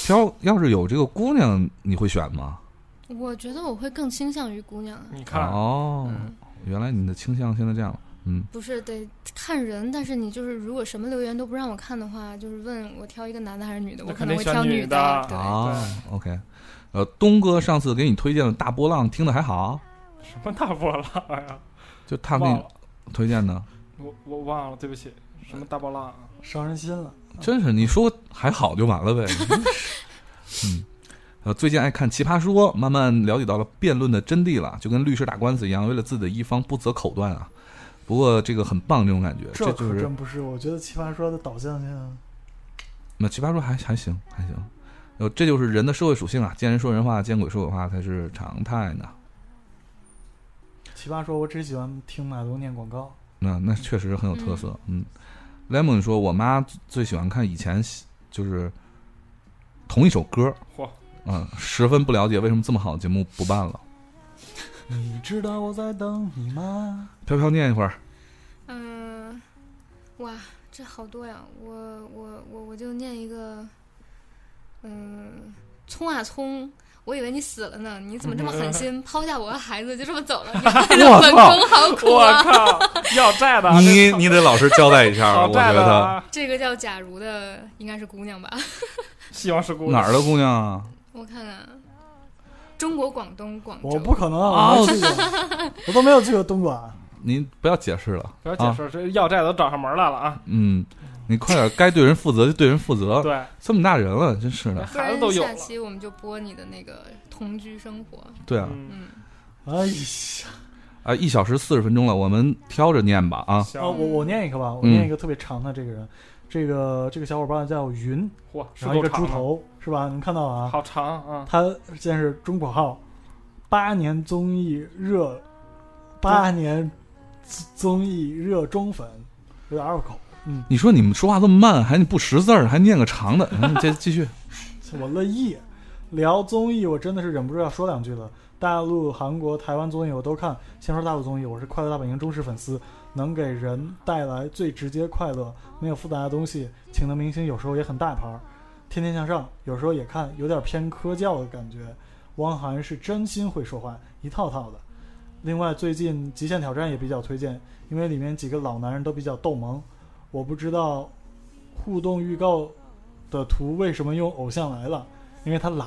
飘，要是有这个姑娘，你会选吗？
我觉得我会更倾向于姑娘，啊
你看，
哦，
嗯，
原来你的倾向现在这样了。嗯，
不是得看人，但是你就是如果什么留言都不让我看的话，就是问我挑一个男的还是女的，
那
我
肯
可
定
能会挑
选女
的。
的
对，
啊，OK，呃，东哥上次给你推荐的大波浪，听的还好？
什么大波浪哎呀？
就他给
忘了
你，推荐的，
我我忘了，对不起，什么大波浪啊？
伤人心了。
真是你说还好就完了呗。 嗯，呃，最近爱看《奇葩说》，慢慢了解到了辩论的真谛了，就跟律师打官司一样，为了自己的一方不择口段啊。不过这个很棒，这种感觉，这
这
就
可
是
真不是，我觉得奇葩说的导向性，
那奇葩说还还行还行，呃，这就是人的社会属性啊，见人说人话，见鬼说鬼话才是常态呢。
奇葩说我只喜欢听马东念广告。
那那确实很有特色。嗯，Lemon 说，我妈最最喜欢看以前喜就是同一首歌，
嚯
嗯，十分不了解为什么这么好的节目不办了。
你知道我在等你吗？
飘飘念一会儿，
嗯，哇，这好多呀！我我我我就念一个，嗯，冲啊冲！我以为你死了呢，你怎么这么狠 心，抛下我和孩子就这么走了？你为了
我
本
靠
宫好苦
我
啊！
靠，要债的啊，
你
这
你得老实交代一下儿，
好
我觉
债的
得
啊，
这个叫假如的应该是姑娘吧？
希望是姑娘
哪儿的姑娘啊？
我看看啊，中国广东广州。
我不可能，啊我没去过， 我都没有去过东莞。
您不要解释了，
不要解
啊。
释，这要债的都找上门来了啊！
嗯，你快点，该对人负责就对人负责。
对，
这么大人了，真是的。
不
孩
然
子都有
下
了，
期我们就播你的那个同居生活，
对啊，
嗯
嗯，
哎呀，
啊，一小时四十分钟了，我们挑着念吧啊。
行
啊，，我我念一个吧，我
嗯
念一个特别长的这个人，这个这个小伙伴叫云，
嚯，是
然后
够
一个猪
长的，
头是吧？你们看到了啊？
好长啊！
他现在是中国号，八年综艺热，八年综艺热中粉，有点拗口。嗯，
你说你们说话这么慢，还不识字儿，还念个长的，嗯，接继续。
我乐意聊综艺，我真的是忍不住要说两句了。大陆、韩国、台湾综艺我都看。先说大陆综艺，我是《快乐大本营》忠实粉丝，能给人带来最直接快乐，没有复杂的东西，请的明星有时候也很大牌儿。天天向上有时候也看，有点偏科教的感觉。汪涵是真心会说话，一套套的。另外，最近《极限挑战》也比较推荐，因为里面几个老男人都比较逗萌。我不知道互动预告的图为什么用偶像来了，因为 他懒。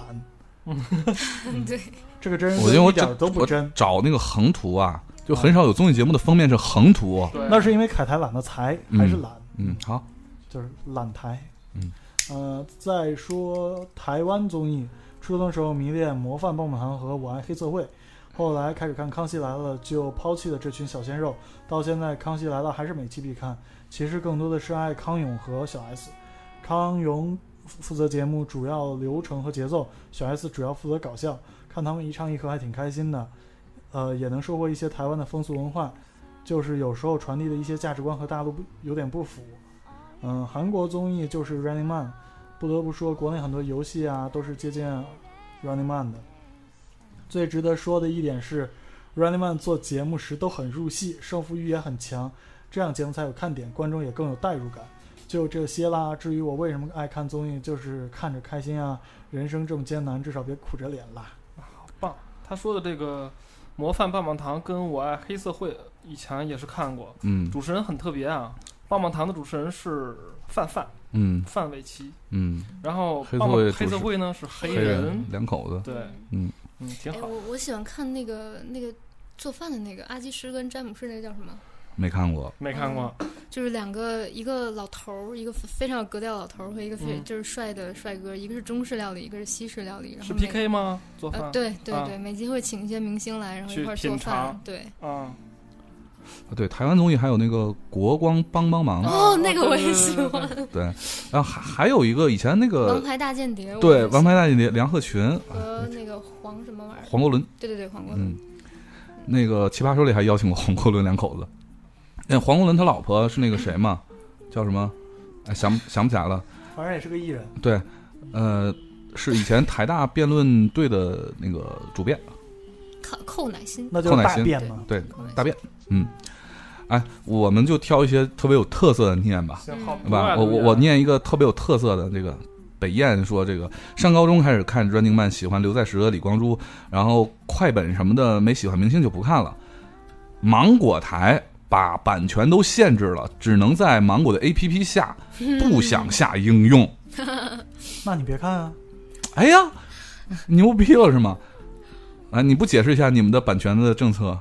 对，
这个真人
我觉得我
一点儿
找
都不真，
找那个横图啊，就很少有综艺节目的封面是横图。
对，
那是因为凯台懒得裁，
嗯
还是懒，
嗯，好，
就是懒台。
嗯，
呃，再说台湾综艺，初中的时候迷恋《模范棒棒糖》和《我爱黑社会》，后来开始看《康熙来了》，就抛弃了这群小鲜肉，到现在《康熙来了》还是每期必看。其实更多的是爱康永和小 S，康永负负责节目主要流程和节奏，小 S 主要负责搞笑，看他们一唱一和还挺开心的，呃，也能收获一些台湾的风俗文化，就是有时候传递的一些价值观和大陆不有点不符。嗯，韩国综艺就是《Running Man》，不得不说，国内很多游戏啊都是借鉴《Running Man》的。最值得说的一点是，《Running Man》做节目时都很入戏，胜负欲也很强，这样节目才有看点，观众也更有代入感。就这些啦。至于我为什么爱看综艺，就是看着开心啊，人生这么艰难，至少别苦着脸啦。
棒。呃他说的这个《模范棒棒糖》跟我爱黑社会以前也是看过，
嗯
主持人很特别啊。棒棒糖的主持人是范范
嗯
范玮琪，
嗯，
然后
黑社
棒棒
会主
黑
持
社会呢是黑
黑
人
人，两口子，
对，
嗯
嗯，挺
哎，
好。
我我喜欢看那个那个做饭的那个阿基师跟詹姆士那个叫什么？
没看过，
没看过，
就是两个，一个老头儿，一个非常有格调的老头儿和一个非、
嗯
就是帅的帅哥，一个是中式料理，一个是西式料理，然后
是
每
PK 吗？做饭
呃，对对
啊
对，每集会请一些明星来，然后
去
一块儿
品
做饭
尝，
对。
啊，
啊对台湾综艺还有那个国光帮帮忙，
哦
啊，
那个我也喜。
对对对
欢
对对，
对，然后还还有一个以前那
呃
王
个
牌大间谍》我也
对
喜欢。
王牌大姐呃姐梁鹤群、
和那个黄什么玩意儿？
黄国伦，
对对对，黄国伦。
嗯，那个奇葩说里还邀请过黄国伦两口子，那黄国伦他老婆是那个谁嘛，叫什么？哎，想不想不起来了。
反正也是个艺人，
对，呃，是以前台大辩论队的那个主辩，
寇寇乃馨，
那就
寇
是
乃
大
馨
变嘛。
对，
寇乃馨
大辩，嗯，哎，我们就挑一些特别有特色的念吧，
行好，
好
国
吧
外，
我
留
我
言
我念一个特别有特色的这个。北燕说：“这个上高中开始看《Running Man》，喜欢刘在石的李光洙，然后快本什么的没喜欢明星就不看了。芒果台把版权都限制了，只能在芒果的 APP 下， 不想下应用。
那你别看啊，
哎呀，牛逼了是吗？啊，你不解释一下你们的版权的政策？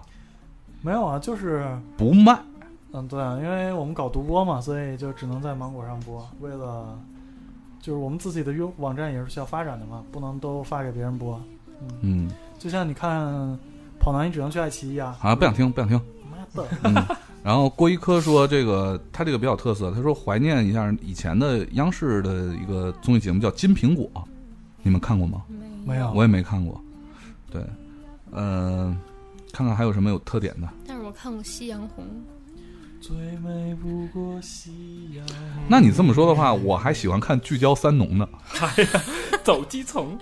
没有啊，就是
不卖，
嗯，对啊，因为我们搞独播嘛，所以就只能在芒果上播。为了就是我们自己的用网站也是需要发展的嘛，不能都发给别人播。
嗯，
就像你看跑男，你只能去爱奇艺啊。
啊，不想听，不想听。
妈的，
然后郭一科说这个他这个比较有特色，他说怀念一下以前的央视的一个综艺节目叫《金苹果》，你们看过吗？
没有
我也 没看过。对，嗯、看看还有什么有特点的。
但是我看过《夕阳红
最美不过夕阳。
那你这么说的话，我还喜欢看《聚焦三农》呢。
走基层，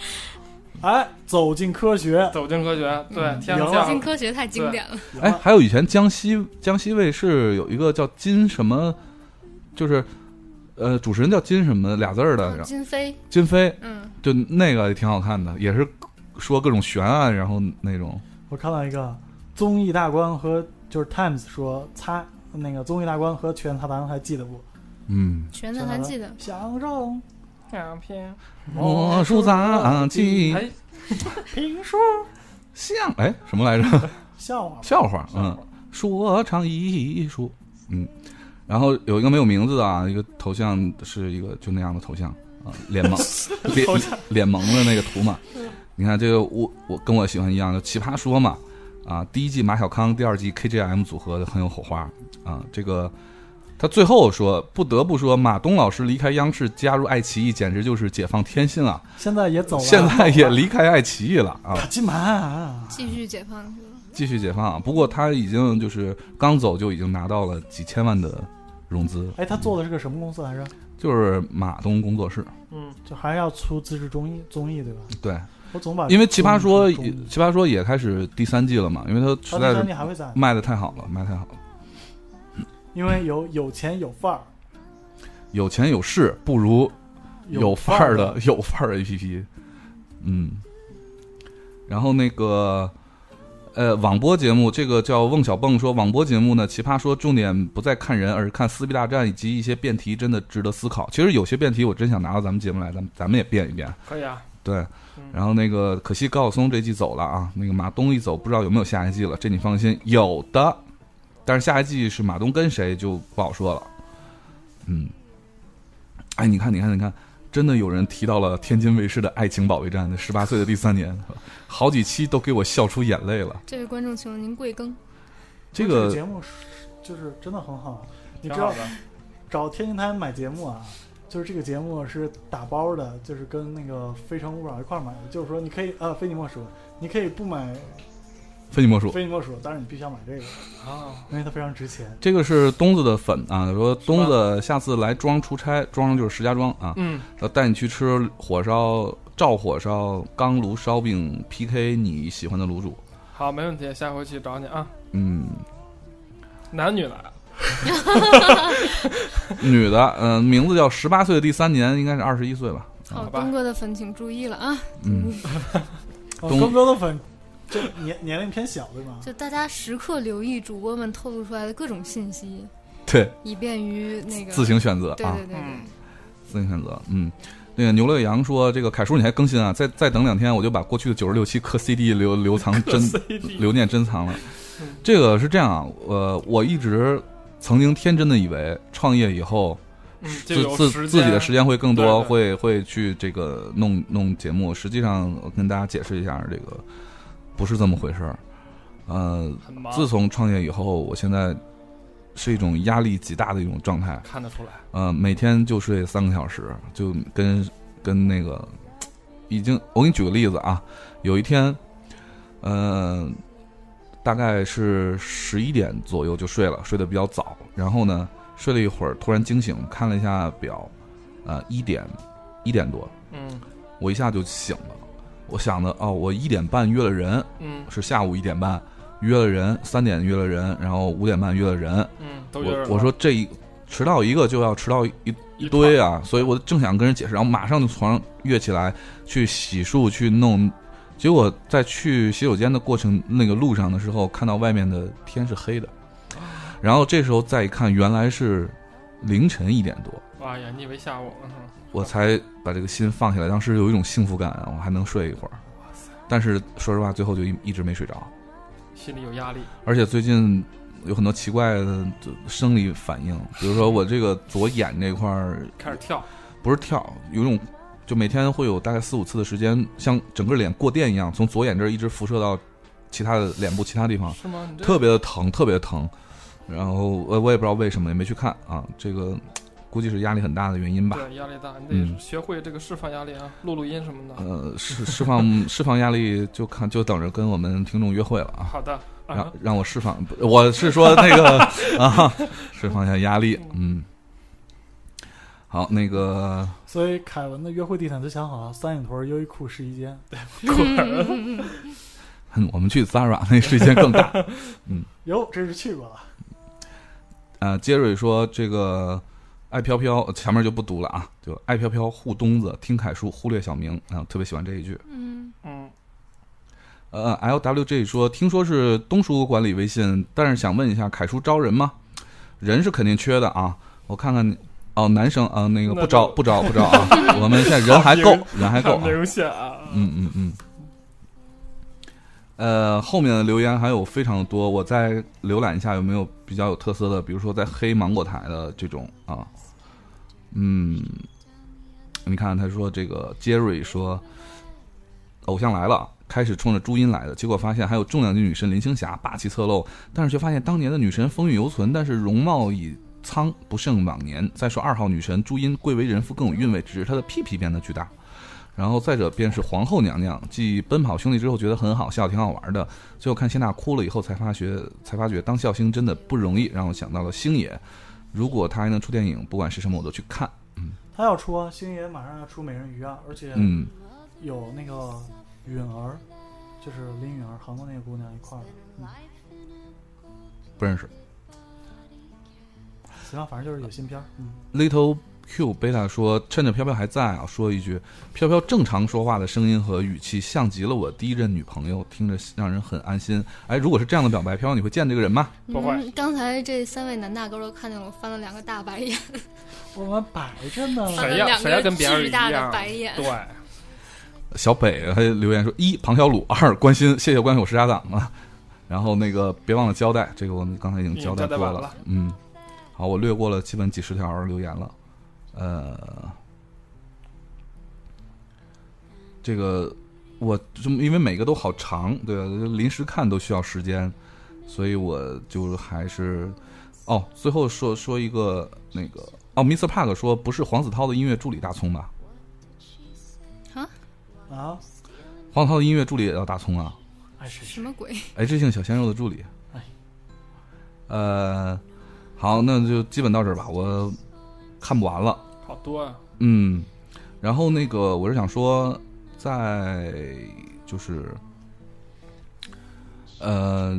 哎，走进科学，
走进科学，对，
嗯
天
赢
上
了》，
走
下
进科学太经典了。
哎，
啊
还有以前江西江西卫视有一个叫金什么，就是呃主持人叫金什么俩字儿的，然后
啊金飞，
金飞，
嗯，
就那个也挺好看的，也是说各种悬案，然后那种
我看到一个综艺大观和就是 Times 说擦那个综艺大观和全塔班还记得不？
嗯，
全咱还记得。
想让
两篇，
魔术杂技
哎，评书，
像哎什么来着？
笑话吧。
笑话，嗯，说唱艺术，嗯，然后有一个没有名字的啊，一个头像是一个就那样的头像啊，脸萌， 脸脸萌的那个图嘛。你看这个我我跟我喜欢一样，就奇葩说嘛，啊，第一季马小康，第二季 KJM 组合的很有火花啊。这个他最后说，不得不说，马东老师离开央视加入爱奇艺，简直就是解放天性啊！
现在也走了，
现在也离开爱奇艺了啊。
卡金满。
继续解放是吧？
继续解放啊。不过他已经就是刚走就已经拿到了几千万的融资，
哎，他做的是个什么公司来着？
就是马东工作室。
嗯，
就还要出自制综艺综艺对吧？
对，
我总把
因为奇葩说，
综艺
奇葩说也开始第三季了嘛，因为它
他
实在
第三
是
季还会在，
卖的太好了，卖得太好了，
因为有有钱有范儿，
有钱有势不如有范儿
的
的有范儿 A P P，嗯，然后那个。呃，网播节目这个叫孟小蹦说，网播节目呢，《奇葩说》重点不再看人，而是看撕逼大战以及一些辩题，真的值得思考。其实有些辩题我真想拿到咱们节目来，咱们咱们也辩一辩。
可以啊，
对
嗯，
然后那个可惜高晓松这季走了啊，那个马东一走，不知道有没有下一季了。这你放心，有的，但是下一季是马东跟谁就不好说了。嗯，哎，你看，你看，你看，真的有人提到了天津卫视的《爱情保卫战》的十八岁的第三年，好几期都给我笑出眼泪了。
这位观众，请问您贵庚？
这
个
个
节目是就是真的很好，你
挺
知道
好的，
找天津台买节目啊。就是这个节目是打包的，就是跟那个《非诚勿扰》一块儿买的。就是说，你可以呃，非你莫属，你可以不买
非你莫
《
属。
非你莫属》，但是你必须要买这个，
啊，
因为它非常值钱。
这个是东子的粉啊，说东
吧
子下次来庄出差，庄上就是石家庄啊，
嗯，
要带你去吃火烧、照火烧、钢炉烧饼 PK 你喜欢的卤煮。
好，没问题，下回去找你啊，
嗯，
男女来，
女的，嗯、名字叫十八岁的第三年，应该是二十一岁吧。
好，
吧
东哥的粉请注意了啊！
嗯，
哦
东
东哥的粉就年年龄偏小对吗？
就大家时刻留意主播们透露出来的各种信息，
对，
以便于那个
自行选择
对
啊，
对对对，
自行选择。嗯，那个牛乐阳说，这个凯叔你还更新啊？再再等两天，我就把过去的九十六期刻 CD 留留藏珍留念珍藏了。这个是这样啊，呃，我一直曾经天真的以为创业以后
嗯，就
自
有
自
时
自己的
间
时间会更多，
对对
会会去这个弄弄节目。实际上，我跟大家解释一下，这个不是这么回事儿。呃，
很忙，
自从创业以后，我现在是一种压力极大的一种状态。
看得出来，
呃，每天就睡三个小时，就跟跟那个已经，我给你举个例子啊，有一天，呃，大概是十一点左右就睡了，睡得比较早，然后呢，睡了一会儿，突然惊醒，看了一下表，呃，一点一点多，
嗯
我一下就醒了，我想的哦，我一点半约了人，
嗯
是下午一点半约了人，三点约了人，然后五点半约了人，
嗯，都有
我
点
我说这一迟到一个就要迟到一一堆啊，所以我正想跟人解释，然后马上就从床上跃起来去洗漱去弄，结果在去洗手间的过程那个路上的时候，看到外面的天是黑的，然后这时候再一看，原来是凌晨一点多，
哎呀，你以为吓我了呢？
我才把这个心放下来，当时有一种幸福感啊，我还能睡一会儿，但是说实话，最后就一一直没睡着。
心里有压力，
而且最近有很多奇怪的就生理反应，比如说我这个左眼这块儿
开始跳，
不是跳，有一种就每天会有大概四五次的时间，像整个脸过电一样，从左眼这儿一直辐射到其他的脸部其他地方，
是吗？你这
特别的疼，特别疼。然后我我也不知道为什么，也没去看啊，这个估计是压力很大的原因吧。
对压力大，你
嗯
得学会这个释放压力啊，录录音什么的。
呃，释释放 释放压力，就看就等着跟我们听众约会了啊。
好的，
让
啊，
让我释放，不我是说那个 啊，释放一下压力，嗯。好，那个
所以凯文的约会地点就想好了，三里屯优衣库试衣间。
嗯
嗯我们去 Zara 那是一件更大。
哟，这是去过了。
啊，杰瑞说这个爱飘飘呃前面就不读了啊，就爱飘飘护东子，听凯叔忽略小明啊，特别喜欢这一句。
嗯，
嗯，
呃，LWG 说，听说是东叔管理微信，但是想问一下，凯叔招人吗？人是肯定缺的啊，我看看你，哦，男生啊、那个
那
不招
就
不招不招啊，我们现在人还够
好，
人还够、啊
没。有线啊，
嗯嗯嗯。呃，后面的留言还有非常多，我再浏览一下有没有比较有特色的，比如说在黑芒果台的这种啊，嗯，你看他说这个杰瑞说，偶像来了，开始冲着朱茵来的，结果发现还有重量级女神林青霞霸气侧漏，但是却发现当年的女神风韵犹存，但是容貌已苍不胜往年。再说二号女神朱茵贵为人妇更有韵味，只是她的屁屁变得巨大。然后再者便是皇后娘娘，继《奔跑兄弟》之后觉得很好笑，挺好玩的。最后看谢娜哭了以后，才发觉才发觉当笑星真的不容易，让我想到了星爷。如果他还能出电影，不管是什么我都去看。
他要出啊，星爷马上要出美人鱼啊，而且
嗯，
有那个允儿，就是林允儿，韩国那个姑娘一块儿。
不认识。
行吧，反正就是有新片儿。嗯，
Little Q 贝塔说，趁着飘飘还在啊，说一句，飘飘正常说话的声音和语气像极了我第一任女朋友，听着让人很安心。哎，如果是这样的表白，飘飘你会见这个人吗？
不会
嗯刚才这三位男大哥都看见我翻了两个大白眼，
我们摆着呢。
翻了
呀
两
谁呀
个
跟别人
巨
一
大
样
的白眼。
对，
小北还留言说：一庞小鲁，二关心，谢谢关心我是家长啊。然后那个别忘了交代，这个我们刚才已经交代过
已经交代完了
嗯，好，我略过了基本几十条留言了。呃，这个我这么因为每个都好长，对吧？临时看都需要时间，所以我就还是哦，最后说说一个那个哦，Mr. Park 说不是黄子韬的音乐助理大葱吧？
啊，
黄子韬的音乐助理也叫大葱啊？
哎是
什么鬼？
H 姓小鲜肉的助理
哎。
呃，好，那就基本到这儿吧，我看不完了。
好多啊呀，
嗯，然后那个我是想说，在就是，呃，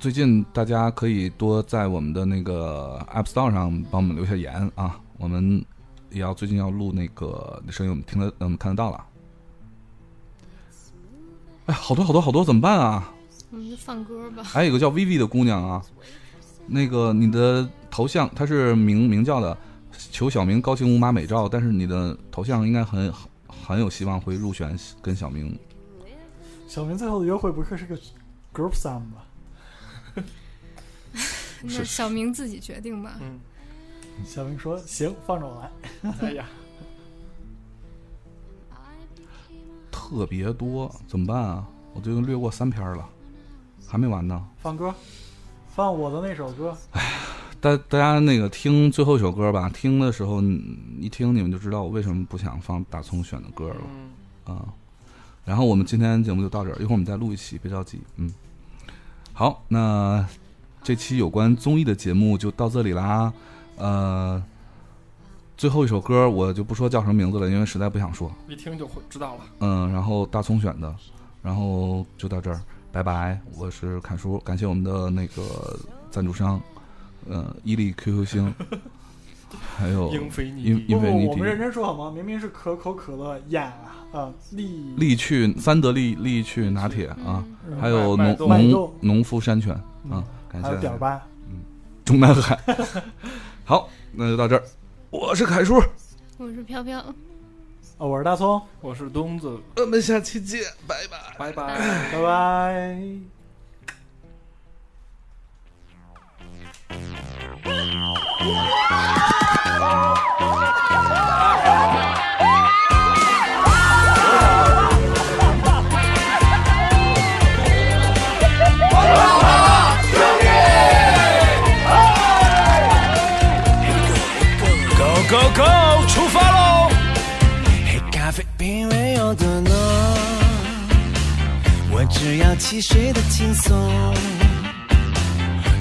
最近大家可以多在我们的那个 App Store 上帮我们留下言啊，我们也要最近要录那个声音，我们听得我们看得到了。哎，好多好多好多，怎么办啊？
我们就放歌吧。
还有一个叫 Vivi 的姑娘啊，那个你的头像她是名名叫的，求小明高清无码美照，但是你的头像应该很很有希望会入选跟小明
小明最后的约会不是是个 group song 吧？
那小明自己决定吧。
嗯，
小明说：“行，放着我来。
哎呀，
特别多，怎么办啊？我都已经略过三篇了，还没完呢。”
放歌，放我的那首歌。
大大家那个听最后一首歌吧，听的时候嗯一听你们就知道我为什么不想放大葱选的歌了
嗯，
啊、然后我们今天节目就到这儿，一会儿我们再录一期，别着急，嗯。好，那这期有关综艺的节目就到这里啦。呃，最后一首歌我就不说叫什么名字了，因为实在不想说。
一听就会知道了。
嗯，然后大葱选的，然后就到这儿，拜拜。我是侃叔，感谢我们的那个赞助商，呃，伊利 QQ 星，还有
英菲尼
哦英
迪
英
不
因为你
不，我们认真说好吗？明明是可口可乐呀啊，利
利趣三得利利趣拿铁啊，
嗯，
嗯
还有
麦
农
麦豆
农农夫山泉啊
嗯，
感
还有点儿
谢
吧。
中南海。 好，那就到这儿，我是凯叔，
我是飘飘，
啊，我是大葱，
我是东子，
我们下期见，拜拜。
拜
拜
拜。
拜。
拜拜。
Go Go Go，出发喽！黑咖啡品味有多浓，我只要汽水的轻松，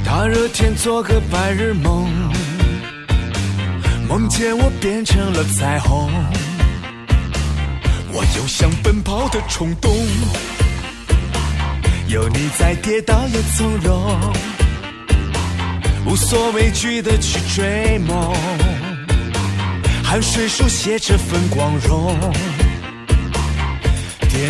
大热天做个白日梦，梦见我变成了彩虹，我有想奔跑的冲动，有你在，跌倒也从容。无所畏惧的去追梦，汗水书写这份光荣。电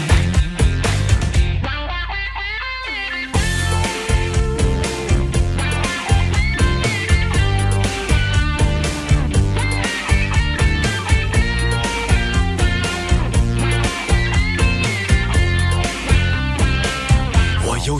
我有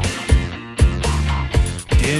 电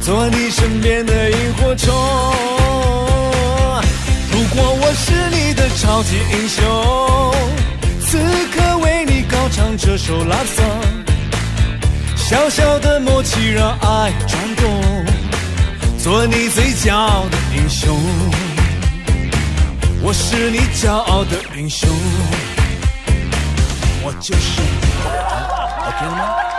做你身边的萤火虫。如果我是你的超级英雄，此刻为你高唱这首 love song，小小的默契让爱转动，做你最骄傲的英雄。我是你骄傲的英雄，我就是你，OK 吗？